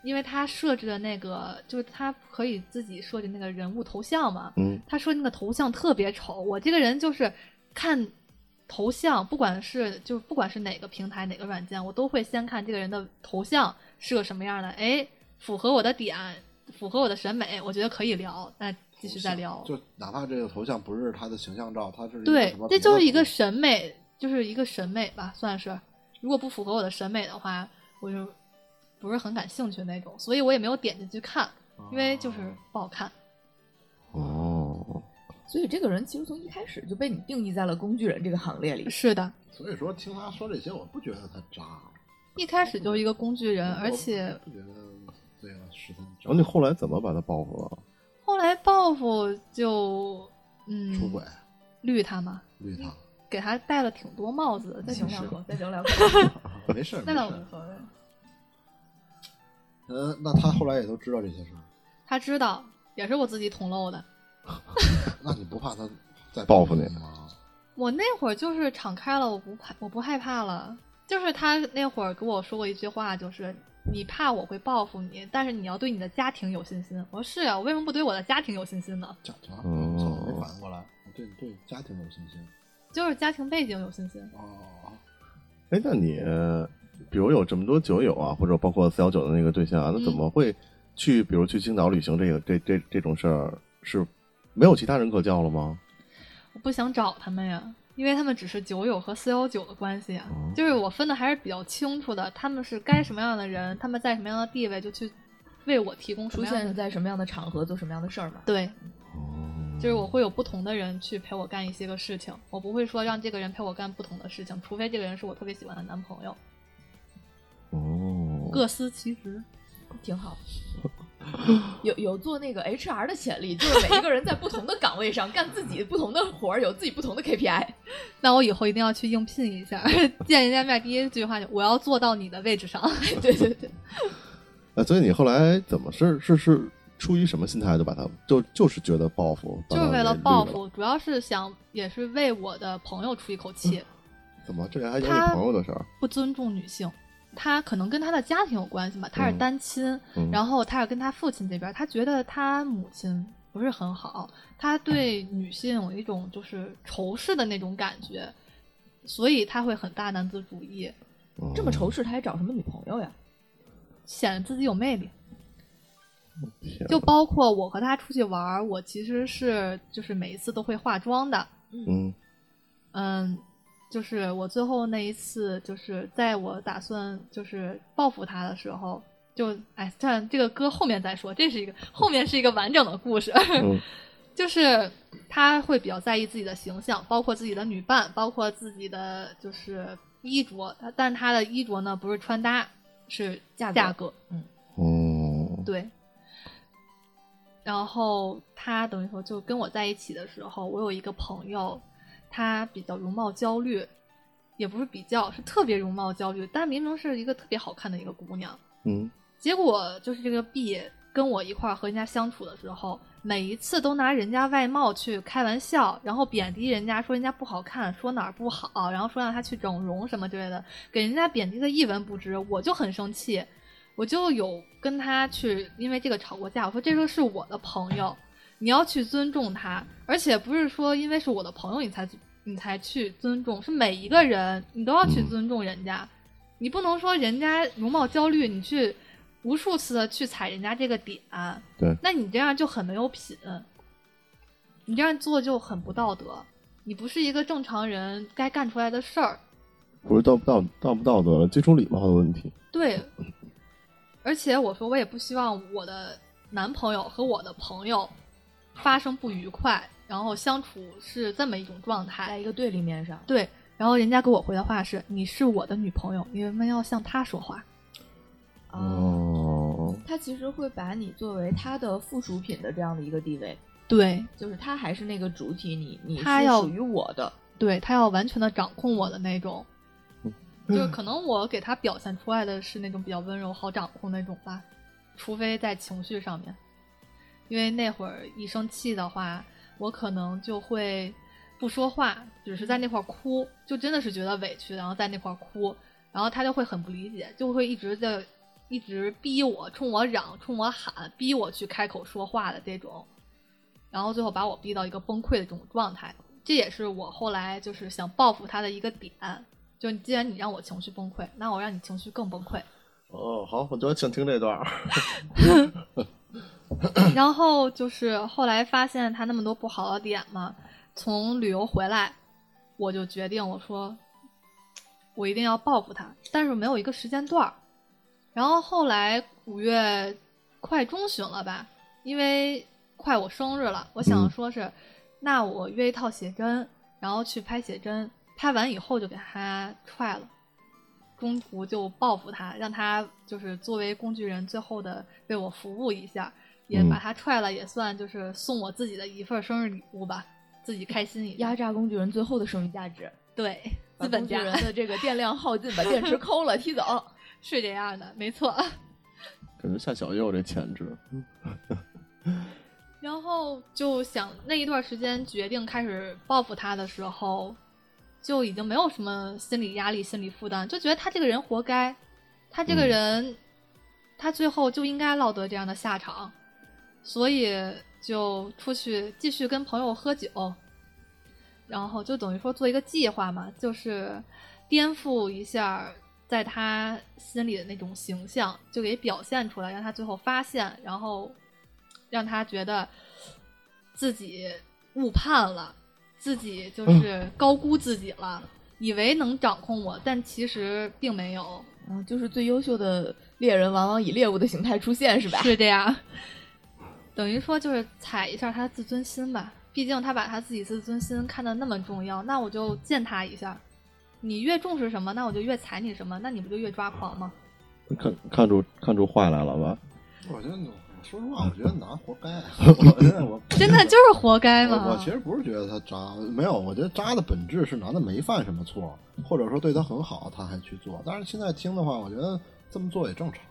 Speaker 5: 因为他设置的那个，就是他可以自己设计那个人物头像嘛。
Speaker 2: 嗯
Speaker 5: 他说那个头像特别丑，我这个人就是看头像，不管是就不管是哪个平台哪个软件，我都会先看这个人的头像是个什么样的，哎，符合我的点，符合我的审美，我觉得可以聊，那继续再聊。
Speaker 1: 就哪怕这个头像不是他的形象照，他是一个
Speaker 5: 对
Speaker 1: 什么，
Speaker 5: 这
Speaker 1: 别的
Speaker 5: 就是一个
Speaker 1: 图
Speaker 5: 审美，就是一个审美吧，算是。如果不符合我的审美的话，我就不是很感兴趣那种，所以我也没有点进去看，
Speaker 1: 啊
Speaker 5: 因为就是不好看。
Speaker 2: 哦，
Speaker 4: 所以这个人其实从一开始就被你定义在了工具人这个行列里。
Speaker 5: 是的，
Speaker 1: 所以说听他说这些，我不觉得他渣，啊
Speaker 5: 一开始就是一个工具人，而且
Speaker 1: 嗯我不觉得这个十分渣
Speaker 2: 然后你后来怎么把他报复了？
Speaker 5: 后来报复就嗯
Speaker 1: 出轨
Speaker 5: 绿他嘛，
Speaker 1: 绿 他，
Speaker 5: 给他戴了挺多帽子的，
Speaker 4: 再
Speaker 5: 其
Speaker 4: 聊
Speaker 5: 实
Speaker 4: 两口，再聊两口。
Speaker 1: 没事儿没
Speaker 5: 那
Speaker 1: 事
Speaker 5: 倒无
Speaker 1: 儿。
Speaker 5: 所谓。
Speaker 1: 嗯，那他后来也都知道这些事儿，
Speaker 5: 他知道，也是我自己捅漏的。
Speaker 1: 那你不怕他再
Speaker 2: 报复
Speaker 1: 你
Speaker 2: 你
Speaker 1: 吗？
Speaker 5: 我那会儿就是敞开了，我不怕，我不害怕了。就是他那会儿跟我说过一句话，就是你怕我会报复你，但是你要对你的家庭有信心。我说是啊，我为什么不对我的家庭有信心呢？
Speaker 1: 假装
Speaker 2: 嗯
Speaker 1: 怎啊么没反应过来？我对对家庭有信心
Speaker 5: 就是家庭背景有信心。
Speaker 1: 哦，
Speaker 2: 哎，那你比如有这么多酒友啊，或者包括四幺九的那个对象啊，那怎么会去，比如去青岛旅行这个这这这种事儿是没有其他人可叫了吗？
Speaker 5: 我不想找他们呀，因为他们只是酒友和四幺九的关系啊
Speaker 2: 哦。
Speaker 5: 就是我分的还是比较清楚的，他们是该什么样的人，他们在什么样的地位，就去为我提供什
Speaker 4: 出
Speaker 5: 么样的
Speaker 4: 现在什么样的场合做什么样的事儿嘛？
Speaker 5: 对，
Speaker 2: 哦
Speaker 5: 就是我会有不同的人去陪我干一些个事情，我不会说让这个人陪我干不同的事情，除非这个人是我特别喜欢的男朋友，
Speaker 2: 哦，
Speaker 5: 各司其职。
Speaker 4: 挺好。有有做那个 HR 的潜力，就是每一个人在不同的岗位上干自己不同的活儿，有自己不同的 KPI。
Speaker 5: 那我以后一定要去应聘一下， 见人家面第一句话就我要坐到你的位置上。
Speaker 4: 对对对，
Speaker 2: 呃，所以你后来怎么是是是出于什么心态就把他就就是觉得报复，把
Speaker 5: 就
Speaker 2: 他
Speaker 5: 是为了
Speaker 2: 给绿
Speaker 5: 报，复，主要是想也是为我的朋友出一口气。
Speaker 2: 怎么这里还有你
Speaker 5: 他
Speaker 2: 朋友的事儿？
Speaker 5: 不尊重女性。他可能跟他的家庭有关系吧，他是单亲，
Speaker 2: 嗯
Speaker 5: 然后他是跟他父亲这边，他觉得他母亲不是很好，他对女性有一种就是仇视的那种感觉，所以他会很大男子主义，
Speaker 2: 哦
Speaker 4: 这么仇视他还找什么女朋友呀？
Speaker 5: 显得自己有魅力。
Speaker 2: 天
Speaker 5: 就包括我和他出去玩儿，我其实是就是每一次都会化妆的，
Speaker 2: 嗯
Speaker 5: 嗯，就是我最后那一次，就是在我打算就是报复他的时候，就哎，算这个歌后面再说，这是一个后面是一个完整的故事。
Speaker 2: 嗯
Speaker 5: 就是他会比较在意自己的形象，包括自己的女伴，包括自己的就是衣着，但他的衣着呢不是穿搭，是
Speaker 4: 价格
Speaker 5: 价格
Speaker 2: 哦，
Speaker 5: 对。然后他等于说就跟我在一起的时候，我有一个朋友，他比较容貌焦虑，也不是比较，是特别容貌焦虑。但明明是一个特别好看的一个姑娘，
Speaker 2: 嗯
Speaker 5: 结果就是这个 B 跟我一块儿和人家相处的时候，每一次都拿人家外貌去开玩笑，然后贬低人家，说人家不好看，说哪儿不好，然后说让他去整容什么之类的，给人家贬低的一文不值，我就很生气，我就有跟他去因为这个吵过架，我说这个是我的朋友，你要去尊重他，而且不是说因为是我的朋友你才你才去尊重，是每一个人你都要去
Speaker 2: 嗯
Speaker 5: 尊重人家。你不能说人家容貌焦虑，你去无数次的去踩人家这个点，
Speaker 2: 对
Speaker 5: 那你这样就很没有品，你这样做就很不道德，你不是一个正常人该干出来的事儿，
Speaker 2: 不是道不道道不道德了，最终礼貌的问题。
Speaker 5: 对。而且我说我也不希望我的男朋友和我的朋友发生不愉快，然后相处是这么一种状态，
Speaker 4: 在一个对立面上，
Speaker 5: 对。然后人家给我回的话是：“你是我的女朋友，你为什么要向她说话？”
Speaker 4: 啊、
Speaker 2: 哦，
Speaker 4: 他其实会把你作为他的附属品的这样的一个地位，
Speaker 5: 对，
Speaker 4: 就是他还是那个主体，你你
Speaker 5: 他
Speaker 4: 是
Speaker 5: 要
Speaker 4: 属于我的，
Speaker 5: 对他要完全的掌控我的那种，就是可能我给他表现出来的是那种比较温柔、好掌控那种吧，除非在情绪上面，因为那会儿一生气的话，我可能就会，不说话，只是在那块儿哭，就真的是觉得委屈，然后在那块儿哭，然后他就会很不理解，就会一直在一直逼我，冲我嚷，冲我喊，逼我去开口说话的这种，然后最后把我逼到一个崩溃的这种状态。这也是我后来就是想报复他的一个点，就既然你让我情绪崩溃，那我让你情绪更崩溃。
Speaker 2: 哦，好，我就想听这段儿。
Speaker 5: 然后就是后来发现他那么多不好的点嘛，从旅游回来，我就决定我说，我一定要报复他，但是没有一个时间段儿。然后后来五月快中旬了吧，因为快我生日了，我想说是，那我约一套写真，然后去拍写真，拍完以后就给他踹了。中途就报复他，让他就是作为工具人，最后的为我服务一下，也
Speaker 2: 嗯
Speaker 5: 把他踹了，也算就是送我自己的一份生日礼物吧，自己开心一下。
Speaker 4: 压榨工具人最后的剩余价值，
Speaker 5: 对，
Speaker 4: 把
Speaker 5: 资本
Speaker 4: 工具
Speaker 5: 家
Speaker 4: 人 的这个电量耗尽，把电池抠了，踢走。
Speaker 5: 是这样的，没错。
Speaker 2: 感觉夏小也有这潜质。
Speaker 5: 然后就想那一段时间决定开始报复他的时候，就已经没有什么心理压力、心理负担，就觉得他这个人活该，他这个人，他最后就应该落得这样的下场，所以就出去继续跟朋友喝酒，然后就等于说做一个计划嘛，就是颠覆一下在他心里的那种形象，就给表现出来，让他最后发现，然后让他觉得自己误判了，自己就是高估自己了，以为能掌控我，但其实并没有，
Speaker 4: 嗯，就是最优秀的猎人往往以猎物的形态出现，是吧？
Speaker 5: 是这样，等于说就是踩一下他自尊心吧。毕竟他把他自己自尊心看得那么重要，那我就践踏一下。你越重视什么，那我就越踩你什么，那你不就越抓狂吗？
Speaker 2: 看看出看出坏来了 吧？
Speaker 1: 我觉得你，我说实话，我觉得男活 该。我觉得我
Speaker 5: 真的就是活该吗？
Speaker 1: 我我其实不是觉得他渣，没有，我觉得渣的本质是男的没犯什么错，或者说对他很好，他还去做。但是现在听的话，我觉得这么做也正常。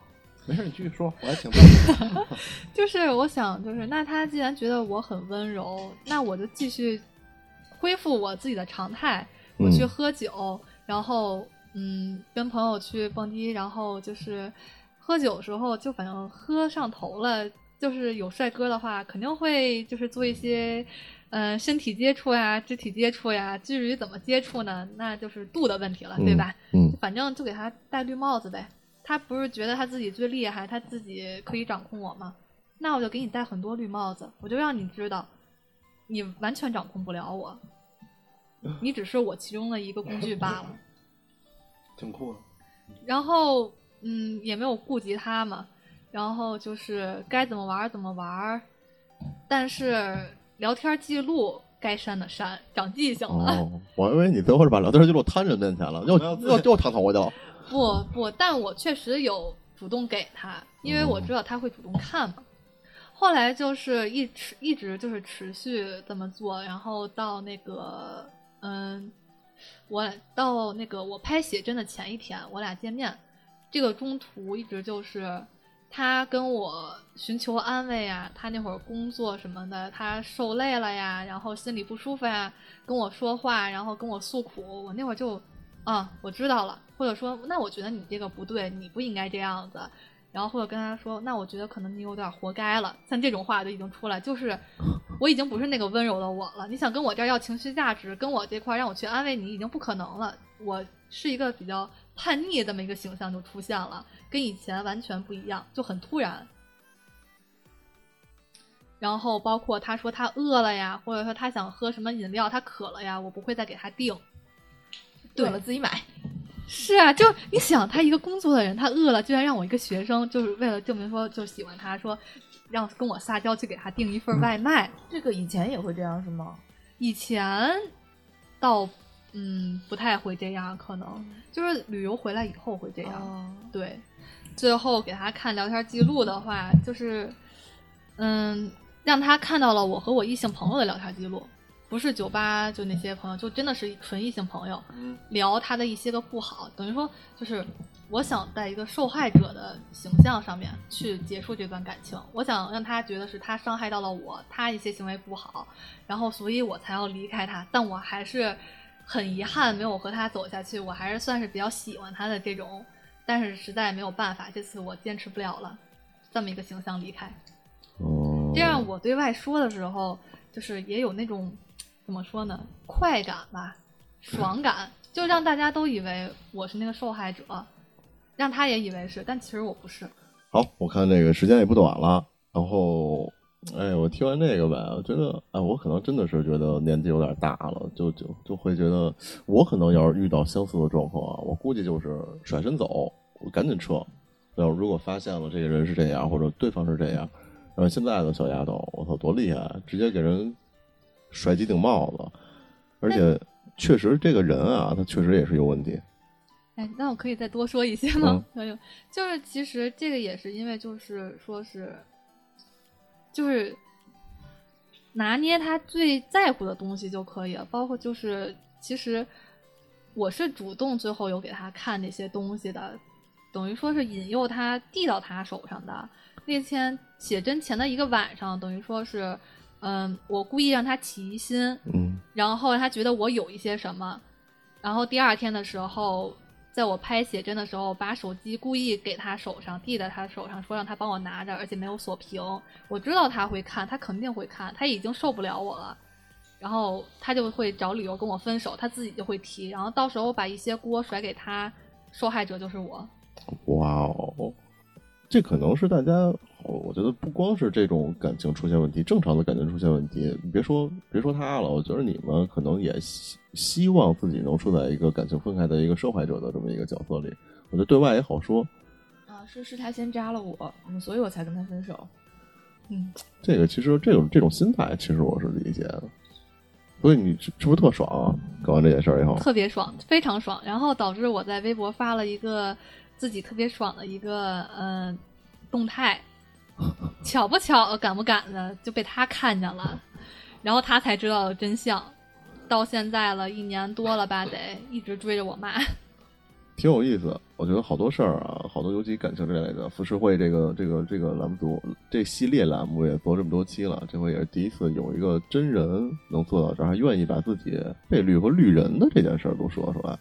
Speaker 1: 没事，你继续说，我还挺赞同的。
Speaker 5: 就是我想，就是那他既然觉得我很温柔，那我就继续恢复我自己的常态，我去
Speaker 2: 嗯
Speaker 5: 喝酒，然后嗯，跟朋友去蹦迪，然后就是喝酒的时候，就反正喝上头了，就是有帅哥的话，肯定会就是做一些。嗯，身体接触呀，肢体接触呀，至于怎么接触呢，那就是度的问题了，对吧？
Speaker 2: 嗯
Speaker 5: 反正就给他戴绿帽子呗。他不是觉得他自己最厉害，他自己可以掌控我吗？那我就给你戴很多绿帽子，我就让你知道，你完全掌控不了我，你只是我其中的一个工具罢了。
Speaker 4: 嗯
Speaker 1: 挺酷的。
Speaker 5: 然后嗯，也没有顾及他嘛，然后就是该怎么玩儿怎么玩儿，但是聊天记录该删的删，长记性了。
Speaker 2: 哦，我以为你最后是把聊天记录摊人面前了，又又又烫头去了。
Speaker 5: 不不，但我确实有主动给他，因为我知道他会主动看嘛。后来就是一持一直就是持续这么做，然后到那个嗯，我到那个我拍写真的前一天，我俩见面，这个中途一直就是他跟我寻求安慰啊，他那会儿工作什么的，他受累了呀，然后心里不舒服呀，跟我说话，然后跟我诉苦，我那会儿就啊，我知道了，或者说，那我觉得你这个不对，你不应该这样子，然后或者跟他说，那我觉得可能你有点活该了，像这种话就已经出来，就是我已经不是那个温柔的我了。你想跟我这儿要情绪价值，跟我这块儿让我去安慰你，已经不可能了。我是一个比较叛逆的这么一个形象就出现了，跟以前完全不一样，就很突然。然后包括他说他饿了呀，或者说他想喝什么饮料，他渴了呀，我不会再给他定。
Speaker 4: 对了，自己买。
Speaker 5: 是啊，就你想，他一个工作的人，他饿了，居然让我一个学生，就是为了证明说就喜欢他，说让跟我撒娇去给他订一份外卖。
Speaker 4: 这个以前也会这样是吗？
Speaker 5: 以前倒嗯不太会这样，可能就是旅游回来以后会这样。
Speaker 4: 哦，
Speaker 5: 对，最后给他看聊天记录的话，就是嗯让他看到了我和我异性朋友的聊天记录，不是酒吧就那些朋友，就真的是纯异性朋友，
Speaker 1: 嗯
Speaker 5: 聊他的一些个不好，等于说就是我想在一个受害者的形象上面去结束这段感情，我想让他觉得是他伤害到了我，他一些行为不好，然后所以我才要离开他，但我还是很遗憾没有和他走下去，我还是算是比较喜欢他的这种，但是实在没有办法，这次我坚持不了了，这么一个形象离开。
Speaker 2: 哦，
Speaker 5: 这样我对外说的时候，就是也有那种怎么说呢，快感吧，爽感，就让大家都以为我是那个受害者，让他也以为是，但其实我不是。
Speaker 2: 好，我看这个时间也不短了，然后，哎，我听完这个吧，我觉得，哎，我可能真的是觉得年纪有点大了，就就就会觉得，我可能要是遇到相似的状况啊，我估计就是甩身走，我赶紧撤。然后如果发现了这个人是这样，或者对方是这样，然后现在的小丫头，我操，多厉害，啊直接给人甩几顶帽子，而且确实这个人啊，他确实也是有问题。
Speaker 5: 哎，那我可以再多说一些吗？ 没有，就是其实这个也是因为就是说是，就是拿捏他最在乎的东西就可以了，包括就是其实我是主动最后有给他看那些东西的，等于说是引诱他递到他手上的。那天写真前的一个晚上，等于说是，嗯，我故意让他起疑心，
Speaker 2: 嗯，
Speaker 5: 然后他觉得我有一些什么，然后第二天的时候，在我拍写真的时候，把手机故意给他手上，递在他手上，说让他帮我拿着，而且没有锁屏。我知道他会看，他肯定会看，他已经受不了我了，然后他就会找理由跟我分手，他自己就会提，然后到时候把一些锅甩给他，受害者就是我。
Speaker 2: 哇哦，这可能是大家，我我觉得不光是这种感情出现问题，正常的感情出现问题，你别说别说他了，我觉得你们可能也希希望自己能处在一个感情分开的一个受害者的这么一个角色里，我觉得对外也好说，
Speaker 4: 啊，是是他先扎了我，嗯所以我才跟他分手。
Speaker 5: 嗯，
Speaker 2: 这个其实这种这种心态，其实我是理解的。所以你是是不是特爽啊？搞完这件事儿以
Speaker 1: 哦
Speaker 2: 后，
Speaker 5: 特别爽，非常爽。然后导致我在微博发了一个自己特别爽的一个呃动 态，巧不巧，呃赶不赶的就被他看见了，然后他才知道真相。到现在了一年多 了吧，得一直追着我骂。
Speaker 2: 挺有意思。我觉得好多事儿啊，好多尤其感情这类的，浮世绘这个这个这个栏目组这系列栏目也做这么多期了，这回也是第一次有一个真人能做到这儿，还愿意把自己被绿和绿人的这件事儿都说出来。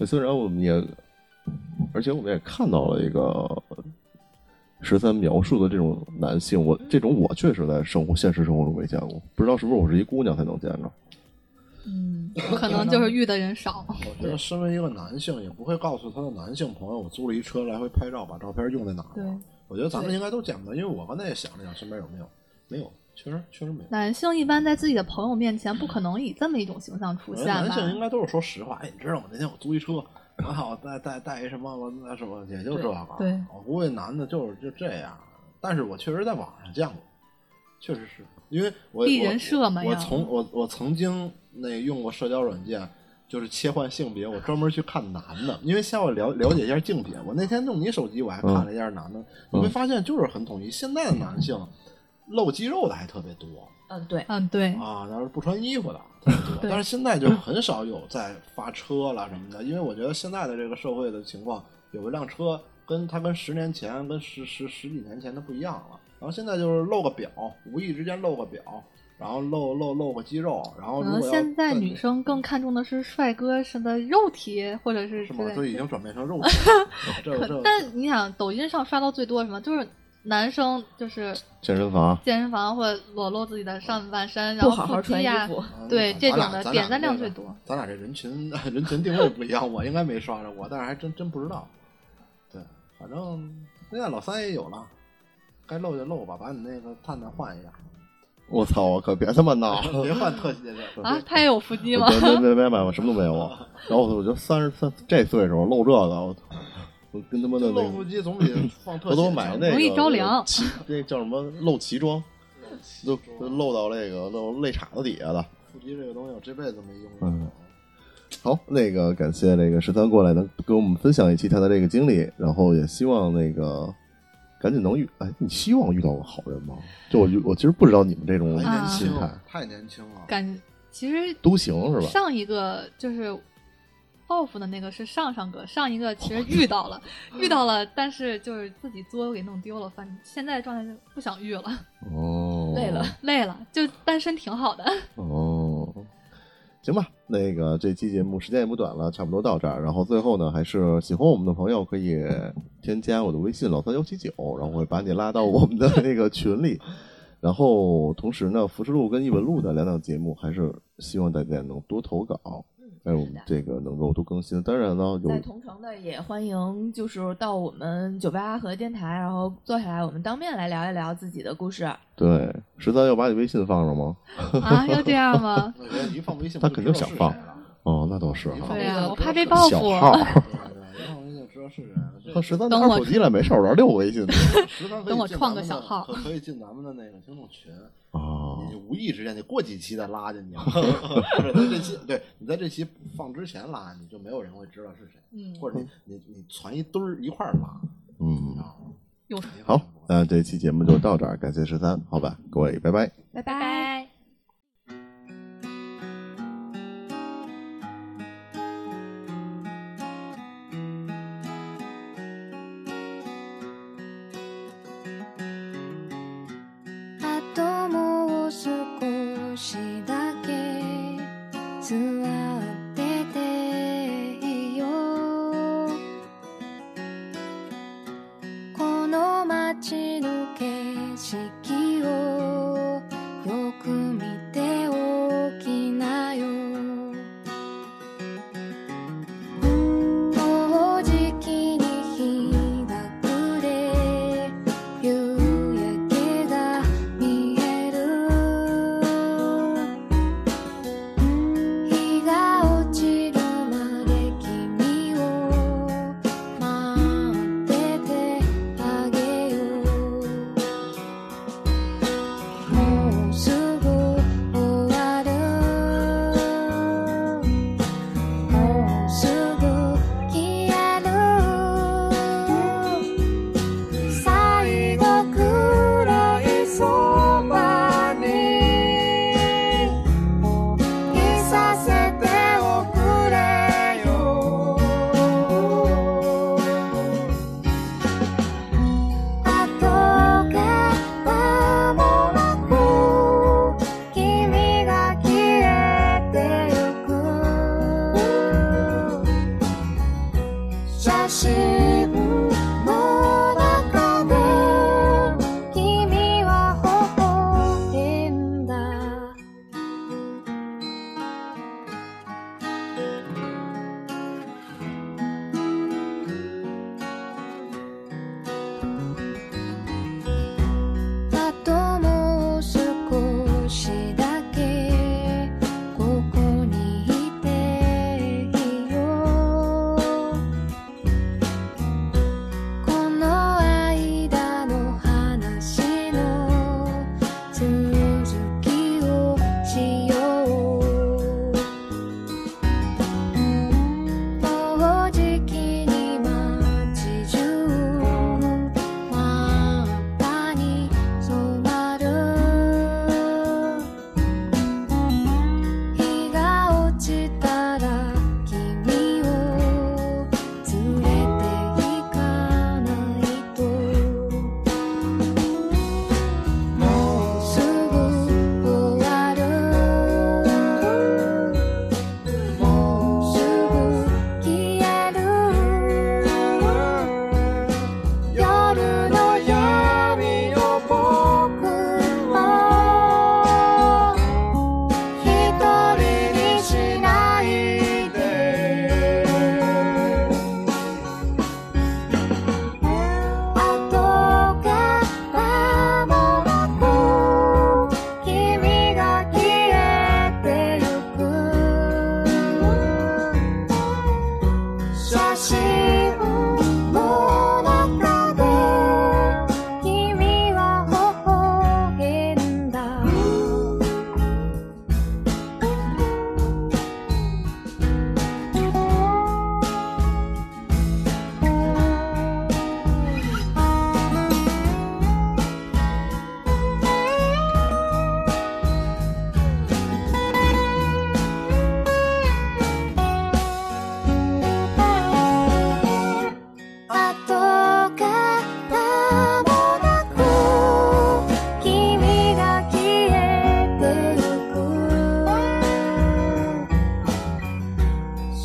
Speaker 2: 哎虽然我们也，而且我们也看到了一个十三描述的这种男性，我这种我确实在生活现实生活中没见过，不知道是不是我是一姑娘才能见着。
Speaker 4: 嗯，
Speaker 5: 可能就是遇的人少，
Speaker 1: 我觉得身为一个男性，也不会告诉他的男性朋友，我租了一车来回拍照，把照片用在哪儿
Speaker 4: 对
Speaker 1: 了。我觉得咱们应该都见不到，因为我刚才也想了想，身边有没有？没有，确实确实没有。
Speaker 5: 男性一般在自己的朋友面前不可能以这么一种形象出
Speaker 1: 我
Speaker 5: 现
Speaker 1: 觉得男性应
Speaker 5: 吧？
Speaker 1: 该都是说实话，哎，你知道我那天我租一车，然后带带带一什么我那什么，也就这个。
Speaker 4: 对对
Speaker 1: 我估计男的就是就这样，但是我确实在网上见过，确实是因为我
Speaker 5: 立人设嘛
Speaker 1: 我我
Speaker 5: 要
Speaker 1: 从我我曾经那用过社交软件。就是切换性别，我专门去看男的，因为想要了了解一下性别。我那天用你手机，我还看了一下男的，你会发现就是很统一。现在的男性露肌肉的还特别多，
Speaker 4: 嗯，对，
Speaker 5: 嗯，对，
Speaker 1: 啊，然后不穿衣服的特别多，
Speaker 5: 对
Speaker 1: 但是现在就很少有在发车了什么的，因为我觉得现在的这个社会的情况，有一辆车跟它跟十年前、跟十十十几年前它不一样了。然后现在就是露个表，无意之间露个表，然后露露露个肌肉，然后哦
Speaker 5: 可
Speaker 1: 如
Speaker 5: 能
Speaker 1: 果要
Speaker 5: 现在
Speaker 1: 再
Speaker 5: 女生更看重的是帅哥是的肉体，或者是
Speaker 1: 是
Speaker 5: 之
Speaker 1: 吗？
Speaker 5: 类
Speaker 1: 就
Speaker 5: 的。
Speaker 1: 已经转变成 肉体了，这
Speaker 5: 可
Speaker 1: 这
Speaker 5: 但你想，抖音上刷到最多什么？就是男生就是
Speaker 2: 健身房，啊
Speaker 5: 健身房会裸露自己的上半身，然
Speaker 4: 不
Speaker 5: 后
Speaker 4: 好好
Speaker 5: 腹
Speaker 4: 穿
Speaker 5: 肌
Speaker 4: 衣
Speaker 5: 呀、
Speaker 4: 服。
Speaker 1: 啊
Speaker 5: 对
Speaker 1: 咱
Speaker 5: 这
Speaker 1: 俩
Speaker 5: 种的
Speaker 1: 咱俩
Speaker 5: 点赞
Speaker 1: 那
Speaker 5: 量
Speaker 1: 个
Speaker 5: 最多。
Speaker 1: 咱俩这人群 人群定位不一样，我应该没刷着过，但是还真真不知道。对，反正现在老三也有了，该露就露吧，把你那个探探换 一下，
Speaker 2: 我操，我可别他妈闹了。
Speaker 1: 别换特写 的。
Speaker 5: 啊，他也有腹肌吗
Speaker 2: 我？别别别别买，我什么都没有。然后我就三十三这岁数露这个，我操我跟他妈的
Speaker 1: 就
Speaker 2: 那
Speaker 1: 露腹
Speaker 2: 个，
Speaker 1: 肌总比放特写
Speaker 2: 我都买那个
Speaker 5: 容易着凉
Speaker 2: 奇那叫什么露脐装，露露到那个露肋叉子底下的。
Speaker 1: 腹肌这个东西，我这辈子没用过。
Speaker 2: 嗯好，那个感谢那个十三过来能跟我们分享一期他的这个经历，然后也希望那个赶紧能遇哎，你希望遇到个好人吗？就我就我其实不知道你们这种
Speaker 1: 太年
Speaker 2: 心
Speaker 1: 轻
Speaker 2: 态，
Speaker 1: 了，太年轻了。
Speaker 5: 感其实
Speaker 2: 都行是吧？
Speaker 5: 上一个就是 off 的那个是上上个，上一个其实遇 到了，遇到了，但是就是自己作给弄丢了，反正现在状态就不想遇了，
Speaker 2: 哦，
Speaker 4: 累了
Speaker 5: 累了，就单身挺好 的。
Speaker 2: 哦，行吧，那个这期节目时间也不短了，差不多到这儿。然后最后呢，还是喜欢我们的朋友可以添加我的微信老三幺七九，然后我会把你拉到我们的那个群里。然后同时呢，浮世录跟译文录的两档节目，还是希望大家能多投稿，哎，我们这个能够多更新。当然呢，
Speaker 4: 嗯
Speaker 2: 有
Speaker 4: 在同城的也欢迎，就是到我们酒吧和电台，然后坐下来，我们当面来聊一聊自己的故事。
Speaker 2: 对十三要把你微信放上吗？
Speaker 5: 啊，要这样吗？
Speaker 1: 我觉得一放微信，
Speaker 2: 他肯定想放
Speaker 1: 了。
Speaker 2: 哦，那倒是哈。
Speaker 5: 对呀、
Speaker 4: 那个
Speaker 5: 我
Speaker 1: 不
Speaker 5: 怕
Speaker 1: 是
Speaker 5: 被报
Speaker 2: 小
Speaker 5: 复。
Speaker 2: 号儿，
Speaker 1: 对对 一放微信知道是谁了。这
Speaker 2: 他 十三
Speaker 5: 等
Speaker 2: 拿
Speaker 5: 我
Speaker 2: 手机来没事儿玩六个微信呢
Speaker 1: 十三可以
Speaker 5: 等我
Speaker 1: 进
Speaker 5: 创
Speaker 1: 咱
Speaker 5: 个
Speaker 1: 们
Speaker 5: 小
Speaker 1: 的
Speaker 5: 号
Speaker 1: 可可以进咱们的那个听众群，
Speaker 2: 啊
Speaker 1: 你就无意之间，你过几期再拉进去，不是在这期对你在这期放之前拉，你就没有人会知道是谁，
Speaker 5: 嗯，
Speaker 1: 或者你你你攒一堆儿一块儿拉，
Speaker 2: 嗯。
Speaker 1: 啊，
Speaker 5: 有
Speaker 2: 好，呃那这期节目就到这儿，感谢十三，好吧，各位，拜拜。
Speaker 4: 拜
Speaker 5: 拜
Speaker 4: 拜。
Speaker 5: 拜。
Speaker 6: あともう少しだけ座ってていいよこの街の景色をよく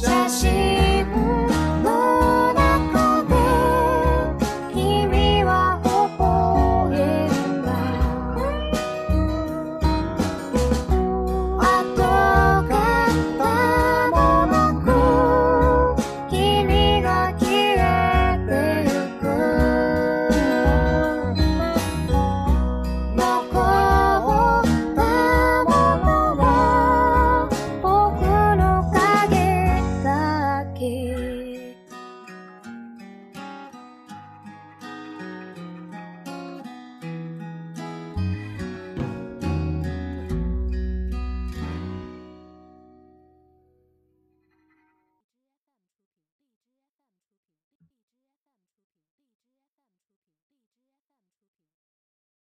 Speaker 6: 写真